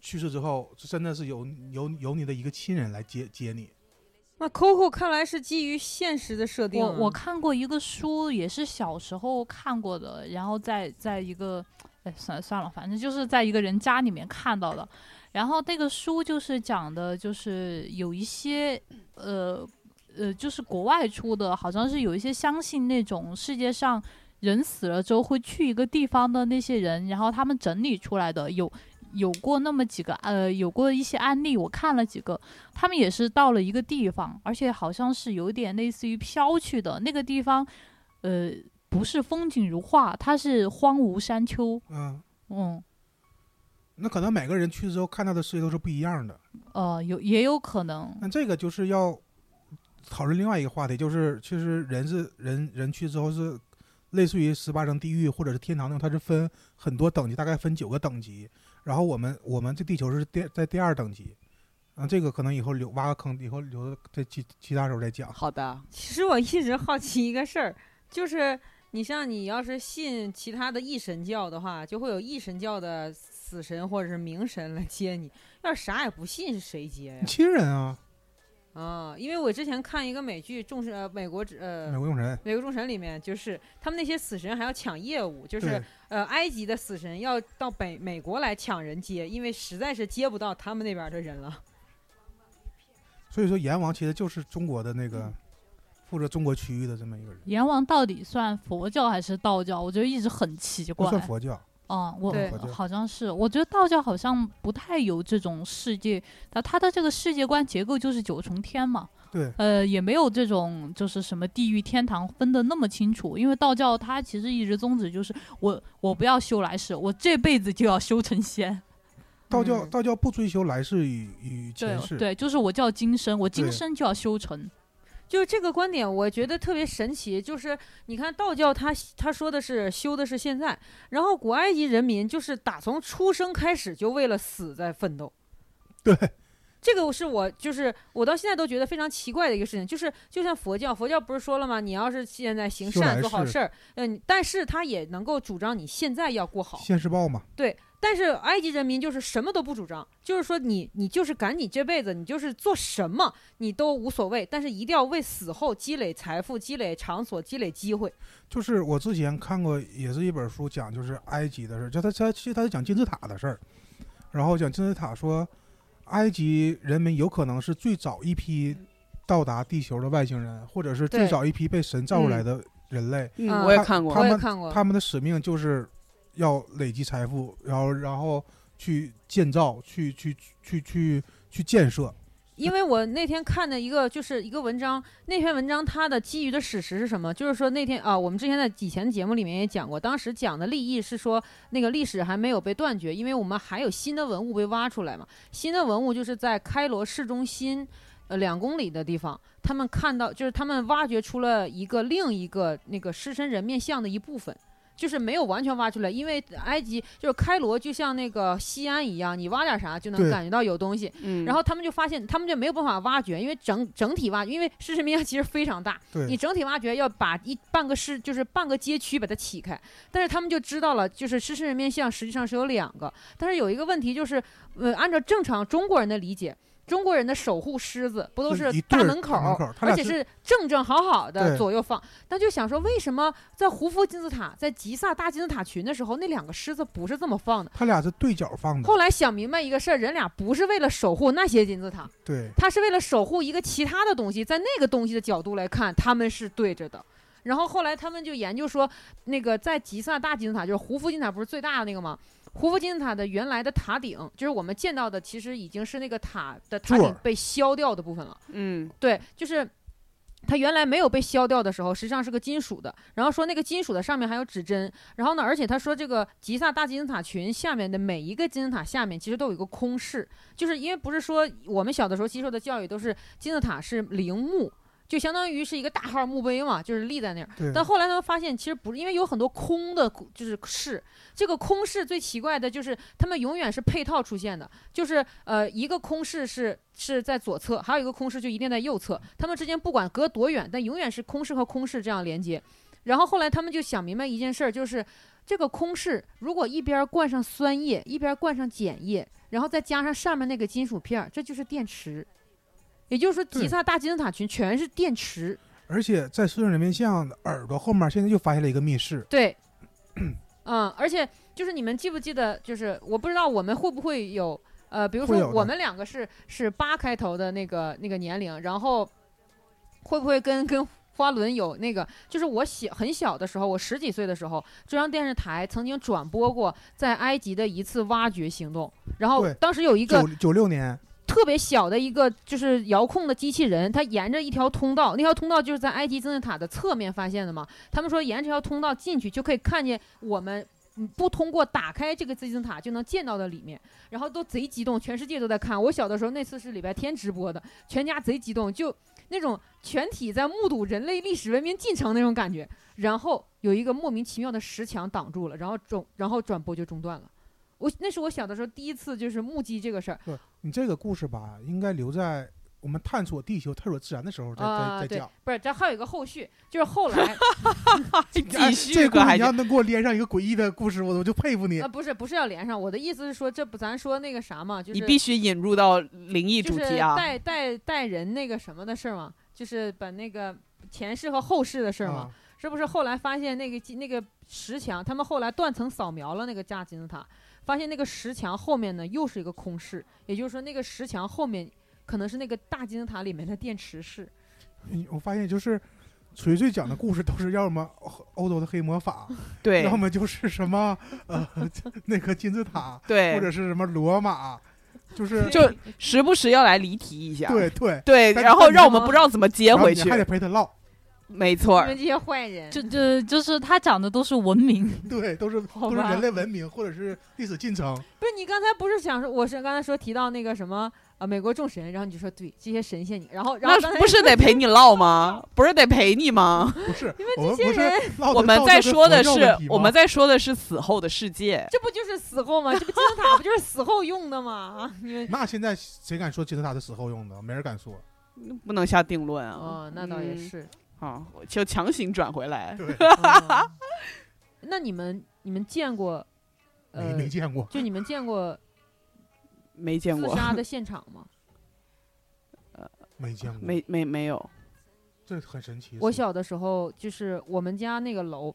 [SPEAKER 4] 去世之后，是真的是有有有你的一个亲人来接接你。
[SPEAKER 3] 那 Coco 看来是基于现实的设定啊、
[SPEAKER 1] 我我看过一个书，也是小时候看过的，然后在在一个，哎，算了算了，反正就是在一个人家里面看到的。然后那个书就是讲的，就是有一些呃呃，就是国外出的，好像是有一些相信那种世界上人死了之后会去一个地方的那些人，然后他们整理出来的有。有过那么几个呃，有过一些案例，我看了几个，他们也是到了一个地方，而且好像是有点类似于飘去的那个地方，呃，不是风景如画，它是荒芜山丘，
[SPEAKER 4] 嗯，
[SPEAKER 1] 嗯，
[SPEAKER 4] 那可能每个人去之后看到的世界都是不一样的。
[SPEAKER 1] 呃，有也有可能，
[SPEAKER 4] 那这个就是要讨论另外一个话题，就是其实人是人人去之后是类似于十八层地狱或者是天堂那种，它是分很多等级，大概分九个等级。然后我们我们这地球是第在第二等级，啊，这个可能以后留挖个坑，以后留着在其其他时候再讲。
[SPEAKER 2] 好的，
[SPEAKER 3] 其实我一直好奇一个事儿，就是你像你要是信其他的异神教的话，就会有异神教的死神或者是冥神来接你；要是啥也不信，是谁接呀 *laughs*
[SPEAKER 4] 你？亲人啊，
[SPEAKER 3] 啊，因为我之前看一个美剧《众神》呃，美国之呃
[SPEAKER 4] 美国众神，
[SPEAKER 3] 美国众神里面，就是他们那些死神还要抢业务，就是
[SPEAKER 4] 对，
[SPEAKER 3] 呃，埃及的死神要到北美国来抢人接，因为实在是接不到他们那边的人了。
[SPEAKER 4] 所以说阎王其实就是中国的那个负责中国区域的这么一个人，
[SPEAKER 1] 阎王到底算佛教还是道教？我觉得一直很奇
[SPEAKER 4] 不
[SPEAKER 1] 怪。
[SPEAKER 4] 算佛教。
[SPEAKER 1] 嗯，我
[SPEAKER 3] 对
[SPEAKER 1] 我
[SPEAKER 4] 佛教
[SPEAKER 1] 好像是，我觉得道教好像不太有这种世界，它它的这个世界观结构就是九重天嘛，
[SPEAKER 4] 对，
[SPEAKER 1] 呃，也没有这种就是什么地狱天堂分得那么清楚，因为道教它其实一直宗旨就是我我不要修来世，我这辈子就要修成仙。
[SPEAKER 4] 道教
[SPEAKER 3] 嗯
[SPEAKER 4] 道教不追求来世与与
[SPEAKER 1] 对
[SPEAKER 4] 前世，
[SPEAKER 1] 对，就是我叫今生，我今
[SPEAKER 4] 对
[SPEAKER 1] 生就要修成。
[SPEAKER 3] 就是这个观点，我觉得特别神奇。就是你看道教他，他说的是修的是现在，然后古埃及人民就是打从出生开始就为了死在奋斗。
[SPEAKER 4] 对，
[SPEAKER 3] 这个是我就是我到现在都觉得非常奇怪的一个事情，就是就像佛教，佛教不是说了吗？你要是现在行
[SPEAKER 4] 修来
[SPEAKER 3] 善做好
[SPEAKER 4] 世
[SPEAKER 3] 事儿，嗯，但是他也能够主张你现在要过好。
[SPEAKER 4] 现世报嘛，
[SPEAKER 3] 对，但是埃及人民就是什么都不主张，就是说你你就是赶你这辈子你就是做什么你都无所谓，但是一定要为死后积累财富、积累场所、积累机会。
[SPEAKER 4] 就是我之前看过，也是一本书讲就是埃及的事儿，就他他其实他是讲金字塔的事儿，然后讲金字塔说，埃及人民有可能是最早一批到达地球的外星人，或者是最
[SPEAKER 3] 对
[SPEAKER 4] 早一批被神造出来的人类，
[SPEAKER 2] 嗯，
[SPEAKER 3] 嗯
[SPEAKER 2] 我也
[SPEAKER 4] 他
[SPEAKER 2] 看过
[SPEAKER 4] 他
[SPEAKER 3] 我，也
[SPEAKER 4] 们
[SPEAKER 3] 看过，
[SPEAKER 4] 他们的使命就是要累积财富，然后然后去建造，去去去去去建设，
[SPEAKER 3] 因为我那天看的一个就是一个文章，那篇文章它的基于的史实是什么？就是说那天啊，我们之前在以前的节目里面也讲过，当时讲的立意是说那个历史还没有被断绝，因为我们还有新的文物被挖出来嘛。新的文物就是在开罗市中心，呃两公里的地方，他们看到就是他们挖掘出了一个另一个那个狮身人面像的一部分。就是没有完全挖出来，因为埃及就是开罗，就像那个西安一样，你挖点啥就能
[SPEAKER 4] 对
[SPEAKER 3] 感觉到有东西。
[SPEAKER 2] 嗯，
[SPEAKER 3] 然后他们就发现，他们就没有办法挖掘，因为整整体挖，因为狮身人面像其实非常大，你
[SPEAKER 4] 对，
[SPEAKER 3] 整体挖掘要把一半个市，就是半个街区把它起开。但是他们就知道了，就是狮身人面像实际上是有两个，但是有一个问题就是，呃，按照正常中国人的理解，中国人的守护狮子不都
[SPEAKER 4] 是
[SPEAKER 3] 是
[SPEAKER 4] 一
[SPEAKER 3] 大
[SPEAKER 4] 对儿
[SPEAKER 3] 门口
[SPEAKER 4] 大
[SPEAKER 3] 儿，
[SPEAKER 4] 门口儿他
[SPEAKER 3] 而
[SPEAKER 4] 俩
[SPEAKER 3] 且
[SPEAKER 4] 是
[SPEAKER 3] 是正正好好的
[SPEAKER 4] 对
[SPEAKER 3] 左右放。那就想说，为什么在胡夫金字塔、在吉萨大金字塔群的时候，那两个狮子不是这么放的？
[SPEAKER 4] 他俩是对角放的，
[SPEAKER 3] 后来想明白一个事儿，人俩不是为了守护那些金字塔，
[SPEAKER 4] 对
[SPEAKER 3] 他是为了守护一个其他的东西，在那个东西的角度来看，他们是对着的。然后后来他们就研究说，那个在吉萨大金字塔，就是胡夫金字塔，不是最大的那个吗？胡夫金字塔的原来的塔顶，就是我们见到的，其实已经是那个塔的塔
[SPEAKER 4] 座
[SPEAKER 3] 顶
[SPEAKER 4] 儿
[SPEAKER 3] 被削掉的部分了。
[SPEAKER 2] *laughs* 嗯，
[SPEAKER 3] 对，就是它原来没有被削掉的时候，实际上是个金属的。然后说那个金属的上面还有指针，然后呢，而且他说这个吉萨大金字塔群下面的每一个金字塔下面其实都有一个空室，就是因为不是说我们小的时候接受的教育都是金字塔是陵墓。就相当于是一个大号墓碑嘛，就是立在那儿。
[SPEAKER 4] 对，
[SPEAKER 3] 但后来他们发现，其实不是，因为有很多空的，就是室。这个空室最奇怪的就是，他们永远是配套出现的，就是呃，一个空室是是在左侧，还有一个空室就一定在右侧，他们之间不管隔多远，但永远是空室和空室这样连接。然后后来他们就想明白一件事儿，就是这个空室如果一边灌上酸液，一边灌上碱液，然后再加上上面那个金属片儿，这就是电池。也就是说，吉
[SPEAKER 4] 对
[SPEAKER 3] 萨大金字塔群全是电池。
[SPEAKER 4] 而且在狮身人面像的耳朵后面，现在又发现了一个密室， *clears throat*
[SPEAKER 3] 对，嗯，而且就是你们记不记得，就是我不知道我们会不会有，呃，比如
[SPEAKER 4] 会有
[SPEAKER 3] 说
[SPEAKER 4] 的
[SPEAKER 3] 我们两个是是八开头的那个那个年龄，然后会不会跟跟花轮有那个？就是我小很小的时候，我十几岁的时候，中央电视台曾经转播过在埃及的一次挖掘行动，然后
[SPEAKER 4] 对
[SPEAKER 3] 当时有一个
[SPEAKER 4] 九九六年，
[SPEAKER 3] 特别小的一个就是遥控的机器人，它沿着一条通道，那条通道就是在埃及金字塔的侧面发现的嘛。他们说沿着这条通道进去就可以看见我们。嗯不通过打开这个金字塔就能见到的里面，然后都贼激动，全世界都在看。我小的时候那次是礼拜天直播的，全家贼激动，就那种全体在目睹人类历史文明进程那种感觉。然后有一个莫名其妙的石墙挡住了，然后转然后转播就中断了。我那是我小的时候第一次就是目击这个事儿，
[SPEAKER 4] 你这个故事吧，应该留在我们探索地球、探索自然的时候再、
[SPEAKER 3] 啊，
[SPEAKER 4] 再再
[SPEAKER 3] 对
[SPEAKER 4] 讲。，
[SPEAKER 3] 不是，这还有一个后续，就是后来
[SPEAKER 4] 哎
[SPEAKER 2] 继续
[SPEAKER 4] 这故
[SPEAKER 2] 哥
[SPEAKER 4] 事
[SPEAKER 2] 还
[SPEAKER 4] 你
[SPEAKER 2] 是
[SPEAKER 4] 要能给我连上一个诡异的故事，我我就佩 *laughs* 服你。
[SPEAKER 3] 啊，不是不是要连上，我的意思是说，这不咱说那个啥嘛，就是
[SPEAKER 2] 你必须引入到灵异
[SPEAKER 3] 就
[SPEAKER 2] 主
[SPEAKER 3] 是
[SPEAKER 2] 题啊，
[SPEAKER 3] 带带带人那个什么的事儿嘛，就是把那个前世和后世的事儿嘛，
[SPEAKER 4] 啊
[SPEAKER 3] 是不是后来发现那个金那个石墙，他们后来断层扫描了那个大金字塔，发现那个石墙后面呢又是一个空室，也就是说那个石墙后面可能是那个大金字塔里面的电池室。
[SPEAKER 4] 嗯我发现就是锤锤讲的故事都是要么欧欧洲的黑魔法，
[SPEAKER 2] 对
[SPEAKER 4] 要么就是什么呃 *laughs* 那个金字塔，
[SPEAKER 2] 对
[SPEAKER 4] 或，者是什么罗马。就是
[SPEAKER 2] 就时不时要来离题一下，
[SPEAKER 4] 对对，
[SPEAKER 2] 对，
[SPEAKER 4] 但
[SPEAKER 2] 然后
[SPEAKER 4] 但你
[SPEAKER 2] 让我们
[SPEAKER 3] 要
[SPEAKER 2] 不知道怎么接
[SPEAKER 4] 然后
[SPEAKER 2] 回
[SPEAKER 4] 你
[SPEAKER 2] 去
[SPEAKER 4] 还，得陪他唠，
[SPEAKER 2] 没错
[SPEAKER 3] 你
[SPEAKER 2] 儿
[SPEAKER 3] 们，这些坏人，
[SPEAKER 1] 就就就是他讲的都是文明，
[SPEAKER 4] 对，都是
[SPEAKER 1] 好
[SPEAKER 4] 都是
[SPEAKER 1] 吧
[SPEAKER 4] 人类文明或者是历史进程，
[SPEAKER 3] 不是你刚才不是想说，我是刚才说提到那个什么啊，美国众神，然后你就说对这些神仙你，然后然后刚
[SPEAKER 2] 那
[SPEAKER 3] 才
[SPEAKER 2] 不是得陪
[SPEAKER 3] *laughs*
[SPEAKER 2] 你唠吗？不是得陪你吗？
[SPEAKER 4] 不是
[SPEAKER 3] 因为，
[SPEAKER 4] 我们
[SPEAKER 3] 这些
[SPEAKER 4] 不是唠的
[SPEAKER 2] 我们
[SPEAKER 4] 道
[SPEAKER 2] 在
[SPEAKER 4] 教跟
[SPEAKER 2] 说的
[SPEAKER 4] 佛教
[SPEAKER 2] 是
[SPEAKER 4] 问题，
[SPEAKER 2] 我
[SPEAKER 4] 吗
[SPEAKER 2] 们在说的是死后的世界。
[SPEAKER 3] 这不就是死后吗？这不金字塔不就是死后用的吗？ *laughs* 啊，你们
[SPEAKER 4] 那现在谁敢说金字塔是死后用的？没人敢说。
[SPEAKER 2] 不能下定论啊。
[SPEAKER 3] 哦，那倒也
[SPEAKER 2] 嗯。
[SPEAKER 3] 是。
[SPEAKER 2] 好，我就强行转回来。
[SPEAKER 4] 对，
[SPEAKER 3] 哦 *laughs* 那你们你们见过
[SPEAKER 4] 没
[SPEAKER 3] 呃
[SPEAKER 4] 没，见过。
[SPEAKER 3] 就你们见过
[SPEAKER 2] 没见
[SPEAKER 3] 自
[SPEAKER 2] 过，
[SPEAKER 3] 杀的现场吗？
[SPEAKER 4] 没见过，
[SPEAKER 2] 没没没有。
[SPEAKER 4] 这很神奇。
[SPEAKER 3] 我
[SPEAKER 4] 是
[SPEAKER 3] 小的时候就是我们家那个楼。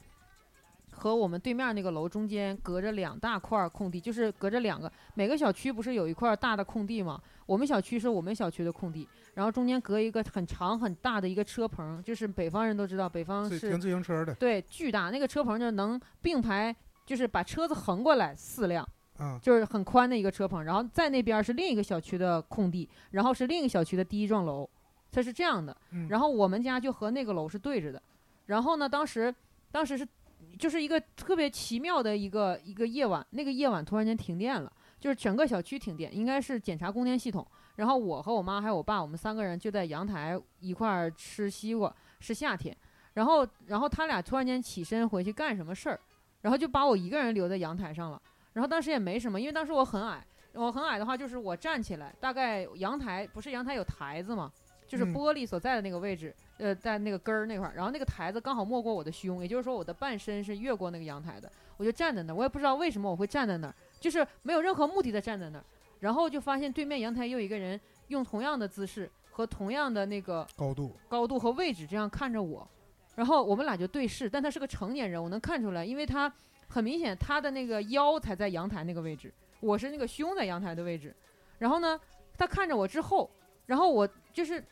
[SPEAKER 3] 和我们对面那个楼中间隔着两大块儿空地，就是隔着两个，每个小区不是有一块儿大的空地吗？我们小区是我们小区的空地，然后中间隔一个很长很大的一个车棚，就是北方人都知道，北方
[SPEAKER 4] 自
[SPEAKER 3] 是
[SPEAKER 4] 停自行车的，
[SPEAKER 3] 对，巨大，那个车棚就能并排，就是把车子横过来四辆，
[SPEAKER 4] 嗯，
[SPEAKER 3] 就是很宽的一个车棚。然后在那边是另一个小区的空地，然后是另一个小区的第一幢楼，它是这样的。
[SPEAKER 4] 嗯
[SPEAKER 3] 然后我们家就和那个楼是对着的。然后呢，当时当时是就是一个特别奇妙的一个一个夜晚，那个夜晚突然间停电了，就是整个小区停电，应该是检查供电系统。然后我和我妈还有我爸，我们三个人就在阳台一块儿吃西瓜，是夏天。然后然后他俩突然间起身回去干什么事儿，然后就把我一个人留在阳台上了。然后当时也没什么，因为当时我很矮，我很矮的话就是我站起来，大概阳台不是阳台有台子嘛，就是
[SPEAKER 4] 嗯
[SPEAKER 3] 玻璃所在的那个位置，呃，在那个根儿那块儿，然后那个台子刚好没过我的胸，也就是说我的半身是越过那个阳台的，我就站在那儿，我也不知道为什么我会站在那儿，就是没有任何目的的站在那儿，然后就发现对面阳台又有一个人用同样的姿势和同样的那个
[SPEAKER 4] 高度
[SPEAKER 3] 高度和位置这样看着我，然后我们俩就对视，但他是个成年人，我能看出来，因为他很明显他的那个腰才在阳台那个位置，我是那个胸在阳台的位置，然后呢，他看着我之后，然后我就是，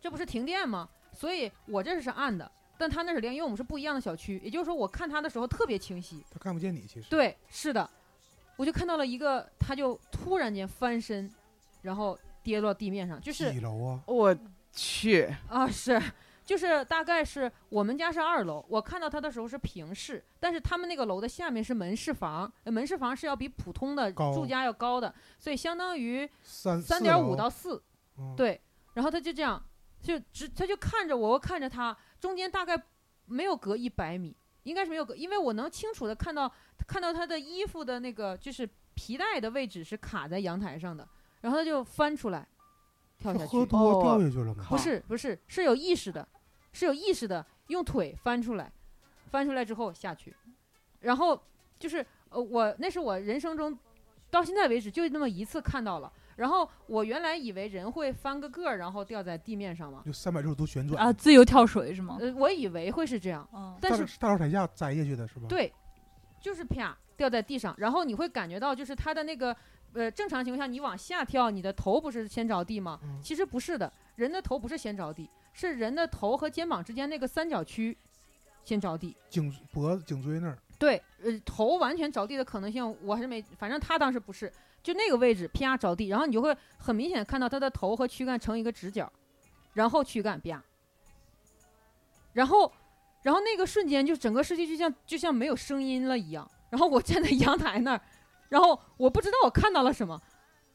[SPEAKER 3] 这不是停电吗？所以我这是暗的，但他那是亮，因为我们是不一样的小区，也就是说我看他的时候特别清晰，
[SPEAKER 4] 他看不见你，其实，
[SPEAKER 3] 对，是的，我就看到了一个，他就突然间翻身，然后跌落地面上，就是
[SPEAKER 4] 几楼啊？
[SPEAKER 2] 我去，
[SPEAKER 3] 啊，是，就是大概是我们家是二楼，我看到他的时候是平视，但是他们那个楼的下面是门市房，呃门市房是要比普通的
[SPEAKER 4] 高
[SPEAKER 3] 住家要高的，所以相当于
[SPEAKER 4] 三
[SPEAKER 3] 三
[SPEAKER 4] 四
[SPEAKER 3] 点
[SPEAKER 4] 楼
[SPEAKER 3] 五到四，
[SPEAKER 4] 嗯
[SPEAKER 3] 对。然后他就这样，就直他就看着我，我看着他，中间大概没有隔一百米，应该是没有隔，因为我能清楚的看到看到他的衣服的那个就是皮带的位置是卡在阳台上的，然后他就翻出来，跳
[SPEAKER 4] 是
[SPEAKER 3] 下去。
[SPEAKER 4] 喝多
[SPEAKER 2] 哦
[SPEAKER 4] 掉下去了吗？
[SPEAKER 3] 不是不是，是有意识的，是有意识的，用腿翻出来，翻出来之后下去，然后就是呃，我那是我人生中到现在为止就那么一次看到了。然后我原来以为人会翻个个儿，然后掉在地面上嘛，
[SPEAKER 4] 就三百六十度旋转
[SPEAKER 1] 啊，，自由跳水是吗？
[SPEAKER 3] 呃，我以为会是这样，
[SPEAKER 1] 嗯，
[SPEAKER 3] 但
[SPEAKER 4] 大
[SPEAKER 3] 是
[SPEAKER 4] 楼大楼台下栽下去的是吧？，
[SPEAKER 3] 对，就是啪掉在地上，然后你会感觉到就是它的那个呃，正常情况下你往下跳，你的头不是先着地吗？
[SPEAKER 4] 嗯
[SPEAKER 3] 其实不是的，人的头不是先着地，是人的头和肩膀之间那个三角区先着地。
[SPEAKER 4] 颈脖子颈椎那儿，
[SPEAKER 3] 对，呃，头完全着地的可能性我还是没，反正他当时不是，就那个位置啪着地，然后你就会很明显看到他的头和躯干成一个直角，然后躯干啪，然后，然后那个瞬间就整个世界就像就像没有声音了一样，然后我站在阳台那儿，然后我不知道我看到了什么，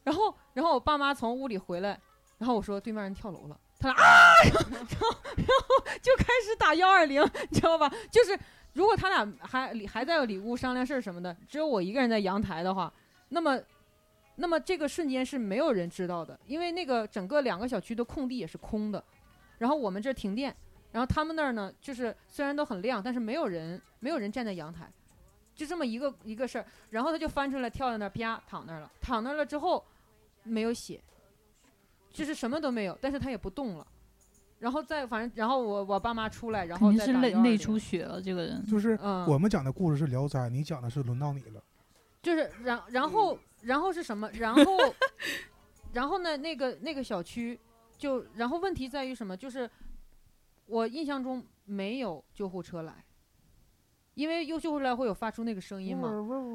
[SPEAKER 3] 然后然后我爸妈从屋里回来，然后我说对面人跳楼了，他俩啊， *laughs* 然后然后就开始打幺二零，你知道吧？就是如果他俩还还在里屋商量事儿什么的，只有我一个人在阳台的话，那么。那么这个瞬间是没有人知道的，因为那个整个两个小区的空地也是空的，然后我们这儿停电，然后他们那儿呢，就是虽然都很亮，但是没有人，没有人站在阳台，就这么一个一个事儿。然后他就翻出来，跳在那儿，啪，躺那儿了，躺那儿了之后没有血，就是什么都没有，但是他也不动了。然后再反正，然后我我爸妈出来，然
[SPEAKER 1] 肯
[SPEAKER 3] 后
[SPEAKER 1] 定
[SPEAKER 3] 再
[SPEAKER 1] 是
[SPEAKER 3] 打
[SPEAKER 1] 内
[SPEAKER 3] 120
[SPEAKER 1] 内出血了，这个人。
[SPEAKER 4] 就是
[SPEAKER 3] 嗯，
[SPEAKER 4] 我们讲的故事是《聊斋》，你讲的是轮到你了，
[SPEAKER 3] 就是然然后然后是什么？然后然后呢？那个那个小区就然后问题在于什么？就是我印象中没有救护车来，因为有救护车来会有发出那个声音嘛。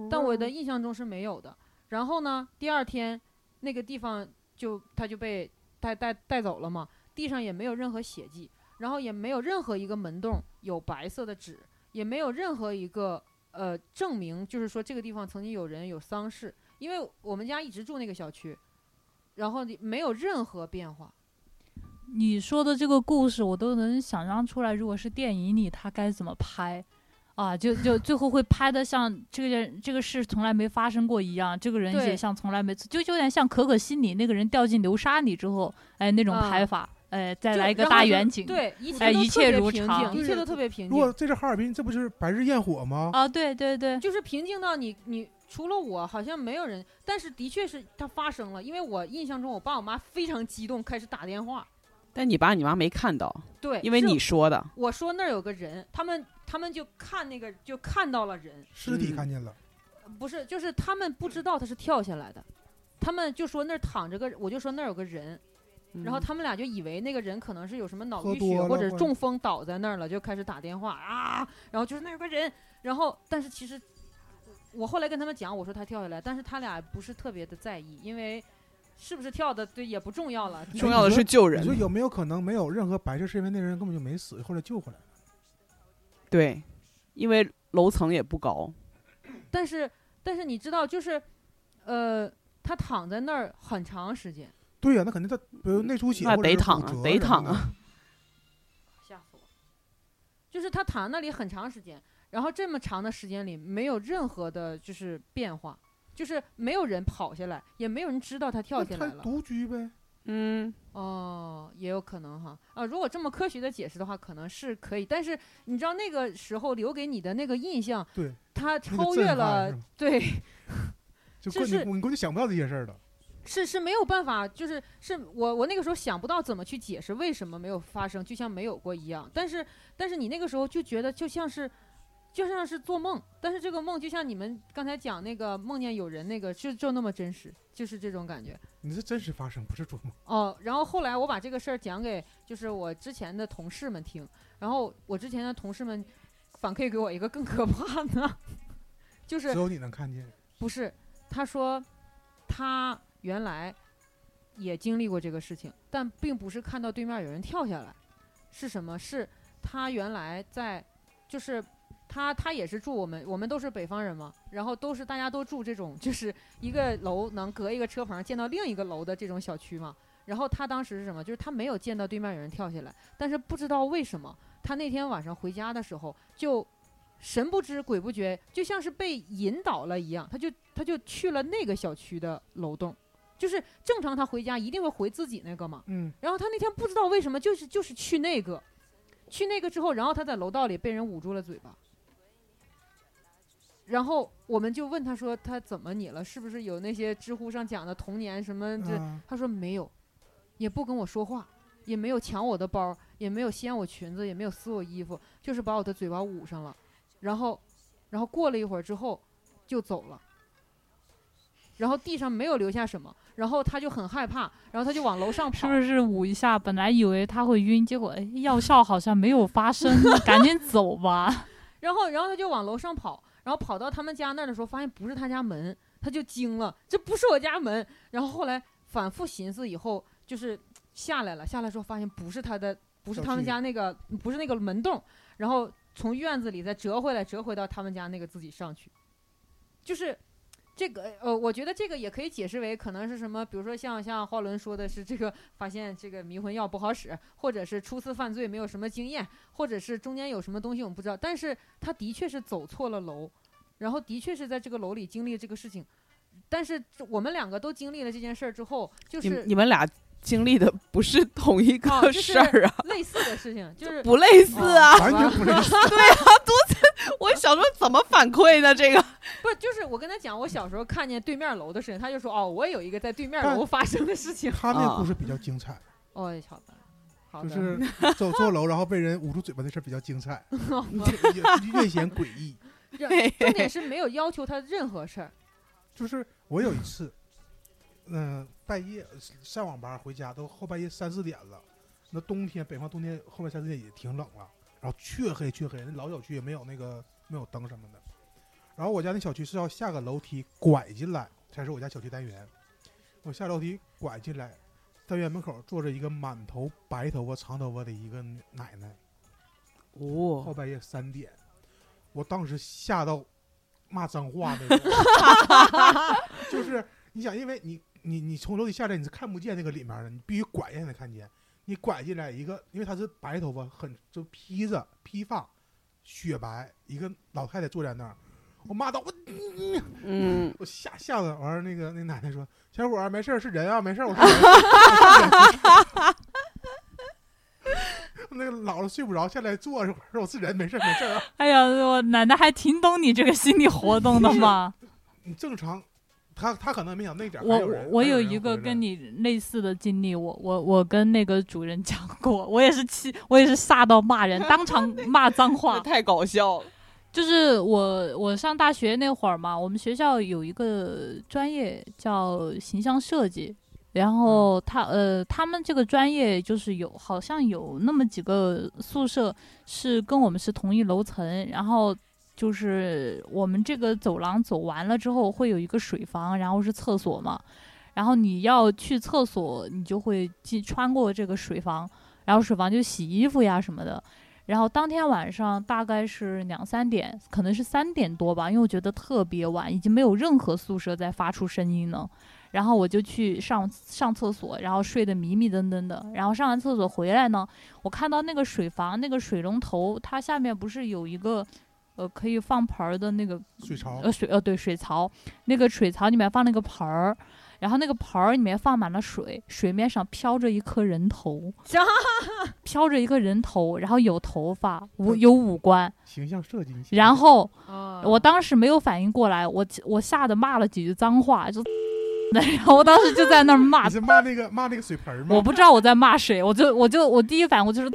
[SPEAKER 3] 但我的印象中是没有的。然后呢，第二天那个地方就他就被带带带走了嘛，地上也没有任何血迹，然后也没有任何一个门洞有白色的纸，也没有任何一个呃证明，就是说这个地方曾经有人有丧事，因为我们家一直住那个小区，然后没有任何变化。
[SPEAKER 1] 你说的这个故事，我都能想象出来，如果是电影里，他该怎么拍啊？就就最后会拍的像这个人这个事从来没发生过一样，这个人
[SPEAKER 3] 对
[SPEAKER 1] 也像从来没，就就有点像可可西里那个人掉进流沙里之后，哎那种
[SPEAKER 3] 啊
[SPEAKER 1] 拍法，哎再
[SPEAKER 3] 就
[SPEAKER 1] 来一个
[SPEAKER 3] 然后
[SPEAKER 1] 大
[SPEAKER 3] 就
[SPEAKER 1] 远景，
[SPEAKER 3] 对，一
[SPEAKER 1] 哎
[SPEAKER 3] 切都
[SPEAKER 1] 一
[SPEAKER 3] 特
[SPEAKER 1] 切
[SPEAKER 3] 别
[SPEAKER 1] 如
[SPEAKER 3] 平
[SPEAKER 1] 常
[SPEAKER 3] 静，一切都特别平
[SPEAKER 4] 如果
[SPEAKER 3] 静，
[SPEAKER 4] 这是哈尔滨，这不就是白日焰火吗？
[SPEAKER 1] 啊对对对，
[SPEAKER 3] 就是平静到你你除了我好像没有人，但是的确是它发生了，因为我印象中我爸我妈非常激动，开始打电话，
[SPEAKER 2] 但你爸你妈没看到，
[SPEAKER 3] 对，
[SPEAKER 2] 因为
[SPEAKER 3] 是
[SPEAKER 2] 你说的。
[SPEAKER 3] 我说那儿有个人，他们他们就看那个就看到了人，
[SPEAKER 4] 尸体
[SPEAKER 2] 嗯
[SPEAKER 4] 看见了，
[SPEAKER 3] 不是，就是他们不知道他是跳下来的，他们就说那儿躺着个，我就说那儿有个人，然
[SPEAKER 2] 嗯
[SPEAKER 3] 后他们俩就以为那个人可能是有什么脑
[SPEAKER 4] 喝
[SPEAKER 3] 淤
[SPEAKER 4] 多
[SPEAKER 3] 血
[SPEAKER 4] 了
[SPEAKER 3] 或者
[SPEAKER 4] 或者
[SPEAKER 3] 中风倒在那儿了，就开始打电话啊，然后就是那有个人，然后但是其实我后来跟他们讲，我说他跳下来，但是他俩不是特别的在意，因为是不是跳的对也不重要了，
[SPEAKER 2] 重要的是救
[SPEAKER 4] 你说
[SPEAKER 2] 人，
[SPEAKER 4] 有没有可能没有任何白色身份那人根本就没死，后来救回来了？
[SPEAKER 2] 对，因为楼层也不高，
[SPEAKER 3] 但是但是你知道就是，呃，他躺在那儿很长时间，
[SPEAKER 4] 对呀、那肯定他比如内出血
[SPEAKER 2] 那
[SPEAKER 4] 或者
[SPEAKER 2] 得
[SPEAKER 4] 是
[SPEAKER 2] 躺
[SPEAKER 4] 骨
[SPEAKER 2] 啊
[SPEAKER 4] 折
[SPEAKER 2] 得
[SPEAKER 4] 什么
[SPEAKER 2] 躺
[SPEAKER 4] 的
[SPEAKER 2] 啊。
[SPEAKER 3] 吓死我了！就是他躺那里很长时间，然后这么长的时间里没有任何的就是变化，就是没有人跑下来，也没有人知道他跳
[SPEAKER 4] 那
[SPEAKER 3] 下
[SPEAKER 4] 他
[SPEAKER 3] 来了。
[SPEAKER 4] 独居呗，
[SPEAKER 2] 嗯，
[SPEAKER 3] 哦，也有可能哈啊！如果这么科学的解释的话，可能是可以。但是你知道那个时候留给你的那个印象，
[SPEAKER 4] 对，
[SPEAKER 3] 他
[SPEAKER 4] 那个
[SPEAKER 3] 超
[SPEAKER 4] 震
[SPEAKER 3] 越
[SPEAKER 4] 撼
[SPEAKER 3] 了
[SPEAKER 4] 是，吧
[SPEAKER 3] 对，这
[SPEAKER 4] 就关你
[SPEAKER 3] 是
[SPEAKER 4] 你估计想不到这些事儿了。
[SPEAKER 3] 是是没有办法，就是是我我那个时候想不到怎么去解释为什么没有发生，就像没有过一样。但是但是你那个时候就觉得就像是就像是做梦，但是这个梦就像你们刚才讲那个梦见有人那个就就那么真实，就是这种感觉。
[SPEAKER 4] 你是真实发生，不是做梦。
[SPEAKER 3] 哦，然后后来我把这个事儿讲给就是我之前的同事们听，然后我之前的同事们反馈给我一个更可怕的， *laughs* 就是
[SPEAKER 4] 只有你能看见。
[SPEAKER 3] 不是，他说他原来也经历过这个事情，但并不是看到对面有人跳下来，是什么？是他原来在，就是他他也是住我们，我们都是北方人嘛，然后都是大家都住这种，就是一个楼能隔一个车棚见到另一个楼的这种小区嘛。然后他当时是什么？就是他没有见到对面有人跳下来，但是不知道为什么，他那天晚上回家的时候就神不知鬼不觉，就像是被引导了一样，他就他就去了那个小区的楼栋，就是正常他回家一定会回自己那个嘛。
[SPEAKER 4] 嗯，
[SPEAKER 3] 然后他那天不知道为什么，就是就是去那个，去那个之后，然后他在楼道里被人捂住了嘴巴。然后我们就问他说他怎么你了？是不是有那些知乎上讲的童年什么这
[SPEAKER 1] 嗯
[SPEAKER 3] *laughs*
[SPEAKER 4] 啊
[SPEAKER 3] 他说没有，也不跟我说话，也没有抢我的包，也没有掀我裙子，也没有撕我衣服，就是把我的嘴巴捂上了。然后，然后过了一会儿之后就走了。然后地上没有留下什么，然后他就很害怕，然后他就往楼上跑。
[SPEAKER 1] 是不是捂一下？本来以为他会晕，结果哎药效好像没有发
[SPEAKER 3] *laughs*
[SPEAKER 1] 生，赶紧走吧。 *laughs*
[SPEAKER 3] 然后，然后他就往楼上跑，然后跑到他们家那儿的时候，发现不是他家门，他就惊了，这不是我家门。然后后来反复寻思以后，就是下来了，下来之后发现不是他的，不是
[SPEAKER 4] 小
[SPEAKER 3] 他们
[SPEAKER 4] 区
[SPEAKER 3] 家那个，不是那个门洞，然后从院子里再折回来，折回到他们家那个自己上去，就是。这个呃，我觉得这个也可以解释为可能是什么，比如说像像花轮说的是这个发现这个迷魂药不好使，或者是初次犯罪没有什么经验，或者是中间有什么东西我们不知道，但是他的确是走错了楼，然后的确是在这个楼里经历这个事情，但是这我们两个都经历了这件事儿之后，就
[SPEAKER 2] 你
[SPEAKER 3] 是
[SPEAKER 2] 你们俩经历的不是同一
[SPEAKER 3] 啊就
[SPEAKER 2] 个
[SPEAKER 3] 是
[SPEAKER 2] 事儿啊，
[SPEAKER 3] 类似的事情，就是哦
[SPEAKER 2] 不类似啊。
[SPEAKER 4] 完全不认识。
[SPEAKER 3] *laughs*
[SPEAKER 2] 我想说怎么反馈呢？这个
[SPEAKER 3] 不就是我跟他讲，我小时候看见对面楼的事情，他就说哦，我也有一个在对面楼发生的事情。 *laughs*
[SPEAKER 4] 他那
[SPEAKER 2] 啊
[SPEAKER 4] 个故事比较精彩，
[SPEAKER 3] 哦，好的，好
[SPEAKER 4] 就
[SPEAKER 3] 的，*laughs*
[SPEAKER 4] 是 *laughs* 走错楼然后被人捂住嘴巴的事儿比较精彩，也略显诡异。
[SPEAKER 3] 重点是没有要求他任何事儿。
[SPEAKER 4] 就是我有一次，嗯、半夜上网吧回家都后半夜三四点了，那冬天北方冬天后半夜三四点也挺冷了，然后黢黑黢黑，那老小区也没有那个没有灯什么的，然后我家那小区是要下个楼梯拐进来才是我家小区单元，我下楼梯拐进来，在院门口坐着一个满头白头发、长头发的一个奶奶。后
[SPEAKER 2] 哦，
[SPEAKER 4] 半夜三点，我当时吓到骂脏话那种，就是你想，因为你你你从楼底下来，你是看不见那个里面的，你必须拐进来才看见。你拐进来一个，因为她是白头发，很就披着披发，雪白，一个老太太坐在那儿，我骂到我
[SPEAKER 2] 嗯，
[SPEAKER 4] 我吓吓得完了，那个那奶奶说：“小伙儿没事儿，是人啊，没事儿，我是人。我是人”那个老了睡不着，下来坐着，我说我是人，没事儿没事儿啊。
[SPEAKER 1] 哎呀，我奶奶还挺懂你这个心理活动的嘛。
[SPEAKER 4] 你正常，他他可能没想那点儿。
[SPEAKER 1] 我
[SPEAKER 4] 还有
[SPEAKER 1] 我
[SPEAKER 4] 人
[SPEAKER 1] 我
[SPEAKER 4] 还有
[SPEAKER 1] 有
[SPEAKER 4] 人
[SPEAKER 1] 一个
[SPEAKER 4] 回来
[SPEAKER 1] 跟你类似的经历，我我我跟那个主人讲过，我也是气，我也是吓到骂人，当场骂脏话
[SPEAKER 2] 这。太搞笑了。
[SPEAKER 1] 就是我我上大学那会儿嘛，我们学校有一个专业叫形象设计，然后他呃他们这个专业就是有好像有那么几个宿舍是跟我们是同一楼层，然后。就是我们这个走廊走完了之后，会有一个水房，然后是厕所嘛。然后你要去厕所，你就会进穿过这个水房，然后水房就洗衣服呀什么的。然后当天晚上大概是两三点，可能是三点多吧，因为我觉得特别晚，已经没有任何宿舍在发出声音了。然后我就去上上厕所，然后睡得迷迷瞪瞪的。然后上完厕所回来呢，我看到那个水房那个水龙头，它下面不是有一个呃可以放盆儿的那个
[SPEAKER 4] 水槽
[SPEAKER 1] 呃水呃对水槽，那个水槽里面放了个盆儿，然后那个盆儿里面放满了水，水面上飘着一颗人头，飘着一个人头，然后有头发，五有五官，
[SPEAKER 4] 形象设计，你想
[SPEAKER 1] 然后
[SPEAKER 3] 啊
[SPEAKER 1] 我当时没有反应过来，我我吓得骂了几句脏话，就， *laughs* 然后我当时就在那儿骂
[SPEAKER 4] 你，是骂那个骂那个水盆儿
[SPEAKER 1] *laughs*
[SPEAKER 4] 吗？
[SPEAKER 1] 我不知道我在骂谁，我就我就我第一反应我就是，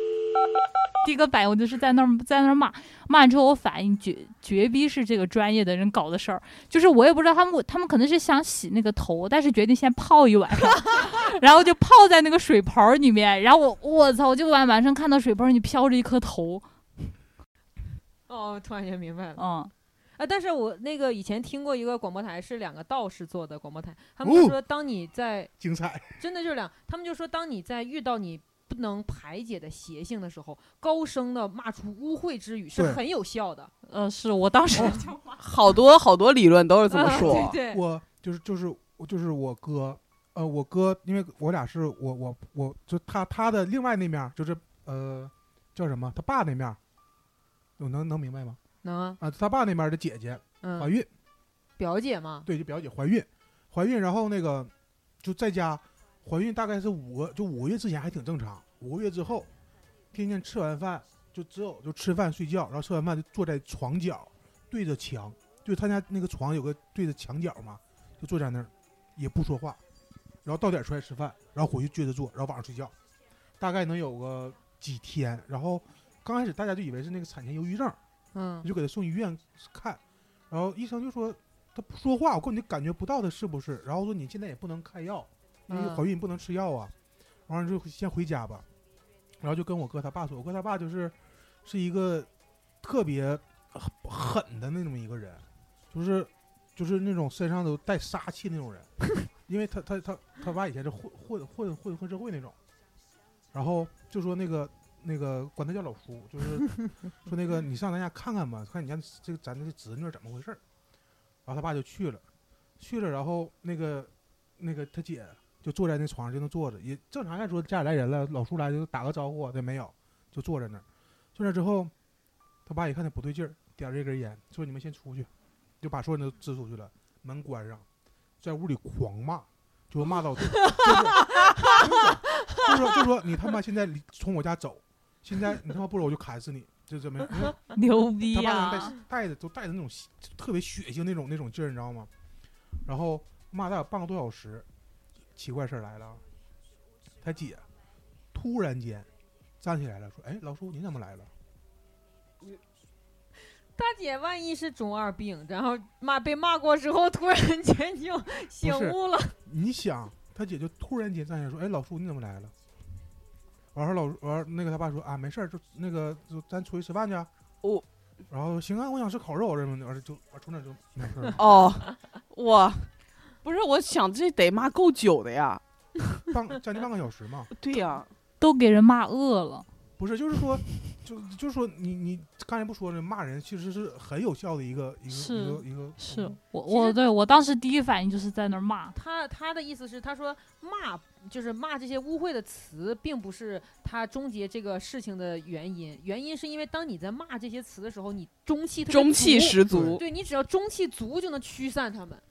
[SPEAKER 1] *laughs* 第一个反应我就是在那儿在那儿骂，骂完之后我反应绝绝逼是这个专业的人搞的事儿，就是我也不知道他们他们可能是想洗那个头，但是决定先泡一晚上， *laughs* 然后就泡在那个水盆儿里面，然后我我操，我就晚晚上看到水盆儿里飘着一颗头，
[SPEAKER 3] 哦，突然间明白了。
[SPEAKER 1] 嗯，
[SPEAKER 3] 啊，但是我那个以前听过一个广播台，是两个道士做的广播台，他们
[SPEAKER 4] 哦
[SPEAKER 3] 就说，当你在、
[SPEAKER 4] 精彩，
[SPEAKER 3] 真的就是两，他们就说，当你在遇到你不能排解的邪性的时候，高声的骂出污秽之语是
[SPEAKER 4] 对
[SPEAKER 3] 很有效的。
[SPEAKER 1] 呃，是我当
[SPEAKER 4] 哦
[SPEAKER 1] 时就
[SPEAKER 2] 好多好多理论都是这么 *laughs* 说。
[SPEAKER 3] 啊对对，
[SPEAKER 4] 我就是就是我就是我哥，呃，我哥，因为我俩是我我我就他他的另外那面儿就是呃叫什么？他爸那面儿，我能能明白吗？
[SPEAKER 3] 能啊，
[SPEAKER 4] 啊，他爸那面儿的姐姐怀
[SPEAKER 3] 嗯，
[SPEAKER 4] 孕，
[SPEAKER 3] 表姐嘛，
[SPEAKER 4] 对，就表姐怀孕，怀孕，然后那个就在家怀孕，大概是五个，就五个月之前还挺正常，五个月之后，天天吃完饭就只有就吃饭睡觉，然后吃完饭就坐在床角对着墙，就他家那个床有个对着墙角嘛，就坐在那儿也不说话，然后到点儿出来吃饭，然后回去接着做，然后晚上睡觉，大概能有个几天，然后刚开始大家就以为是那个产前忧郁症。
[SPEAKER 3] 嗯
[SPEAKER 4] 就给他送医院看，然后医生就说他不说话，我根本就感觉不到他是不是，然后说你现在也不能开药，因为
[SPEAKER 3] 嗯
[SPEAKER 4] 怀孕不能吃药啊，完了就先回家吧，然后就跟我哥他爸说，我哥他爸就是是一个特别狠的那么一个人，就是就是那种身上都带杀气那种人，因为他他他他爸以前是混混混混混社会那种，然后就说那个那个管他叫老叔，就是说那个你上咱家看看吧，看你家这个咱这个侄女怎么回事儿然后他爸就去了，去了，然后那个那个他姐就坐在那床上就能坐着，也正常来说家里来人了，老叔来就打个招呼啊，这没有，就坐在那儿。坐那儿之后，他爸一看他不对劲儿，点了一根烟，说你们先出去，就把所有人都支出去了，门关上，在屋里狂骂，就骂到 *laughs* 就是就是说就说你他妈现在离从我家走，现在你他妈不走我就砍死你，就这么样。因为
[SPEAKER 1] *laughs* 牛逼啊
[SPEAKER 4] 他
[SPEAKER 1] 呀、
[SPEAKER 4] 爸可能带带着都带着那种血特别血腥那种那种劲儿，你知道吗？然后骂大概半个多小时，奇怪事儿来了啊，他姐突然间站起来了，说：“哎，老叔你怎么来了？”
[SPEAKER 3] 大姐万一是中二病，然后骂被骂过之后，突然间就 *laughs* 醒
[SPEAKER 4] 是
[SPEAKER 3] 悟了。
[SPEAKER 4] 你想，他姐就突然间站起来说：“哎，老叔你怎么来了？”完事儿老完事儿那个他爸说：“啊，没事儿，就那个就咱出去吃饭去啊。”
[SPEAKER 2] 哦，。
[SPEAKER 4] 然后行啊，我想吃烤肉什么的，完事儿就完事儿从那就没事儿了
[SPEAKER 2] 哦，哇，不是，我想这得骂够久的呀。
[SPEAKER 4] 半将近半个小时嘛。
[SPEAKER 2] 对呀、
[SPEAKER 1] 都给人骂饿了。
[SPEAKER 4] 不是，就是说，就就是说你，你刚才不说了，骂人其实是很有效的一个一个
[SPEAKER 1] 是
[SPEAKER 4] 一个一个。
[SPEAKER 1] 是
[SPEAKER 4] 嗯
[SPEAKER 1] 我
[SPEAKER 3] 其实
[SPEAKER 1] 我对我当时第一反应就是在那儿骂，
[SPEAKER 3] 他他的意思是，他说骂就是骂这些污秽的词，并不是他终结这个事情的原因，原因是因为当你在骂这些词的时候，你中气特别
[SPEAKER 2] 中气
[SPEAKER 3] 足，
[SPEAKER 2] 十足。
[SPEAKER 3] 对你只要中气足就能驱散他们。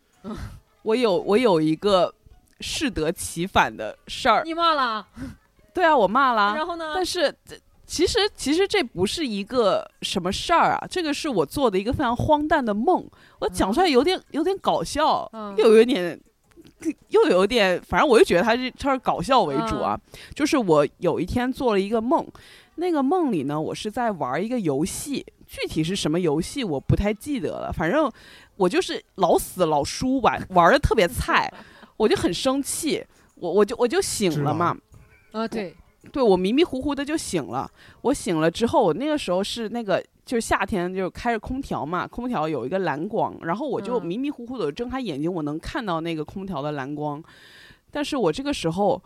[SPEAKER 2] 我有我有一个适得其反的事儿。
[SPEAKER 3] 你骂了，
[SPEAKER 2] 对啊，我骂了。
[SPEAKER 3] 然后呢？
[SPEAKER 2] 但是这其实其实这不是一个什么事儿啊，这个是我做的一个非常荒诞的梦，我讲出来有点、有点搞笑，
[SPEAKER 3] 嗯
[SPEAKER 2] 又有一点。 *clears throat* 又有点，反正我就觉得他是他是搞笑为主啊。就是我有一天做了一个梦，那个梦里呢，我是在玩一个游戏，具体是什么游戏我不太记得了。反正我就是老死老输玩玩的特别
[SPEAKER 3] *laughs*
[SPEAKER 2] 菜，我就很生气，我我就我就
[SPEAKER 4] 知
[SPEAKER 2] 醒了
[SPEAKER 4] 道
[SPEAKER 2] 嘛。
[SPEAKER 3] 啊，对，
[SPEAKER 2] 对我迷迷糊糊的就醒了。我醒了之后，我那个时候是那个就是夏天，就是开着空调嘛，空调有一个蓝光，然后我就
[SPEAKER 3] 嗯
[SPEAKER 2] 迷迷糊糊的睁开眼睛，我能看到那个空调的蓝光，但是我这个时候，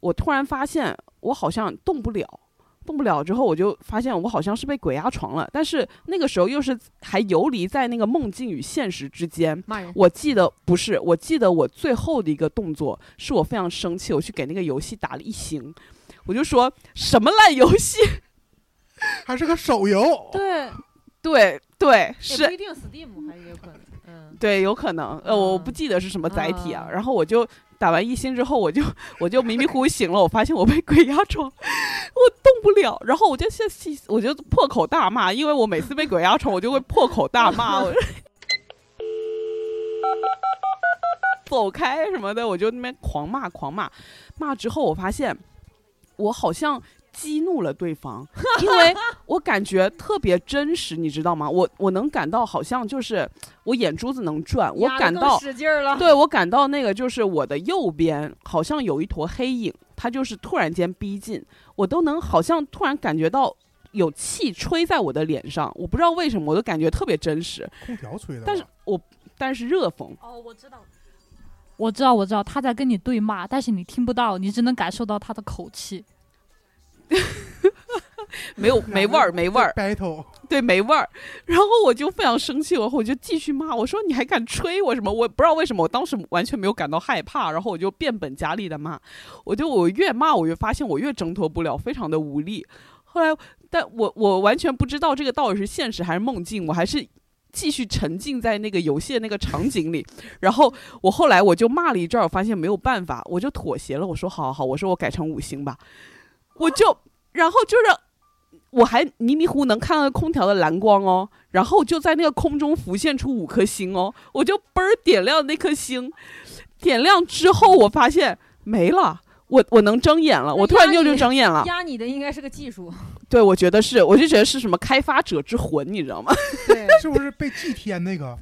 [SPEAKER 2] 我突然发现我好像动不了。动不了之后，我就发现我好像是被鬼压床了，但是那个时候又是还游离在那个梦境与现实之间，
[SPEAKER 3] 骂人。
[SPEAKER 2] 我记得不是，我记得我最后的一个动作是我非常生气，我去给那个游戏打了一星，我就说什么烂游戏？ *laughs*
[SPEAKER 4] 还是个手游。
[SPEAKER 3] 对，
[SPEAKER 2] 对对
[SPEAKER 3] 也不
[SPEAKER 2] 是，
[SPEAKER 3] 一定 Steam 还有可能，嗯，
[SPEAKER 2] 对有可能，呃，我不记得是什么载体啊。然后我就打完一星之后，我就我就迷迷糊糊醒了，我发现我被鬼压床，我 *laughs* 动不了，然后我就现气，我就破口大骂，因为我每次被鬼压床，我就会破口 *laughs* 大骂。我走开什么的，我就那边狂骂狂骂，骂之后我发现我好像激怒了对方，因
[SPEAKER 3] *laughs*
[SPEAKER 2] 为我感觉特别真实，你知道吗？我我能感到好像就是我眼珠子能转，我
[SPEAKER 3] 压得
[SPEAKER 2] 感
[SPEAKER 3] 更
[SPEAKER 2] 到
[SPEAKER 3] 使劲儿了。
[SPEAKER 2] 对我感到那个就是我的右边好像有一坨黑影，它就是突然间逼近，我都能好像突然感觉到。有气吹在我的脸上，我不知道为什么，我都感觉特别真实。
[SPEAKER 4] 空调吹的吧，
[SPEAKER 2] 但是我但是热风，
[SPEAKER 1] 哦，我知道，我知道，我知道，他在跟你对骂，但是你听不到，你只能感受到他的口气。
[SPEAKER 2] 没有没味儿，没味儿。
[SPEAKER 4] battle *laughs*
[SPEAKER 2] 对，没味儿。然后我就非常生气，我我就继续骂，我说你还敢吹我什么？我也不知道为什么，我当时完全没有感到害怕，然后我就变本加厉的骂，我就我越骂我越发现我越挣脱不了，非常的无力。后来，但我我完全不知道这个到底是现实还是梦境，我还是。继续沉浸在那个游戏的那个场景里，然后我后来我就骂了一阵儿，我发现没有办法，我就妥协了。我说好好好，我说我改成五星吧，我就然后就是我还迷迷糊糊能看到空调的蓝光哦，然后就在那个空中浮现出五颗星哦，我就嘣儿点亮那颗星，点亮之后我发现没了，我我能睁眼了，我突然就就睁眼了。
[SPEAKER 3] 压你的应该是个
[SPEAKER 2] *laughs*
[SPEAKER 3] 技术，
[SPEAKER 2] 对，我觉得是，我就觉得是什么开发者之魂，你知道吗？ *laughs*
[SPEAKER 3] 对，
[SPEAKER 4] 是不是被祭天那个？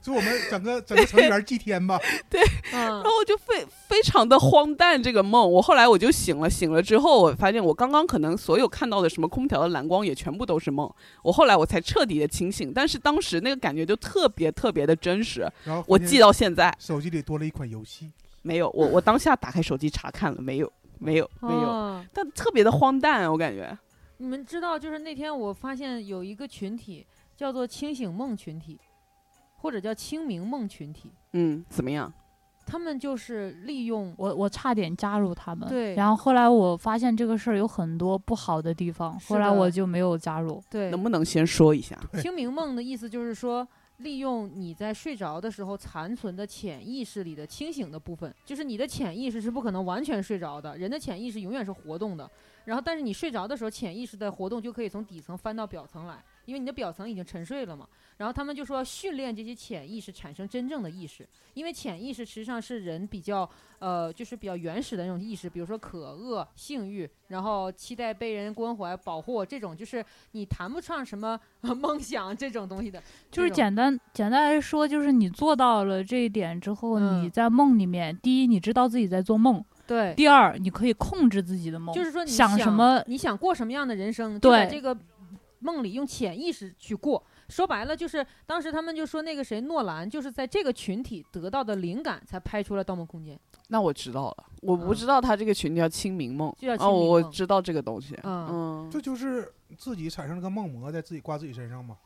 [SPEAKER 4] 就我们整个整个成员祭天吧，
[SPEAKER 3] 嗯
[SPEAKER 2] 然，后我就非非常的荒诞这个梦。我后来我就醒了，醒了之后我发现我刚刚可能所有看到的什么空调的蓝光也全部都是梦。我后来我才彻底的清醒，但是当时那个感觉就特别特别的真实，
[SPEAKER 4] 然后
[SPEAKER 2] 我
[SPEAKER 4] 发现
[SPEAKER 2] 记到现在。
[SPEAKER 4] 手机里多了一款游戏，
[SPEAKER 2] 没有，我我当下打开手机查看了，没有，没有， *laughs* 没有，
[SPEAKER 3] 哦
[SPEAKER 2] 但特别的荒诞，啊我感觉。
[SPEAKER 3] 你们知道，就是那天我发现有一个群体叫做清醒梦群体，或者叫清明梦群体，
[SPEAKER 2] 嗯，怎么样？
[SPEAKER 3] 他们就是利用
[SPEAKER 1] 我我差点加入他们，
[SPEAKER 3] 对
[SPEAKER 1] 然后后来我发现这个事儿有很多不好的地方，
[SPEAKER 3] 是
[SPEAKER 1] 后来
[SPEAKER 3] 的
[SPEAKER 1] 我就没有加入。
[SPEAKER 3] 对
[SPEAKER 2] 能不能先说一下？
[SPEAKER 4] 对
[SPEAKER 3] 清明梦的意思就是说，利用你在睡着的时候残存的潜意识里的清醒的部分，就是你的潜意识是不可能完全睡着的，人的潜意识永远是活动的。然后，但是你睡着的时候，潜意识的活动就可以从底层翻到表层来，因为你的表层已经沉睡了嘛。然后他们就说，训练这些潜意识产生真正的意识，因为潜意识实际上是人比较呃，就是比较原始的那种意识，比如说渴饿、性欲，然后期待被人关怀、保护这种，就是你谈不上什么 *laughs* 梦想这种东西的，
[SPEAKER 1] 就是
[SPEAKER 3] 这种
[SPEAKER 1] 简单简单来说，就是你做到了这一点之后，
[SPEAKER 3] 嗯
[SPEAKER 1] 你在梦里面，第一你知道自己在做梦，
[SPEAKER 3] 对，
[SPEAKER 1] 第二你可以控制自己的梦，
[SPEAKER 3] 就是说你
[SPEAKER 1] 想什么
[SPEAKER 3] 你想过什么样的人生，就
[SPEAKER 1] 对
[SPEAKER 3] 在这个梦里用潜意识去过。说白了就是，当时他们就说那个谁诺兰就是在这个群体得到的灵感，才拍出了《盗梦空间》。
[SPEAKER 2] 那我知道了，我不
[SPEAKER 3] 嗯
[SPEAKER 2] 知道他这个群叫清明梦，
[SPEAKER 3] 就叫
[SPEAKER 2] 啊，
[SPEAKER 3] 清明
[SPEAKER 2] 我
[SPEAKER 3] 梦
[SPEAKER 2] 知道这个东西，
[SPEAKER 3] 嗯
[SPEAKER 2] 嗯，
[SPEAKER 4] 这就是自己产生了个梦魔，在自己挂自己身上嘛。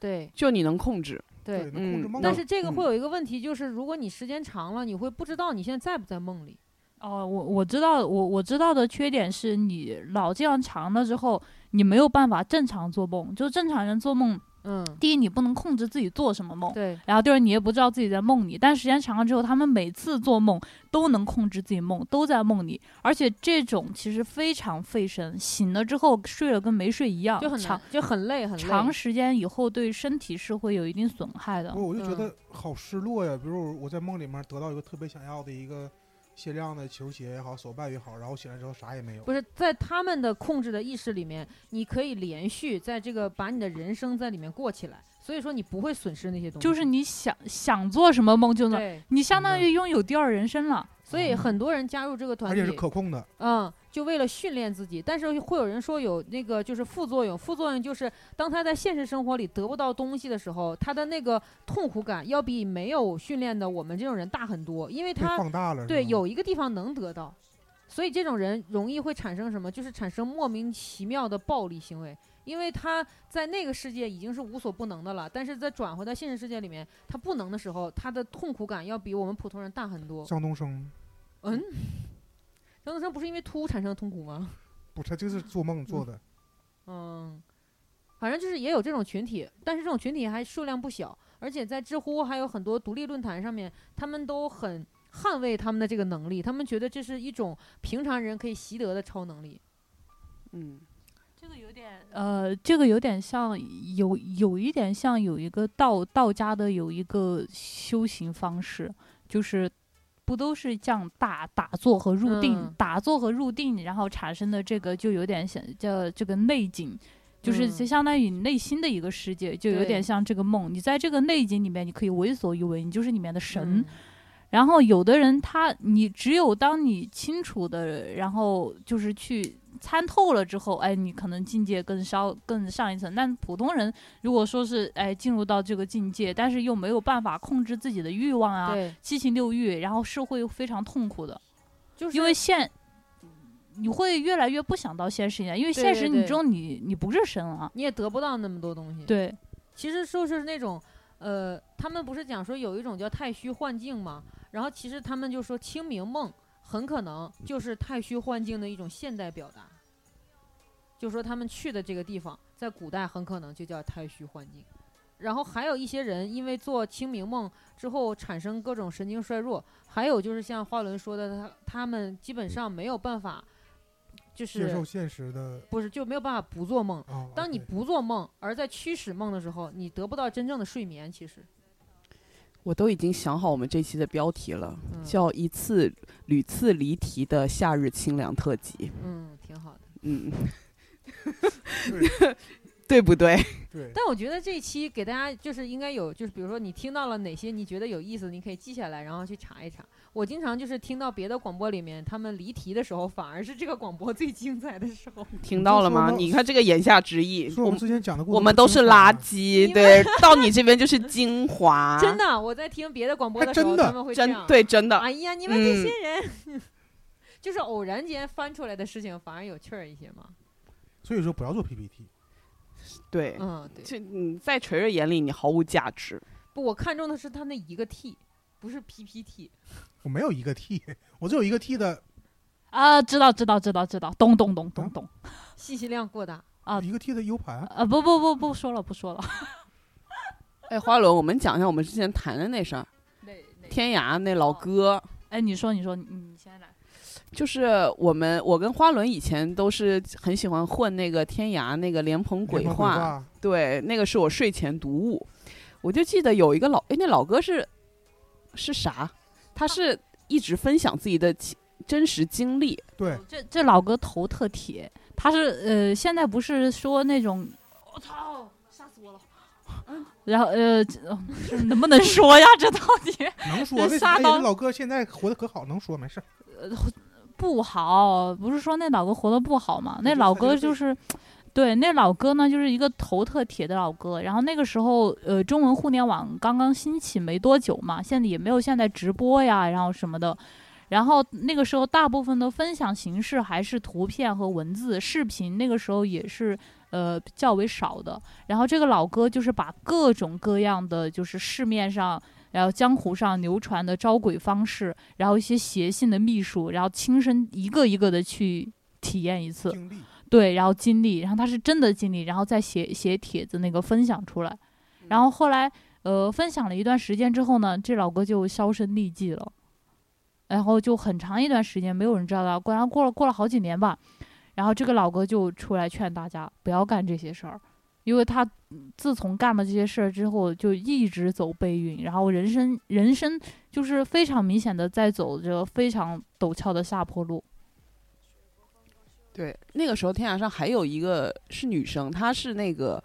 [SPEAKER 3] 对
[SPEAKER 2] 就你能控制，
[SPEAKER 4] 对，
[SPEAKER 3] 对。
[SPEAKER 4] 能控制
[SPEAKER 2] 嗯
[SPEAKER 4] 梦。
[SPEAKER 3] 但是这个
[SPEAKER 2] 嗯
[SPEAKER 3] 会有一个问题，就是如果你时间长了，你会不知道你现在在不在梦里。
[SPEAKER 1] 哦，我我知道，我我知道的缺点是你老这样长了之后，你没有办法正常做梦。就正常人做梦，
[SPEAKER 3] 嗯，
[SPEAKER 1] 第一你不能控制自己做什么梦，
[SPEAKER 3] 对，
[SPEAKER 1] 然后第二你也不知道自己在梦里。但时间长了之后，他们每次做梦都能控制自己梦，都在梦里，而且这种其实非常费神，醒了之后睡了跟没睡一样，
[SPEAKER 3] 就很
[SPEAKER 1] 长
[SPEAKER 3] 难，就很累，很累。
[SPEAKER 1] 长时间以后对身体是会有一定损害的。
[SPEAKER 4] 我我就觉得好失落呀。比如我在梦里面得到一个特别想要的一个限量的球鞋也好，手办也好，然后醒来之后啥也没有
[SPEAKER 3] 不。是在他们的控制的意识里面，你可以连续在这个把你的人生在里面过起来，所以说你不会损失那些东西。
[SPEAKER 1] 就是你想想做什么梦就能，
[SPEAKER 3] 对，
[SPEAKER 1] 你相当于拥有第二人生了。
[SPEAKER 3] 所以
[SPEAKER 4] 嗯
[SPEAKER 3] 很多人加入这个团
[SPEAKER 4] 而且是
[SPEAKER 3] 体，
[SPEAKER 4] 可控的，
[SPEAKER 3] 嗯，就为了训练自己。但是会有人说有那个就是副作用，副作用就是当他在现实生活里得不到东西的时候，他的那个痛苦感要比没有训练的我们这种人大很多，因为
[SPEAKER 4] 被
[SPEAKER 3] 他
[SPEAKER 4] 放大了。
[SPEAKER 3] 对，
[SPEAKER 4] 是吧
[SPEAKER 3] 有一个地方能得到，所以这种人容易会产生什么？就是产生莫名其妙的暴力行为，因为他在那个世界已经是无所不能的了，但是在转回到现实世界里面，他不能的时候，他的痛苦感要比我们普通人大很多。
[SPEAKER 4] 张东升，
[SPEAKER 3] 嗯，张德生不是因为秃产生痛苦吗？
[SPEAKER 4] 不是，他就是做梦
[SPEAKER 2] 嗯
[SPEAKER 4] 做的。
[SPEAKER 3] 嗯，反正就是也有这种群体，但是这种群体还数量不小，而且在知乎还有很多独立论坛上面，他们都很捍卫他们的这个能力，他们觉得这是一种平常人可以习得的超能力。
[SPEAKER 2] 嗯，
[SPEAKER 1] 这个有点，呃，这个有点像有有一点像有一个道道家的有一个修行方式，就是不都是这样打打坐和入定，
[SPEAKER 3] 嗯
[SPEAKER 1] 打坐和入定，然后产生的这个就有点像叫这个内景。就是
[SPEAKER 3] 嗯
[SPEAKER 1] 就相当于你内心的一个世界，就有
[SPEAKER 3] 对
[SPEAKER 1] 点像这个梦。你在这个内景里面，你可以为所欲为，你就是里面的神。
[SPEAKER 3] 嗯，
[SPEAKER 1] 然后有的人他，你只有当你清楚的，然后就是去参透了之后，哎，你可能境界更稍更上一层。但普通人如果说是哎进入到这个境界，但是又没有办法控制自己的欲望啊，
[SPEAKER 3] 对，
[SPEAKER 1] 七情六欲，然后是会非常痛苦的，
[SPEAKER 3] 就是
[SPEAKER 1] 因为现你会越来越不想到现实一点，因为
[SPEAKER 3] 对
[SPEAKER 1] 现
[SPEAKER 3] 对
[SPEAKER 1] 实你
[SPEAKER 3] 对
[SPEAKER 1] 知道你你不是神啊，
[SPEAKER 3] 你也得不到那么多东西。，
[SPEAKER 1] 对，
[SPEAKER 3] 其实说就是那种，呃，他们不是讲说有一种叫太虚幻境吗？然后其实他们就说清明梦很可能就是太虚幻境的一种现代表达，就说他们去的这个地方，在古代很可能就叫太虚幻境。然后还有一些人因为做清明梦之后产生各种神经衰弱，还有就是像花轮说的，他他们基本上没有办法，就
[SPEAKER 4] 接受
[SPEAKER 3] 是
[SPEAKER 4] 现实的
[SPEAKER 3] 不是就没有办法不做梦，
[SPEAKER 4] 啊。
[SPEAKER 3] 当你
[SPEAKER 4] OK
[SPEAKER 3] 不做梦，而在驱使梦的时候，你得不到真正的睡眠。其实，
[SPEAKER 2] 我都已经想好我们这期的标题了，
[SPEAKER 3] 嗯
[SPEAKER 2] 叫一次屡次离题的夏日清凉特辑，
[SPEAKER 3] 嗯，挺好的。
[SPEAKER 2] 嗯，
[SPEAKER 4] 对
[SPEAKER 2] *laughs* 对不对？
[SPEAKER 4] 对，
[SPEAKER 3] 但我觉得这一期给大家就是应该有，就是比如说你听到了哪些你觉得有意思，你可以记下来，然后去查一查。我经常就是听到别的广播里面他们离题的时候，反而是这个广播最精彩的时候。
[SPEAKER 2] 听到了吗？
[SPEAKER 4] 你就说到
[SPEAKER 2] 你看这个言下之意，
[SPEAKER 4] 说
[SPEAKER 2] 我
[SPEAKER 4] 我
[SPEAKER 2] 们
[SPEAKER 4] 们之前讲的故事，
[SPEAKER 2] 我们都是垃。圾，
[SPEAKER 3] 因为
[SPEAKER 2] 对，到你这边就是精华，
[SPEAKER 3] *laughs* 真的，我在听别的广播
[SPEAKER 4] 啊
[SPEAKER 3] 的
[SPEAKER 4] 还
[SPEAKER 3] 时候，
[SPEAKER 4] 真嗯的
[SPEAKER 3] 他们会这
[SPEAKER 2] 真
[SPEAKER 3] 样。
[SPEAKER 2] 对真的，
[SPEAKER 3] 哎呀，你们这些人， *laughs* 就是偶然间翻出来的事情，反而有趣儿一些嘛。
[SPEAKER 4] 所以说不要做 PPT，
[SPEAKER 2] 对，
[SPEAKER 3] 嗯，对。
[SPEAKER 2] 就你在锤锤眼里你毫无价值，
[SPEAKER 3] 不，我看中的是他那一个 T，不是 PPT。
[SPEAKER 4] 我没有一个 T，我只 *laughs* 有一个 T 的
[SPEAKER 1] 啊，知道知道知道知道，懂懂懂懂
[SPEAKER 4] 啊
[SPEAKER 1] 懂，
[SPEAKER 3] 信息量过大。
[SPEAKER 1] 啊
[SPEAKER 4] 一个 T 的 U
[SPEAKER 2] 呃
[SPEAKER 4] 盘。
[SPEAKER 1] 啊不不不不说了不说了， *laughs*
[SPEAKER 2] 哎，花轮，我们讲一下我们之前谈的那事儿，
[SPEAKER 3] 那那
[SPEAKER 2] 天涯那老哥，
[SPEAKER 1] 哎，你说你说你你先来。
[SPEAKER 2] 就是我们我跟花轮以前都是很喜欢混那个天涯那个莲蓬鬼
[SPEAKER 4] 联邦
[SPEAKER 2] 话，
[SPEAKER 4] 话，
[SPEAKER 2] 对，那个是我睡前读物。我就记得有一个老，哎，那老哥是是啥？他是一直分享自己的亲真实经历， *laughs*
[SPEAKER 4] 对，
[SPEAKER 1] 这这老哥头特铁，他是呃，现在不是说那种，我、操，吓死我了。 *laughs* 然后呃，这哦是能不能说呀？这到底
[SPEAKER 4] 能说
[SPEAKER 1] 这
[SPEAKER 4] 为什么？
[SPEAKER 1] 仨
[SPEAKER 4] 哎，
[SPEAKER 1] 刀
[SPEAKER 4] 这老哥现在活得可好，能说没事儿。
[SPEAKER 1] 不好？不是说那老哥活得不好嘛？那
[SPEAKER 4] 就
[SPEAKER 1] 老
[SPEAKER 4] 是
[SPEAKER 1] 哥
[SPEAKER 4] 这
[SPEAKER 1] 就是，对，那老哥呢，就是一个头特铁的老哥。然后那个时候，呃，中文互联网刚刚兴起没多久嘛，现在也没有现在直播呀，然后什么的。然后那个时候，大部分的分享形式还是图片和文字，视频那个时候也是呃较为少的。然后这个老哥就是把各种各样的，就是市面上。然后江湖上流传的招鬼方式，然后一些邪性的秘术，然后亲身一个一个的去体验一次，
[SPEAKER 4] 经历
[SPEAKER 1] 对，然后经历，然后他是真的经历，然后再写写帖子那个分享出来，然后后来呃分享了一段时间之后呢，这老哥就销声匿迹了，然后就很长一段时间没有人知道他，过然后过了过了好几年吧，然后这个老哥就出来劝大家不要干这些事儿，因为他自从干了这些事儿之后，就一直走背运，然后人生人生就是非常明显的在走着非常陡峭的下坡路。
[SPEAKER 2] 对，那个时候天涯上还有一个是女生，她是那个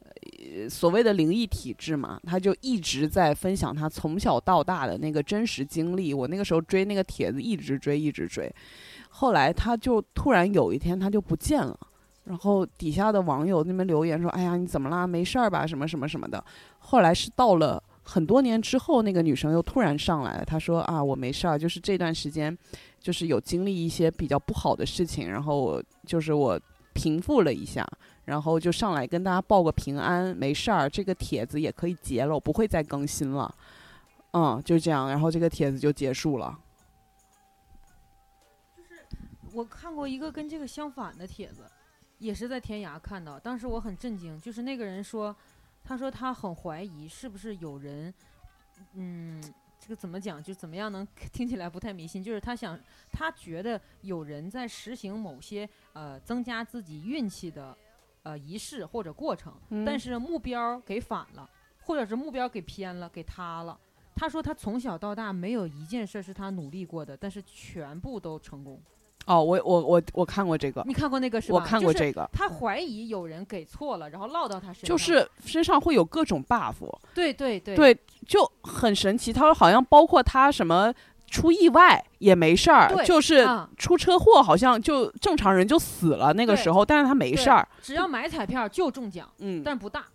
[SPEAKER 2] 呃所谓的灵异体质嘛，她就一直在分享她从小到大的那个真实经历。我那个时候追那个帖子，一直追，一直追。后来她就突然有一天，她就不见了。然后底下的网友那边留言说：“哎呀，你怎么啦？没事儿吧？什么什么什么的。”后来是到了很多年之后，那个女生又突然上来了，她说：“啊，我没事儿，就是这段时间就是有经历一些比较不好的事情，然后我就是我平复了一下，然后就上来跟大家报个平安，没事儿，这个帖子也可以截了，我不会再更新了。嗯，就这样，然后这个帖子就结束了。
[SPEAKER 3] 我看过一个跟这个相反的帖子，也是在天涯看到，当时我很震惊，就是那个人说，他说他很怀疑是不是有人，嗯，这个怎么讲，就怎么样能 *laughs* 听起来不太迷信，就是他想，他觉得有人在实行某些呃增加自己运气的呃仪式或者过程，但
[SPEAKER 2] 嗯
[SPEAKER 3] 是目标儿给反了，或者是目标儿给偏了，给塌了。他说他从小到大没有一件事儿是他努力过的，但是全部都成功。
[SPEAKER 2] 哦，我我我我看过这个，
[SPEAKER 3] 你看过那嗯个是吧？
[SPEAKER 2] 我看过
[SPEAKER 3] 就是
[SPEAKER 2] 这个，
[SPEAKER 3] 他怀疑有人给错了，然后落到他身上。
[SPEAKER 2] 就是身上会有各种 buff，
[SPEAKER 3] 对对对
[SPEAKER 2] 对，就很神奇。他说好像包括他什么出意外也没事儿，
[SPEAKER 3] 对
[SPEAKER 2] 就是
[SPEAKER 3] 啊
[SPEAKER 2] 出车祸好像就正常人就死了那个
[SPEAKER 3] 对
[SPEAKER 2] 时候，但是他没
[SPEAKER 3] 对
[SPEAKER 2] 事儿。
[SPEAKER 3] 只要买彩票就中奖，
[SPEAKER 2] 嗯，
[SPEAKER 3] 但不大。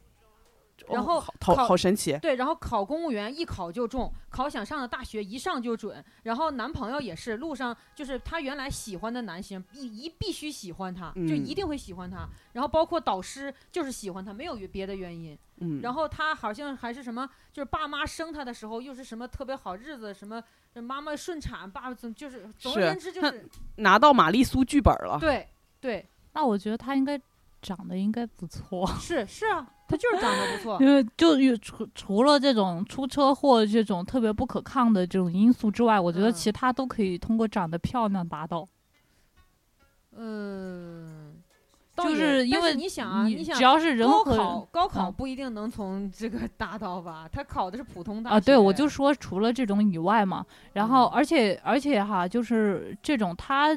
[SPEAKER 2] 哦
[SPEAKER 3] 然后
[SPEAKER 2] 好好
[SPEAKER 3] 考
[SPEAKER 2] 好神奇。
[SPEAKER 3] 对，然后考公务员一考就中，考想上的大学一上就准。然后男朋友也是，路上就是他原来喜欢的男星，必一必须喜欢他，就
[SPEAKER 2] 嗯
[SPEAKER 3] 一定会喜欢他。然后包括导师就是喜欢他，没有别的原因。
[SPEAKER 2] 嗯，
[SPEAKER 3] 然后他好像还是什么，就是爸妈生他的时候又是什么特别好日子，什么妈妈顺产，爸爸总就是总而
[SPEAKER 2] 是
[SPEAKER 3] 言之就
[SPEAKER 2] 那
[SPEAKER 3] 是
[SPEAKER 2] 拿到玛丽苏剧本
[SPEAKER 1] 啊
[SPEAKER 2] 了。
[SPEAKER 3] 对对
[SPEAKER 1] 那我觉得他应该长得应该不错， *laughs*
[SPEAKER 3] 是是啊，他就是长得不错
[SPEAKER 1] 因为就有除除了这种出车祸这种特别不可抗的这种因素之外，我觉得
[SPEAKER 3] 嗯
[SPEAKER 1] 其他都可以通过长得漂亮达到。
[SPEAKER 3] 嗯，倒
[SPEAKER 1] 就
[SPEAKER 3] 也
[SPEAKER 1] 是因
[SPEAKER 3] 但
[SPEAKER 1] 为
[SPEAKER 3] 你想啊，你想
[SPEAKER 1] 只要是人
[SPEAKER 3] 高
[SPEAKER 1] 和
[SPEAKER 3] 考高考
[SPEAKER 1] 嗯
[SPEAKER 3] 不一定能从这个达到吧？他考的是普通大学
[SPEAKER 1] 啊，对，我就说除了这种以外嘛，然后而且而且哈，就是这种他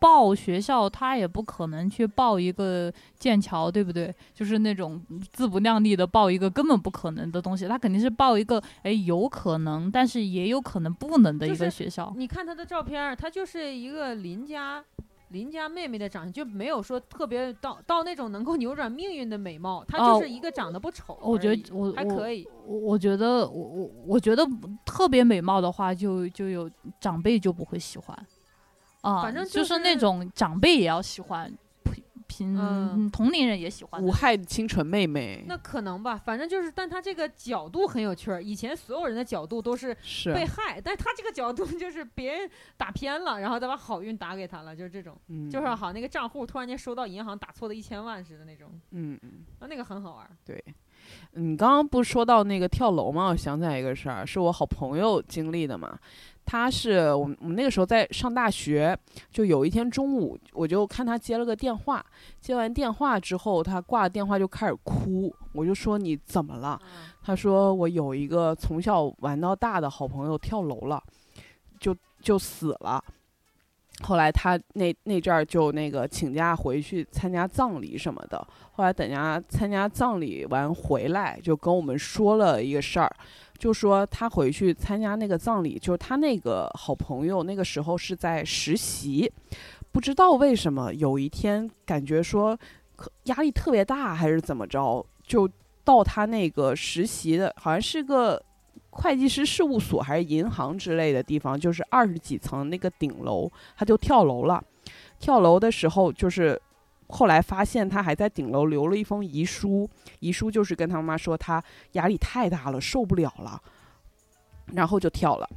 [SPEAKER 1] 报学校，他也不可能去报一个剑桥，对不对？就是那种自不量力的报一个根本不可能的东西，他肯定是报一个哎有可能，但是也有可能不能的
[SPEAKER 3] 就
[SPEAKER 1] 一个
[SPEAKER 3] 是
[SPEAKER 1] 学校。
[SPEAKER 3] 你看他的照片儿，他就是一个邻家邻家妹妹的长相，就没有说特别到到那种能够扭转命运的美貌，他
[SPEAKER 1] 哦
[SPEAKER 3] 就是一个长得不丑而已，
[SPEAKER 1] 我觉得我
[SPEAKER 3] 还
[SPEAKER 1] 我
[SPEAKER 3] 可以。
[SPEAKER 1] 我我觉得我我我觉得特别美貌的话，就就有长辈就不会喜欢，啊，
[SPEAKER 3] 反正
[SPEAKER 1] 就
[SPEAKER 3] 就是是
[SPEAKER 1] 那种长辈也要喜欢，平
[SPEAKER 3] 嗯
[SPEAKER 1] 平同龄人也喜欢的
[SPEAKER 2] 无害清纯妹妹，
[SPEAKER 3] 那可能吧，反正就是，但他这个角度很有趣儿。以前所有人的角度都是
[SPEAKER 2] 是
[SPEAKER 3] 被害，但他这个角度就是别人打偏了，然后再把好运打给他了，就是这种，
[SPEAKER 2] 嗯
[SPEAKER 3] 就是好像那个账户突然间收到银行打错的一千万似的那种，
[SPEAKER 2] 嗯嗯，
[SPEAKER 3] 那那个很好玩儿。
[SPEAKER 2] 对。你刚刚不是说到那个跳楼吗？我想起来一个事儿，是我好朋友经历的嘛。他是我们我们那个时候在上大学，就有一天中午，我就看他接了个电话，接完电话之后，他挂了电话就开始哭，我就说你怎么了？
[SPEAKER 4] 啊
[SPEAKER 2] 他说我有一个从小玩到大的好朋友跳楼了，就就死了。后来他那那阵儿就那个请假回去参加葬礼什么的。后来等家参加葬礼完回来，就跟我们说了一个事儿，就说他回去参加那个葬礼，就是他那个好朋友那个时候是在实习，不知道为什么有一天感觉说可压力特别大还是怎么着，就到他那个实习的，好像是个会计师事务所还是银行之类的地方，就是二十几层那个顶楼，他就跳楼了。跳楼的时候就是。后来发现他还在顶楼留了一封遗书，遗书就是跟他妈说他压力太大了，受不了了，然后就跳了。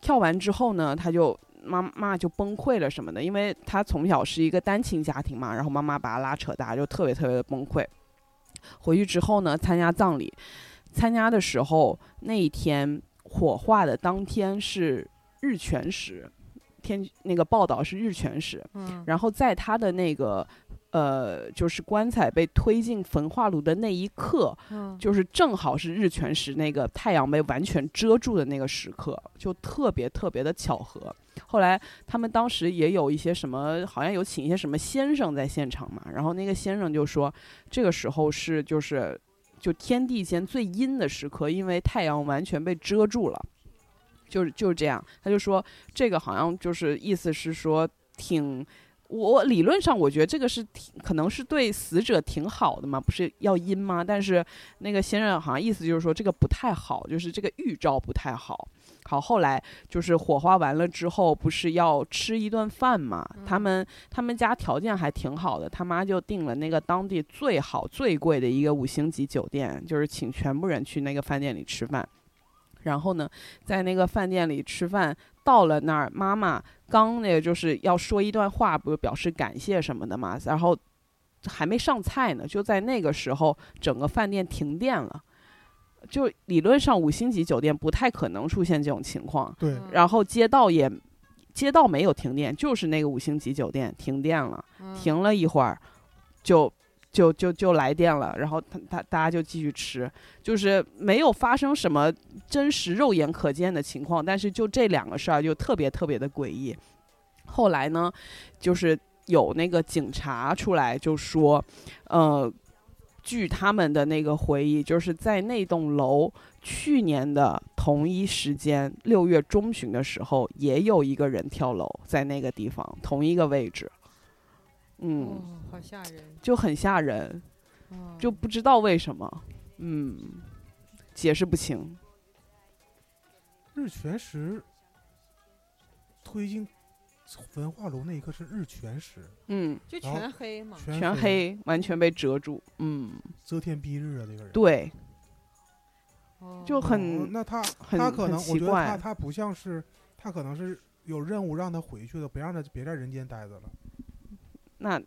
[SPEAKER 2] 跳完之后呢，他就妈妈就崩溃了什么的，因为他从小是一个单亲家庭嘛，然后妈妈把他拉扯大，就特别特别的崩溃。回去之后呢，参加葬礼，参加的时候那一天火化的当天是日全食，天那个报道是日全食，
[SPEAKER 3] 嗯，
[SPEAKER 2] 然后在他的那个呃就是棺材被推进焚化炉的那一刻，
[SPEAKER 3] 嗯
[SPEAKER 2] 就是正好是日全食那个太阳被完全遮住的那个时刻，就特别特别的巧合。后来他们当时也有一些什么，好像有请一些什么先生在现场嘛，然后那个先生就说，这个时候是就是就天地间最阴的时刻，因为太阳完全被遮住了。就是就是这样，他就说这个好像就是意思是说挺，我我理论上我觉得这个是挺可能是对死者挺好的嘛，不是要阴吗？但是那个先生好像意思就是说这个不太好，就是这个预兆不太好。好，后来就是火化完了之后，不是要吃一顿饭嘛？他们他们家条件还挺好的，他妈就订了那个当地最好最贵的一个五星级酒店，就是请全部人去那个饭店里吃饭。然后呢，在那个饭店里吃饭，到了那儿，妈妈刚那个就是要说一段话，不是表示感谢什么的嘛，然后还没上菜呢，就在那个时候，整个饭店停电了。就理论上五星级酒店不太可能出现这种情况，
[SPEAKER 3] 嗯
[SPEAKER 4] 对，
[SPEAKER 2] 然后街道也街道没有停电，就是那个五星级酒店停电了，
[SPEAKER 3] 嗯
[SPEAKER 2] 停了一会儿，就就就就来电了，然后他他大家就继续吃，就是没有发生什么真实肉眼可见的情况，但是就这两个事儿就特别特别的诡异。后来呢，就是有那个警察出来就说，呃，据他们的那个回忆，就是在那栋楼去年的同一时间，六月中旬的时候，也有一个人跳楼在那个地方同一个位置，嗯，
[SPEAKER 3] 哦，好吓人，
[SPEAKER 2] 就很吓人，
[SPEAKER 3] 哦
[SPEAKER 2] 就不知道为什么，嗯，解释不清。
[SPEAKER 4] 日全食推进焚化炉那一刻是日全食，
[SPEAKER 2] 嗯，
[SPEAKER 3] 就
[SPEAKER 4] 然后
[SPEAKER 3] 全黑嘛，
[SPEAKER 4] 全
[SPEAKER 2] 全
[SPEAKER 4] 是
[SPEAKER 2] 黑，完全被遮住。嗯，
[SPEAKER 4] 遮天蔽日啊，这个人。
[SPEAKER 2] 对，
[SPEAKER 3] 哦
[SPEAKER 2] 就
[SPEAKER 4] 哦
[SPEAKER 2] 很
[SPEAKER 4] 那他
[SPEAKER 2] 很
[SPEAKER 4] 他可
[SPEAKER 2] 很
[SPEAKER 4] 能我
[SPEAKER 2] 奇
[SPEAKER 4] 觉得他
[SPEAKER 2] 怪。
[SPEAKER 4] 他不像是他可能是有任务让他回去的，不让他别在人间待着了。
[SPEAKER 2] 那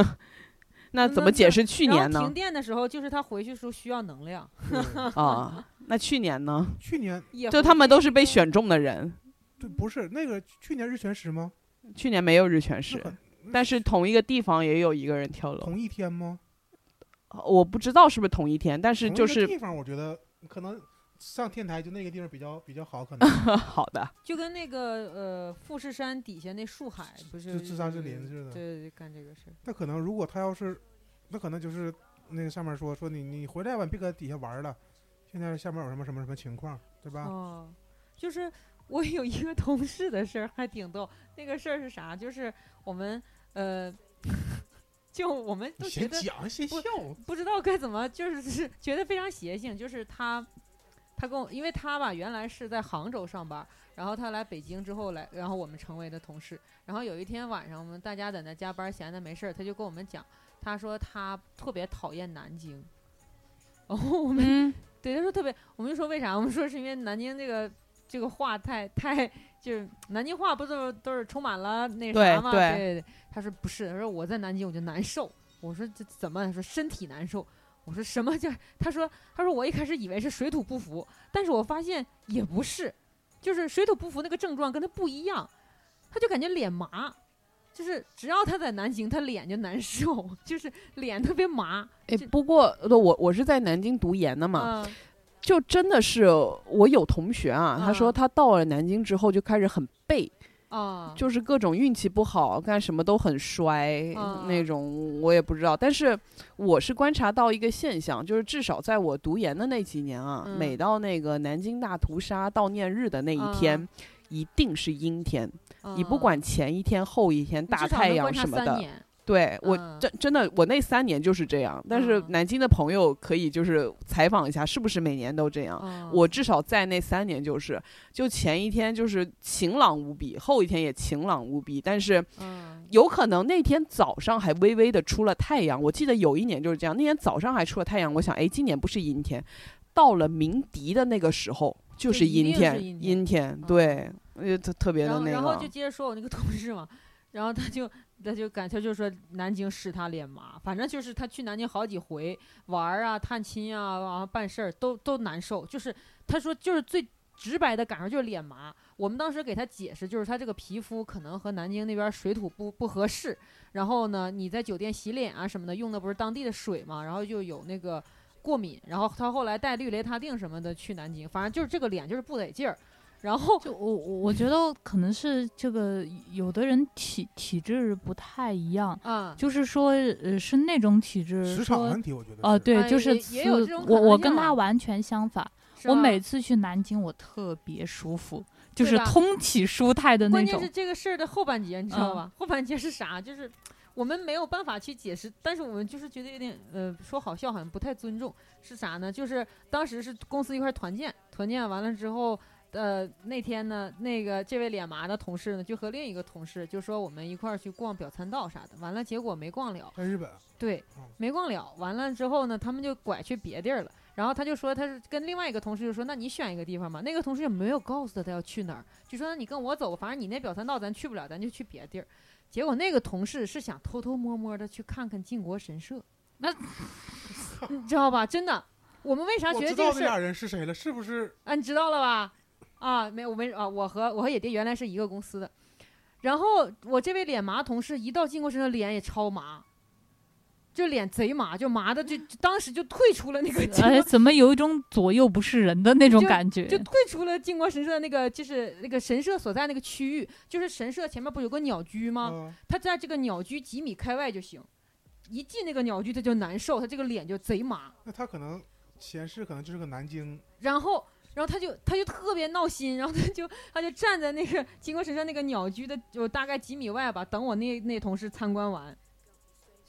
[SPEAKER 2] *laughs* 那怎
[SPEAKER 3] 那
[SPEAKER 2] 么解
[SPEAKER 3] 那
[SPEAKER 2] 释去
[SPEAKER 3] 然
[SPEAKER 2] *laughs*
[SPEAKER 3] 后
[SPEAKER 2] 年呢
[SPEAKER 3] 停？电的时候，就是他回去时候需要能量， *laughs*
[SPEAKER 4] 对
[SPEAKER 2] 啊，那去年呢？
[SPEAKER 4] 去年
[SPEAKER 3] 也
[SPEAKER 2] 就
[SPEAKER 3] 回
[SPEAKER 2] 他们
[SPEAKER 3] 去
[SPEAKER 2] 都是被
[SPEAKER 3] 嗯
[SPEAKER 2] 选中的人。
[SPEAKER 4] 对不是那个去年日全食吗？
[SPEAKER 2] 去年没有日全
[SPEAKER 4] 是
[SPEAKER 2] 食，
[SPEAKER 4] 很
[SPEAKER 2] 但是同一个地方也有一个人跳楼，
[SPEAKER 4] 同一天吗？
[SPEAKER 2] 我不知道是不是同一天，但是
[SPEAKER 4] 同一
[SPEAKER 2] 就
[SPEAKER 4] 个
[SPEAKER 2] 是
[SPEAKER 4] 地方，我觉得可能上天台就那个地方比较比较
[SPEAKER 3] *laughs*
[SPEAKER 4] 好，可能
[SPEAKER 2] *laughs* 好的。
[SPEAKER 3] 就跟那个呃富士山底下那树海不是
[SPEAKER 4] 就自杀之林
[SPEAKER 3] 是
[SPEAKER 4] 似的
[SPEAKER 3] 对，干这个事儿。
[SPEAKER 4] 那可能如果他要是，那可能就是那个上面说说你你回来吧，别搁底下玩了，现在下面有什么什么什么情况，对吧？
[SPEAKER 3] 哦，就是我有一个同事的事儿还挺逗，那个事儿是啥？就是我们呃， *laughs* 就我们
[SPEAKER 4] 你
[SPEAKER 3] 都觉
[SPEAKER 4] 先
[SPEAKER 3] 得
[SPEAKER 4] 讲先笑
[SPEAKER 3] 不，不知道该怎么，就是 *laughs* 是觉得非常邪性。就是他，他跟我，因为他吧，原来是在杭州上班，然后他来北京之后来，然后我们成为的同事。然后有一天晚上，我们大家在那加班，闲的没事儿，他就跟我们讲，他说他特别讨厌南京。 *laughs* 哦然后我们
[SPEAKER 1] 嗯，
[SPEAKER 3] 对，他说特别，我们就说为啥？我们说是因为南京这个这个话太太就是南京话不都都是充满了那
[SPEAKER 2] 对
[SPEAKER 3] 啥吗？
[SPEAKER 2] 对
[SPEAKER 3] 对对他说不是，他说我在南京我就难受。我说这怎么？他说身体难受。我说什么 *laughs* 叫？他说他说我一开始以为是水土不服，但是我发现也不是，就是水土不服那个症状跟他不一样，他就感觉脸麻。就是只要他在南京，他脸就难受， *laughs* 就是脸特别麻。
[SPEAKER 2] 哎，
[SPEAKER 3] 这
[SPEAKER 2] 不过呃我我是在南京读研的嘛，
[SPEAKER 3] 嗯
[SPEAKER 2] 就真的是我有同学啊，他说
[SPEAKER 3] 啊
[SPEAKER 2] 他到了南京之后就开始很背，
[SPEAKER 3] 啊，
[SPEAKER 2] 就是各种运气不好，干什么都很衰、
[SPEAKER 3] 啊
[SPEAKER 2] 那种，我也不知道。但是我是观察到一个现象，就是至少在我读研的那几年啊，
[SPEAKER 3] 嗯
[SPEAKER 2] 每到那个南京大屠杀悼念日的那一
[SPEAKER 3] 啊
[SPEAKER 2] 天。一定是阴天，你不
[SPEAKER 3] 嗯
[SPEAKER 2] 管前一天、后一天，
[SPEAKER 3] 你
[SPEAKER 2] 大
[SPEAKER 3] 至少
[SPEAKER 2] 太
[SPEAKER 3] 能
[SPEAKER 2] 阳
[SPEAKER 3] 观察
[SPEAKER 2] 什么
[SPEAKER 3] 三
[SPEAKER 2] 的，啊
[SPEAKER 3] 年
[SPEAKER 2] 对我
[SPEAKER 3] 嗯
[SPEAKER 2] 真真的，我那三年就是这样。但是
[SPEAKER 3] 嗯
[SPEAKER 2] 南京的朋友可以就是采访一下，是不是每年都这样？
[SPEAKER 3] 嗯
[SPEAKER 2] 我至少在那三年就是，就前一天就是晴朗无比，后一天也晴朗无比，但是
[SPEAKER 3] 嗯
[SPEAKER 2] 有可能那天早上还微微的出了太阳。我记得有一年就是这样，那天早上还出了太阳，我想，哎，今年不是阴天，到了鸣笛的那个时候就
[SPEAKER 3] 就是一
[SPEAKER 2] 阴
[SPEAKER 3] 定
[SPEAKER 2] 天，
[SPEAKER 3] 是阴天嗯
[SPEAKER 2] 阴天，对，呃，特特别
[SPEAKER 3] 然
[SPEAKER 2] 的
[SPEAKER 3] 后
[SPEAKER 2] 那个，
[SPEAKER 3] 然后就接着说我那个同事嘛，然后他就他就感他就说南京使他脸麻，反正就是他去南京好几回玩儿啊、探亲啊、然后办事儿都都难受，就是他说就是最。直白的感受就是脸麻。我们当时给他解释，就是他这个皮肤可能和南京那边儿水土不不合适。然后呢，你在酒店洗脸啊什么的，用的不是当地的水嘛，然后就有那个过敏。然后他后来带氯雷他定什么的去南京，反正就是这个脸就是不得劲儿。然后
[SPEAKER 1] *laughs* 就我我我觉得可能是这个有的人体体质不太一样，
[SPEAKER 3] 啊，
[SPEAKER 1] 就是说呃是那种体质说
[SPEAKER 4] 时场问题，我觉得
[SPEAKER 1] 哦、
[SPEAKER 4] 是
[SPEAKER 1] 对，
[SPEAKER 3] 哎
[SPEAKER 1] 就
[SPEAKER 3] 也
[SPEAKER 1] 是
[SPEAKER 3] 也有
[SPEAKER 1] 刺
[SPEAKER 3] 这种可
[SPEAKER 1] 我我
[SPEAKER 3] 能
[SPEAKER 1] 跟
[SPEAKER 3] 性
[SPEAKER 1] 他
[SPEAKER 3] 啊
[SPEAKER 1] 完全相反，
[SPEAKER 3] 是
[SPEAKER 1] 我
[SPEAKER 3] 吧
[SPEAKER 1] 每次去南京我特别舒服，就
[SPEAKER 3] 对
[SPEAKER 1] 是
[SPEAKER 3] 吧
[SPEAKER 1] 通体舒泰的那
[SPEAKER 3] 关键
[SPEAKER 1] 种
[SPEAKER 3] 是。这个事儿的后半截，你知
[SPEAKER 1] 嗯
[SPEAKER 3] 道吧？后半截是啥？就是我们没有办法去解释，但是我们就是觉得有点呃，说好笑好像不太尊重，是啥呢？就是当时是公司一块儿团建，团建完了之后。呃，那天呢，那个这位脸麻的同事呢，就和另一个同事就说我们一块儿去逛表参道啥的，完了结果没逛了，
[SPEAKER 4] 在日本，
[SPEAKER 3] 对
[SPEAKER 4] 嗯，
[SPEAKER 3] 没逛了。完了之后呢，他们就拐去别地儿了。然后他就说，他是跟另外一个同事就说，那你选一个地方吧。那个同事也没有告诉他他要去哪儿，就说那你跟我走吧，反正你那表参道咱去不了，咱就去别地儿。结果那个同事是想偷偷摸摸的去看看靖国神社，那你知道吧？真的，我们为啥
[SPEAKER 4] 我
[SPEAKER 3] 觉得
[SPEAKER 4] 知
[SPEAKER 3] 这个
[SPEAKER 4] 道
[SPEAKER 3] 事
[SPEAKER 4] 这
[SPEAKER 3] 儿
[SPEAKER 4] 俩人是谁了，是不是？
[SPEAKER 3] 啊，你知道了吧？啊，没，我们啊，我和我和野爹原来是一个公司的，然后我这位脸麻同事一到进过身的脸也超麻，就脸贼麻，就麻的就就当时就退出了那个进
[SPEAKER 1] 哎，
[SPEAKER 3] 过，
[SPEAKER 1] 怎么有一种左右不是人的那种感觉？
[SPEAKER 3] 就退出了靖国神社那个就是那个神社所在那个区域，就是神社前面不有个鸟居吗？
[SPEAKER 4] 嗯
[SPEAKER 3] 他在这个鸟居几米开外就行，一进那个鸟居他就难受，他这个脸就贼麻。
[SPEAKER 4] 那他可能前世可能就是个南京，
[SPEAKER 3] 然后，然后他就他就特别闹心， *laughs* 然后他就他就站在那个金国神社那个鸟居的就大概几米外吧，等我那那同事参观完，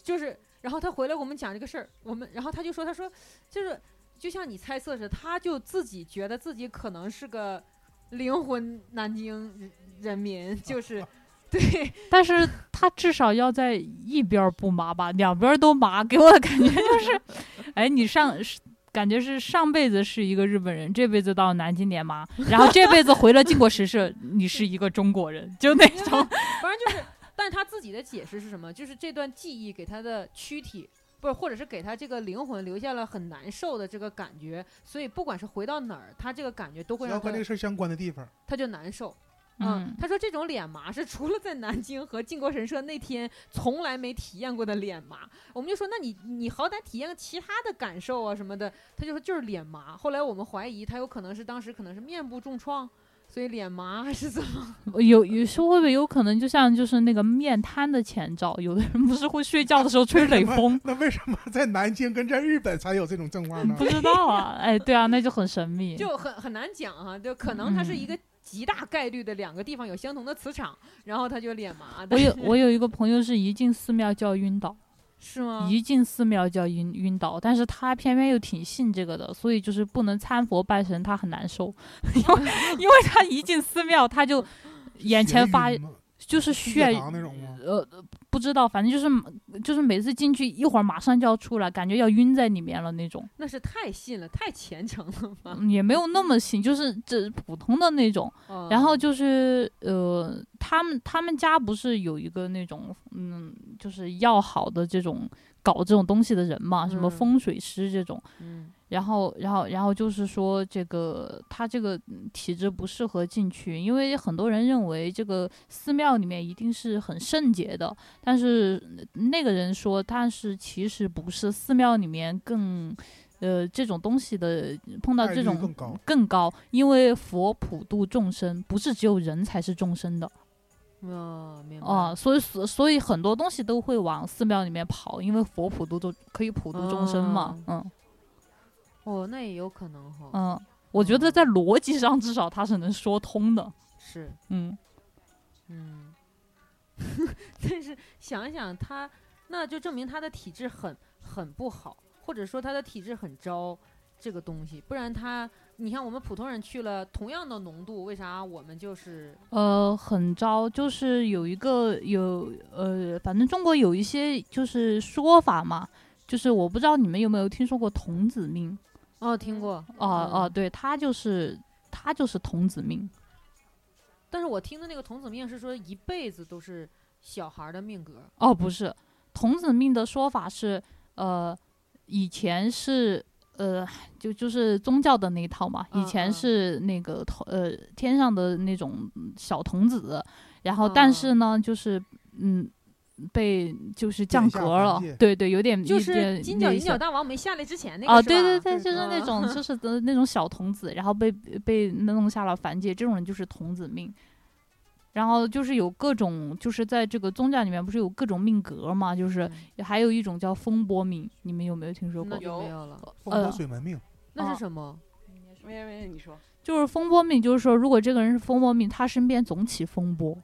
[SPEAKER 3] 就是，然后他回来我们讲这个事儿，我们然后他就说，他说就是就像你猜测似的，他就自己觉得自己可能是个灵魂南京人人民，就是。对，
[SPEAKER 1] 但是他至少要在一边儿不麻吧，两边儿都麻，给我的感觉就是，哎，你上是感觉是上辈子是一个日本人，这辈子到南京连麻，然后这辈子回了靖国神社，你是一个中国人，就那
[SPEAKER 3] *laughs*
[SPEAKER 1] 种。
[SPEAKER 3] 反正就是，但是他自己的解释是什么？就是这段记忆给他的躯体，不是，或者是给他这个灵魂留下了很难受的这个感觉，所以不管是回到哪儿，他这个感觉都会
[SPEAKER 1] 啊
[SPEAKER 4] 只要
[SPEAKER 3] 让
[SPEAKER 4] 跟
[SPEAKER 3] 他
[SPEAKER 4] 这个事儿相关的地方，
[SPEAKER 3] 他就难受。
[SPEAKER 1] 嗯，
[SPEAKER 3] 他说这种脸麻是除了在南京和靖国神社那天从来没体验过的脸麻。我们就说，那你你好歹体验个其他的感受啊什么的。他就说就是脸麻。后来我们怀疑他有可能是当时可能是面部重创，所以脸麻还是怎么？
[SPEAKER 1] 呃有有时候会不会有可能就像就是那个面瘫的前兆，有的人不是会睡觉的时候吹
[SPEAKER 4] 为
[SPEAKER 1] 冷
[SPEAKER 4] 什么 *laughs*，
[SPEAKER 1] 风
[SPEAKER 4] 那为什么在南京跟在日本才有这种症状呢？
[SPEAKER 1] 不知道啊，哎，对啊，那就很神秘。
[SPEAKER 3] 就很很难讲哈、就可能它是
[SPEAKER 1] 嗯
[SPEAKER 3] 一个极大概率的两个地方有相同的磁场，然后他就脸麻的。
[SPEAKER 1] 我
[SPEAKER 3] *laughs*
[SPEAKER 1] 有我有一个朋友是一进寺庙就要晕倒。
[SPEAKER 3] 是吗？
[SPEAKER 1] 一进寺庙就要晕晕倒，但是他偏偏又挺信这个的，所以就是不能参佛拜神，他很难受， *laughs* 因为
[SPEAKER 3] *laughs*
[SPEAKER 1] 因为他一进寺庙他就眼前发
[SPEAKER 4] 血晕吗
[SPEAKER 1] 就是
[SPEAKER 4] 血
[SPEAKER 1] 血，
[SPEAKER 4] 糖那种吗？
[SPEAKER 1] 呃不知道，反正就是就是每次进去一会儿马上就要出来，感觉要晕在里面了那种，
[SPEAKER 3] 那是太信了，太虔诚了吧？
[SPEAKER 1] 嗯也没有那么信，就是这普通的那种。
[SPEAKER 3] 嗯
[SPEAKER 1] 然后就是呃，他们他们家不是有一个那种嗯，就是要好的这种搞这种东西的人嘛，什么
[SPEAKER 3] 嗯
[SPEAKER 1] 风水师这种。
[SPEAKER 3] 嗯
[SPEAKER 1] 然后，然后，然后就是说，这个他这个嗯体质不适合进去，因为很多人认为这个寺庙里面一定是很圣洁的，但是嗯那个人说，但是其实不是，寺庙里面更，呃，这种东西的碰到
[SPEAKER 4] 概
[SPEAKER 1] 这
[SPEAKER 4] 率
[SPEAKER 1] 种嗯
[SPEAKER 4] 更高
[SPEAKER 1] 更高，因为佛普度众生，不是只有人才是众生的
[SPEAKER 3] 哦，明白。
[SPEAKER 1] 啊、所以所所以很多东西都会往寺庙里面跑，因为佛普度都可以普度众生嘛，嗯。
[SPEAKER 3] 哦，那也有可能哈、
[SPEAKER 1] 嗯，我觉得在逻辑上至少它是能说通的。
[SPEAKER 3] 是，
[SPEAKER 1] 嗯，
[SPEAKER 3] *laughs* 嗯，但是想一想他。那就证明他的体质很很不好，或者说他的体质很招这个东西。不然他，你看我们普通人去了同样的浓度，为啥我们就是
[SPEAKER 1] 呃，很招，就是有一个有呃，反正中国有一些就是说法嘛，就是我不知道你们有没有听说过童子命
[SPEAKER 3] 哦听过
[SPEAKER 1] 哦哦，
[SPEAKER 3] 嗯
[SPEAKER 1] 对，他就是他就是童子命，
[SPEAKER 3] 但是我听的那个童子命是说一辈子都是小孩儿的命格，
[SPEAKER 1] 哦，不是，童子命的说法是，呃，以前是呃，就就是宗教的那一套嘛，以
[SPEAKER 3] 嗯嗯
[SPEAKER 1] 前是那个童呃天上的那种小童子，然后但是
[SPEAKER 3] 嗯
[SPEAKER 1] 呢，就是嗯。被就是降
[SPEAKER 4] 下
[SPEAKER 1] 格
[SPEAKER 4] 凡
[SPEAKER 1] 了
[SPEAKER 4] 界，
[SPEAKER 1] 对对，有点
[SPEAKER 3] 就
[SPEAKER 1] 一
[SPEAKER 3] 是
[SPEAKER 1] 点
[SPEAKER 3] 金角
[SPEAKER 1] 那
[SPEAKER 3] 银
[SPEAKER 1] 些
[SPEAKER 3] 角大王没下来之前那个
[SPEAKER 1] 哦，
[SPEAKER 3] 是
[SPEAKER 1] 对对
[SPEAKER 3] 吧
[SPEAKER 1] 对，就是那
[SPEAKER 3] 嗯
[SPEAKER 1] 种就是的那种小童子，然后被被弄下了凡界，这种人就是童子命。然后就是有各种，就是在这个宗教里面不是有各种命格嘛？
[SPEAKER 3] 嗯
[SPEAKER 1] 就是还有一种叫风波命，你们有没有听说
[SPEAKER 3] 那
[SPEAKER 1] 过？
[SPEAKER 3] 就没
[SPEAKER 2] 有
[SPEAKER 3] 有了。
[SPEAKER 4] 风波
[SPEAKER 1] 呃
[SPEAKER 4] 水门命，
[SPEAKER 3] 那
[SPEAKER 1] 啊
[SPEAKER 3] 是什么？
[SPEAKER 2] 没没，你说
[SPEAKER 1] 就是风波命，就是说如果这个人是风波命，他身边总起风波，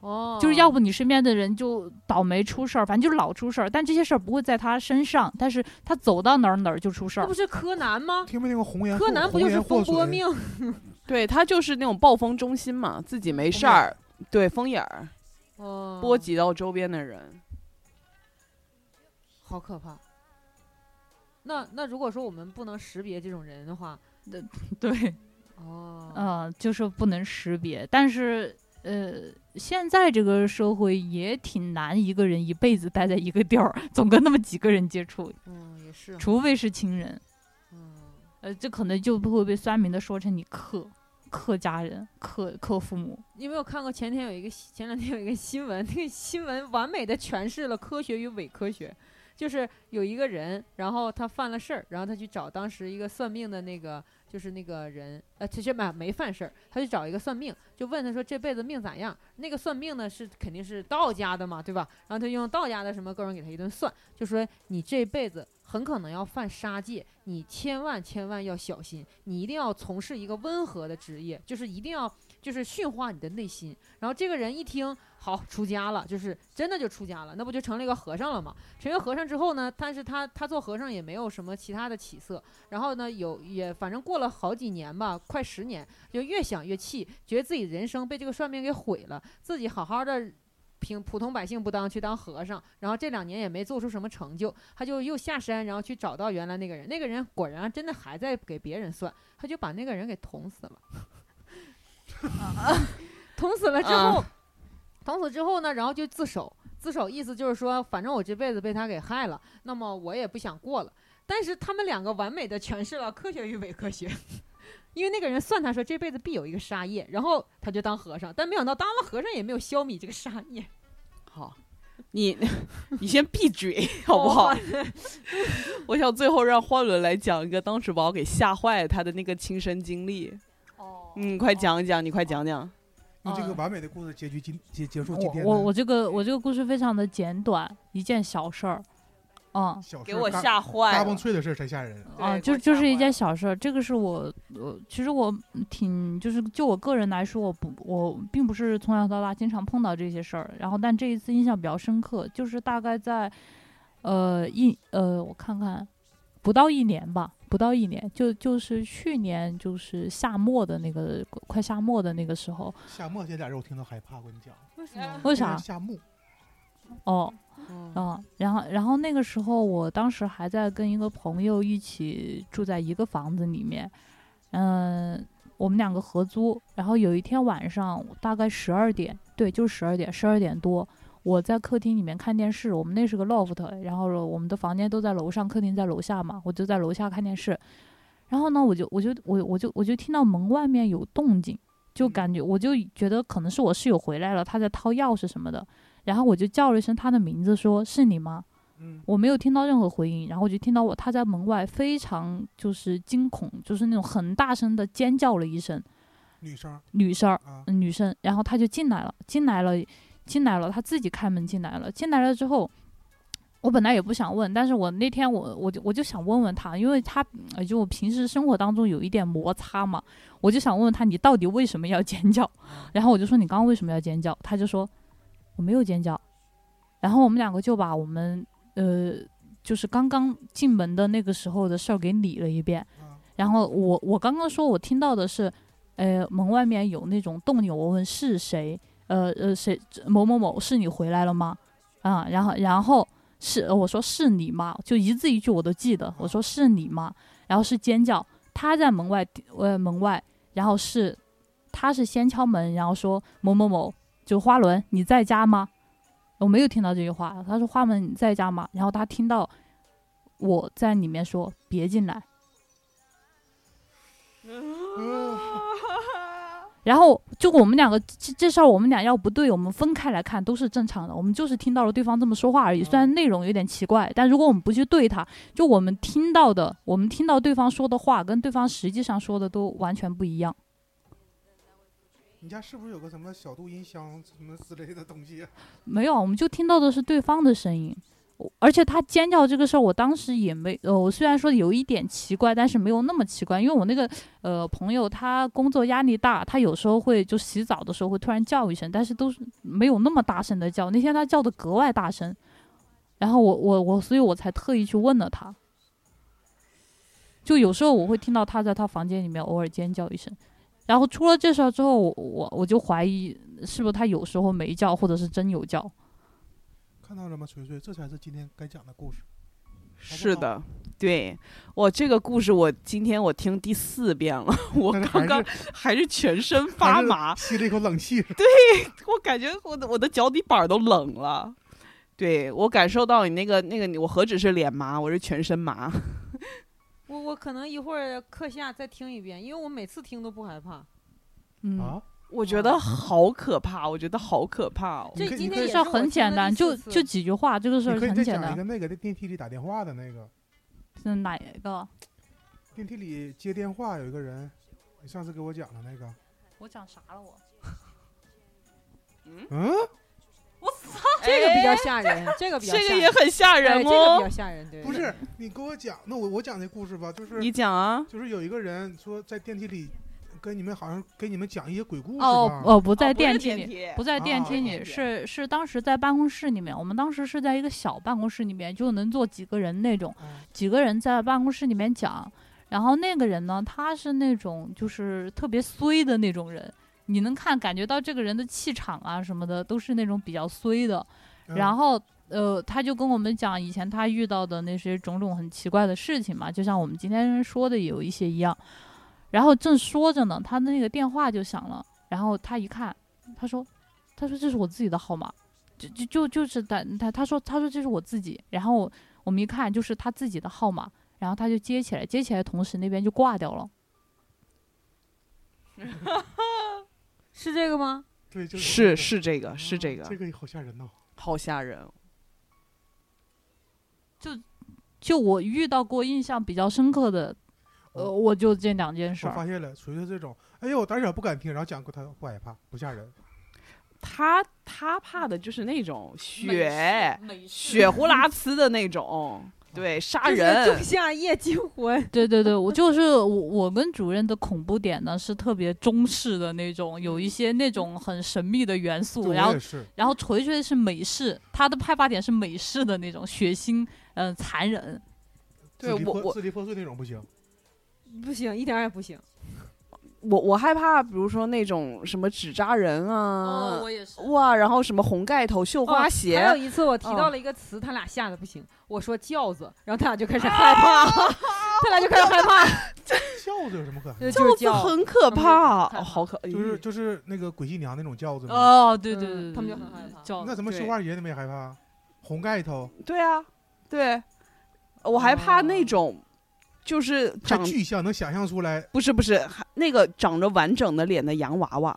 [SPEAKER 3] 哦，
[SPEAKER 1] 就是要不你身边的人就倒霉出事儿，反正就是老出事儿，但这些事儿不会在他身上，但是他走到哪儿哪儿就出事
[SPEAKER 3] 那
[SPEAKER 1] 儿
[SPEAKER 3] 不。是柯南吗？
[SPEAKER 4] 听没听过红颜祸？
[SPEAKER 3] 柯南不
[SPEAKER 4] 红
[SPEAKER 3] 就是
[SPEAKER 4] 颜祸
[SPEAKER 3] 风波
[SPEAKER 4] 水 *laughs*
[SPEAKER 3] 命？
[SPEAKER 2] 对他就是那种暴风中心嘛，自己
[SPEAKER 3] 嗯
[SPEAKER 2] 没事儿，对风眼儿
[SPEAKER 3] 哦，
[SPEAKER 2] 波及到周边的人，
[SPEAKER 3] 好可怕。那那如果说我们不能识别这种人的话，
[SPEAKER 1] 对，
[SPEAKER 3] 哦，
[SPEAKER 1] 呃，就是不能识别，但是呃，现在这个社会也挺难一个人一辈子待在一个地儿，总跟那么几个人接触，
[SPEAKER 3] 嗯，也是，
[SPEAKER 1] 除非是亲人，
[SPEAKER 3] 嗯，
[SPEAKER 1] 呃，这可能就会被酸民的说成你克克家人、克克父母。
[SPEAKER 3] 你有没有看过前天有一个新前两天有一个新闻，那个新闻完美的诠释了科学与伪科学，就是有一个人，然后他犯了事儿，然后他去找当时一个算命的那个，就是那个人，呃，其实没没犯事儿，他去找一个算命，就问他说这辈子命咋样？那个算命呢是肯定是道家的嘛，对吧？然后他就用道家的什么各种给他一顿算，就说你这辈子很可能要犯杀戒，你千万千万要小心，你一定要从事一个温和的职业，就是一定要。就是驯化你的内心。然后这个人一听，好，出家了，就是真的就出家了，那不就成了一个和尚了吗？成为和尚之后呢，但是他他做和尚也没有什么其他的起色。然后呢，有也反正过了好几年吧，快十年，就越想越气，觉得自己人生被这个算命给毁了，自己好好的。平普通百姓不当，去当和尚，然后这两年也没做出什么成就，他就又下山，然后去找到原来那个人，那个人果然真的还在给别人算，他就把那个人给捅死了。捅死了之后，捅死之后呢，然后就自首。自首意思就是说，反正我这辈子被他给害了，那么我也不想过了。但是他们两个完美的诠释了科学与伪科学，因为那个人算他说这辈子必有一个杀业，然后他就当和尚，但没想到当了和尚也没有消弭这个杀业，
[SPEAKER 2] 好。你 *laughs* 你先闭嘴好不好？ *laughs* 我想最后让花轮来讲一个当时把我给吓坏他的那个亲身经历。
[SPEAKER 1] 哦
[SPEAKER 2] 嗯，快讲一讲，你快讲讲。
[SPEAKER 4] 用这个
[SPEAKER 1] 呃
[SPEAKER 4] 完美的故事结局今结结束今
[SPEAKER 1] 我
[SPEAKER 4] 天
[SPEAKER 1] 我
[SPEAKER 4] 的
[SPEAKER 1] 我这个我这个故事非常的简短，一件小事儿，嗯。
[SPEAKER 4] 小
[SPEAKER 2] 给
[SPEAKER 4] 事儿
[SPEAKER 2] 我
[SPEAKER 4] 嘎
[SPEAKER 2] 吓坏
[SPEAKER 4] 嘎嘣
[SPEAKER 2] 了，
[SPEAKER 4] 脆的事儿才吓人。
[SPEAKER 1] 啊，
[SPEAKER 2] 对
[SPEAKER 1] 就
[SPEAKER 2] 给我
[SPEAKER 1] 就
[SPEAKER 2] 吓
[SPEAKER 1] 是一
[SPEAKER 2] 坏
[SPEAKER 1] 件
[SPEAKER 2] 了
[SPEAKER 1] 小事儿，这个是我我其实我挺就是就我个人来说，我不我并不是从小到大经常碰到这些事儿，然后但这一次印象比较深刻，就是大概在呃一呃我看看不到一年吧，不到一年，就就是去年就是夏末的那个快夏末的那个时候，
[SPEAKER 4] 夏末这俩人我听到害怕，我跟你讲，
[SPEAKER 3] 为什么？
[SPEAKER 1] 为啥
[SPEAKER 4] 夏目
[SPEAKER 1] 哦
[SPEAKER 3] 嗯
[SPEAKER 1] 嗯，然后然后那个时候，我当时还在跟一个朋友一起住在一个房子里面，嗯、我们两个合租。然后有一天晚上，大概十二点，对，就十二点，十二点多，我在客厅里面看电视。我们那是个 loft，然后我们的房间都在楼上，客厅在楼下嘛，我就在楼下看电视。然后呢，我就我就我我就我就听到门外面有动静，就
[SPEAKER 2] 嗯
[SPEAKER 1] 感觉我就觉得可能是我室友回来了，他在掏钥匙什么的。然后我就叫了一声他的名字说，是你吗？
[SPEAKER 4] 嗯，
[SPEAKER 1] 我没有听到任何回应，然后我就听到我他在门外非常就是惊恐，就是那种很大声的尖叫了一声，
[SPEAKER 4] 女生
[SPEAKER 1] 女生儿、
[SPEAKER 4] 啊，
[SPEAKER 1] 嗯女生，然后他就进来了，进来了，进来了，他自己开门进来了，进来了之后。我本来也不想问，但是我那天我我就我就想问问他，因为他呃就我平时生活当中有一点摩擦嘛，我就想问问他你到底为什么要尖叫？
[SPEAKER 4] 啊
[SPEAKER 1] 然后我就说你刚刚为什么要尖叫？他就说我没有尖叫。然后我们两个就把我们呃，就是刚刚进门的那个时候的事儿给理了一遍。
[SPEAKER 4] 啊
[SPEAKER 1] 然后我我刚刚说我听到的是，呃，门外面有那种动静，我问是谁，呃呃谁某某某是你回来了吗？啊，然后然后是呃我说是你吗？就一字一句我都记得，我说是你吗？然后是尖叫，他在门外呃门外，然后是他是先敲门，然后说某某某就花轮你在家吗？我没有听到这句话，他说花轮你在家吗？然后他听到我在里面说别进来。然后就我们两个这这事儿，我们俩要不对，我们分开来看都是正常的。我们就是听到了对方这么说话而已，虽然内容有点奇怪，但如果我们不去对他，就我们听到的，我们听到对方说的话跟对方实际上说的都完全不一样。
[SPEAKER 4] 你家是不是有个什么小度音箱什么之类的东西啊？
[SPEAKER 1] 没有，我们就听到的是对方的声音，我而且他尖叫这个事儿，我当时也没，呃，我虽然说有一点奇怪，但是没有那么奇怪，因为我那个呃朋友他工作压力大，他有时候会就洗澡的时候会突然叫一声，但是都是没有那么大声的叫，那天他叫的格外大声，然后我我我，所以我才特意去问了他，就有时候我会听到他在他房间里面偶尔尖叫一声。然后出了这事儿之后，我我我就怀疑是不是他有时候没叫，或者是真有叫。
[SPEAKER 4] 看到了吗，锤锤？这才是今天该讲的故事。
[SPEAKER 2] 是的，对我这个故事，我今天我听第四遍了， *laughs* 我
[SPEAKER 4] 但是
[SPEAKER 2] 刚刚
[SPEAKER 4] 还是
[SPEAKER 2] 还是全身发麻，
[SPEAKER 4] 吸了一口冷气。
[SPEAKER 2] 我感觉我的我的脚底板儿都冷了。对我感受到你那个那个，我何止是脸麻，我是全身麻。
[SPEAKER 3] 我我可能一会儿课下再听一遍，因为我每次听都不害怕。
[SPEAKER 1] 嗯，
[SPEAKER 4] 啊，
[SPEAKER 2] 我觉得好可怕，我觉得好可怕、哦。
[SPEAKER 4] 你
[SPEAKER 3] 这
[SPEAKER 4] 可以
[SPEAKER 3] 今天
[SPEAKER 4] 你可
[SPEAKER 1] 这
[SPEAKER 3] 也
[SPEAKER 4] 以
[SPEAKER 1] 事
[SPEAKER 3] 是
[SPEAKER 1] 儿
[SPEAKER 3] 我
[SPEAKER 1] 很
[SPEAKER 3] 听
[SPEAKER 1] 简
[SPEAKER 3] 的
[SPEAKER 1] 单，
[SPEAKER 3] 第
[SPEAKER 1] 就
[SPEAKER 3] 四次
[SPEAKER 1] 就几句话，这个事
[SPEAKER 4] 你
[SPEAKER 1] 儿
[SPEAKER 4] 可以
[SPEAKER 1] 很
[SPEAKER 4] 再
[SPEAKER 1] 简
[SPEAKER 4] 讲
[SPEAKER 1] 单。
[SPEAKER 4] 一个那个在电梯里打电话的那个，
[SPEAKER 1] 是哪一个？
[SPEAKER 4] 电梯里接电话有一个人，你上次给我讲的那个。
[SPEAKER 1] 我讲啥了我？
[SPEAKER 4] 嗯，
[SPEAKER 3] 这个比较吓人，这个比较吓
[SPEAKER 2] 这
[SPEAKER 3] 人
[SPEAKER 2] 个也很吓
[SPEAKER 3] 哎
[SPEAKER 2] 人
[SPEAKER 3] 这个
[SPEAKER 2] 哦
[SPEAKER 3] 比。较吓人，对，
[SPEAKER 4] 不是你给我讲，那我我讲这故事吧，就是
[SPEAKER 2] 你讲啊，
[SPEAKER 4] 就是有一个人说在电梯里跟你们好像给你们讲一些鬼故事吧。
[SPEAKER 1] 哦哦，不
[SPEAKER 2] 不
[SPEAKER 1] 在
[SPEAKER 2] 电
[SPEAKER 1] 梯里，
[SPEAKER 2] *laughs* 里
[SPEAKER 1] 不在电梯
[SPEAKER 2] 啊
[SPEAKER 1] 里，是是当时在办公室里面，我们当时是在一个小办公室里面，就能坐几个人那种。
[SPEAKER 4] 啊
[SPEAKER 1] 几个人在办公室里面讲，然后那个人呢，他是那种就是特别衰的那种人，你能看感觉到这个人的气场啊什么的都是那种比较衰的。
[SPEAKER 4] 嗯
[SPEAKER 1] 然后呃，他就跟我们讲以前他遇到的那些种种很奇怪的事情嘛，就像我们今天说的有一些一样。然后正说着呢，他的那个电话就响了，然后他一看，他说，他说这是我自己的号码，就就就就是他他他说他说这是我自己，然后我们一看就是他自己的号码，然后他就接起来，接起来同时那边就挂掉了。
[SPEAKER 3] *laughs* 是这个吗？
[SPEAKER 4] 对，就是这
[SPEAKER 2] 是这个是这
[SPEAKER 4] 个，
[SPEAKER 2] 个
[SPEAKER 4] 这，个好吓人呐。
[SPEAKER 2] 好吓人哦。
[SPEAKER 1] 就我遇到过印象比较深刻的，呃，我就这两件事
[SPEAKER 2] 啊
[SPEAKER 4] 我
[SPEAKER 1] 儿。
[SPEAKER 4] 发现了，锤锤这种，哎呦，我胆小不敢听，然后讲过他不害怕，不吓人。
[SPEAKER 2] 他他怕的就是那种血
[SPEAKER 1] 美
[SPEAKER 2] 血呼 *laughs* 啦呲的那种，对，杀
[SPEAKER 3] 这是 *laughs*
[SPEAKER 2] 人
[SPEAKER 3] 仲。夏夜惊魂，
[SPEAKER 1] 对对对，我就是我，我跟主任的恐怖点呢是特别中式的那种，有一些那种很神秘的元
[SPEAKER 4] 对
[SPEAKER 1] 素，
[SPEAKER 4] 我
[SPEAKER 1] 然后
[SPEAKER 4] 也是，
[SPEAKER 1] 然后锤锤是美式，他的派发点是美式的那种血腥，嗯、残忍。
[SPEAKER 2] 对
[SPEAKER 4] 支离
[SPEAKER 2] 我
[SPEAKER 4] 破
[SPEAKER 2] 我
[SPEAKER 4] 支离破碎那种不行。
[SPEAKER 3] 不行，一点儿也不行。
[SPEAKER 2] 我我害怕，比如说那种什么纸扎人
[SPEAKER 3] 哦
[SPEAKER 2] 啊，
[SPEAKER 1] 也是
[SPEAKER 2] 哇，然后什么红盖头、绣花鞋，
[SPEAKER 3] 还有一次我提到了一个词，他俩吓得不行，我说轿子，然后他俩就开始害怕，他俩就开始害 *laughs* 怕，
[SPEAKER 4] 轿子有什么可害
[SPEAKER 3] 就就是
[SPEAKER 4] 怕？
[SPEAKER 2] 这
[SPEAKER 3] 轿
[SPEAKER 2] 很可怕，
[SPEAKER 3] 他
[SPEAKER 2] 哦
[SPEAKER 3] 们就很害怕
[SPEAKER 2] 好可，
[SPEAKER 4] 就是就是那个鬼新娘那种轿子嘛。
[SPEAKER 1] 哎哦，对对对
[SPEAKER 3] 嗯
[SPEAKER 1] 对
[SPEAKER 3] 他们就很害怕
[SPEAKER 1] 叫
[SPEAKER 4] 那什么绣花鞋你们也害怕？红盖头
[SPEAKER 2] 对啊，对，我还怕那
[SPEAKER 3] 哦
[SPEAKER 2] 种，就是
[SPEAKER 4] 太
[SPEAKER 2] 长
[SPEAKER 4] 具象，能想象出来。
[SPEAKER 2] 不是不是还那个长着完整的脸的洋娃娃，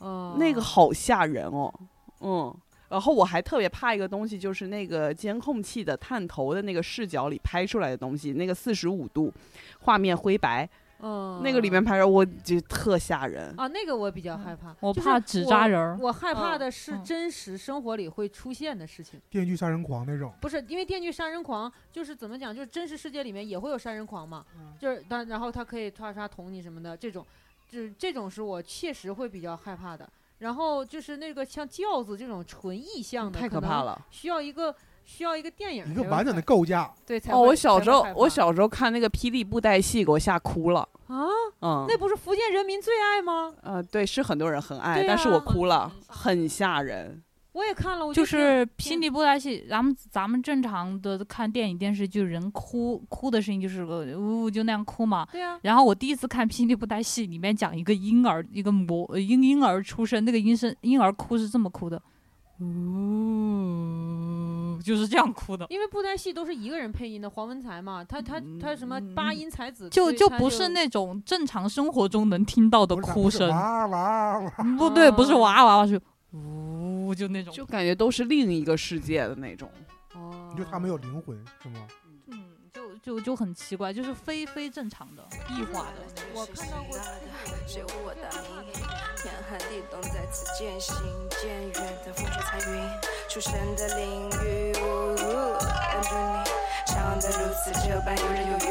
[SPEAKER 3] 嗯
[SPEAKER 2] 那个好吓人哦，嗯。然后我还特别怕一个东西，就是那个监控器的探头的那个视角里拍出来的东西，那个四十五度，画面灰白，
[SPEAKER 3] 嗯
[SPEAKER 2] 那个里面拍出来我就特吓人。
[SPEAKER 3] 啊，那个我比较害怕，
[SPEAKER 1] 我
[SPEAKER 3] 就是
[SPEAKER 1] 怕纸扎人儿。
[SPEAKER 3] 我。我害怕
[SPEAKER 2] 嗯
[SPEAKER 3] 的是
[SPEAKER 1] 嗯
[SPEAKER 3] 真实生活里会出现的事情，
[SPEAKER 4] 电锯杀人狂那种，
[SPEAKER 3] 不是因为《电锯杀人狂》就是怎么讲，就是真实世界里面也会有杀人狂嘛，就是但然后他可以他杀捅你什么的这种，就是这种是我确实会比较害怕的。然后就是那个像轿子这种纯意象的，
[SPEAKER 2] 太可怕
[SPEAKER 3] 了，
[SPEAKER 2] 了！
[SPEAKER 3] 需要一个需要一个电影
[SPEAKER 1] 哎
[SPEAKER 4] 一
[SPEAKER 3] 才
[SPEAKER 4] 个
[SPEAKER 3] 会
[SPEAKER 4] 完整的
[SPEAKER 3] 害
[SPEAKER 4] 构架。
[SPEAKER 3] 对才
[SPEAKER 2] 哦，
[SPEAKER 3] 会
[SPEAKER 2] 我小
[SPEAKER 3] 才
[SPEAKER 2] 时
[SPEAKER 3] 会
[SPEAKER 2] 候
[SPEAKER 3] 害
[SPEAKER 2] 我
[SPEAKER 3] 怕
[SPEAKER 2] 小时候看那个《霹雳布袋戏》，给我吓哭了。
[SPEAKER 3] 啊，
[SPEAKER 2] 嗯，
[SPEAKER 3] 那不是福建人民最爱吗？
[SPEAKER 2] 呃，对，是很多人很爱，
[SPEAKER 3] 对
[SPEAKER 2] 但是我
[SPEAKER 3] 啊
[SPEAKER 2] 哭了，很吓人。
[SPEAKER 3] 我也看了，我
[SPEAKER 1] 就
[SPEAKER 3] 觉
[SPEAKER 1] 是
[SPEAKER 3] 得
[SPEAKER 1] 《霹雳布袋戏》，咱们咱们正常的看电影电视剧，人哭哭的声音就是个呜呜就那样哭嘛。
[SPEAKER 3] 对啊，
[SPEAKER 1] 然后我第一次看《霹雳布袋戏》，里面讲一个婴儿，一个魔呃婴婴儿出生，那个婴生婴儿哭是这么哭的，呜，哦就是这样哭的，
[SPEAKER 3] 因为布袋戏都是一个人配音的，黄文才嘛，他他他什么八音才子，
[SPEAKER 1] 就
[SPEAKER 3] 所以
[SPEAKER 1] 嗯就
[SPEAKER 3] 他
[SPEAKER 1] 不是那种正常生活中能听到的
[SPEAKER 4] 不是
[SPEAKER 1] 哭声，
[SPEAKER 4] 哇哇哇！
[SPEAKER 1] 嗯不对，不是
[SPEAKER 3] 哦
[SPEAKER 1] 哇哇哇，是呜，就那种，
[SPEAKER 2] 就感觉都是另一个世界的那种。
[SPEAKER 3] 哦，
[SPEAKER 4] 你就他没有灵魂是吗？
[SPEAKER 1] 嗯，就就就很奇怪，就是非非正常的异化的。
[SPEAKER 3] 我看到过。
[SPEAKER 5] 觉悟我的命，天寒地冻再次渐行渐远的风吹彩云，出生的领域，呜感觉你唱得如此这般游刃有余。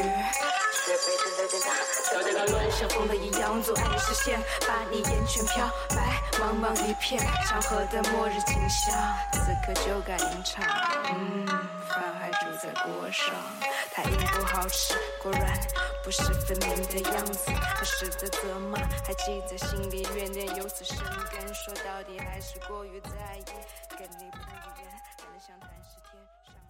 [SPEAKER 5] 这辈子的震荡，走这个路像疯了一样，阻碍你视线，把你眼圈漂白，茫茫一片长河的末日景象，此刻就该吟唱。嗯，饭还煮在锅上，它硬不好吃，果然不是分明的样子。不时的责骂，还记在心里，怨念由此生根。说到底还是过于在意，跟你不一样，才能相谈是天上。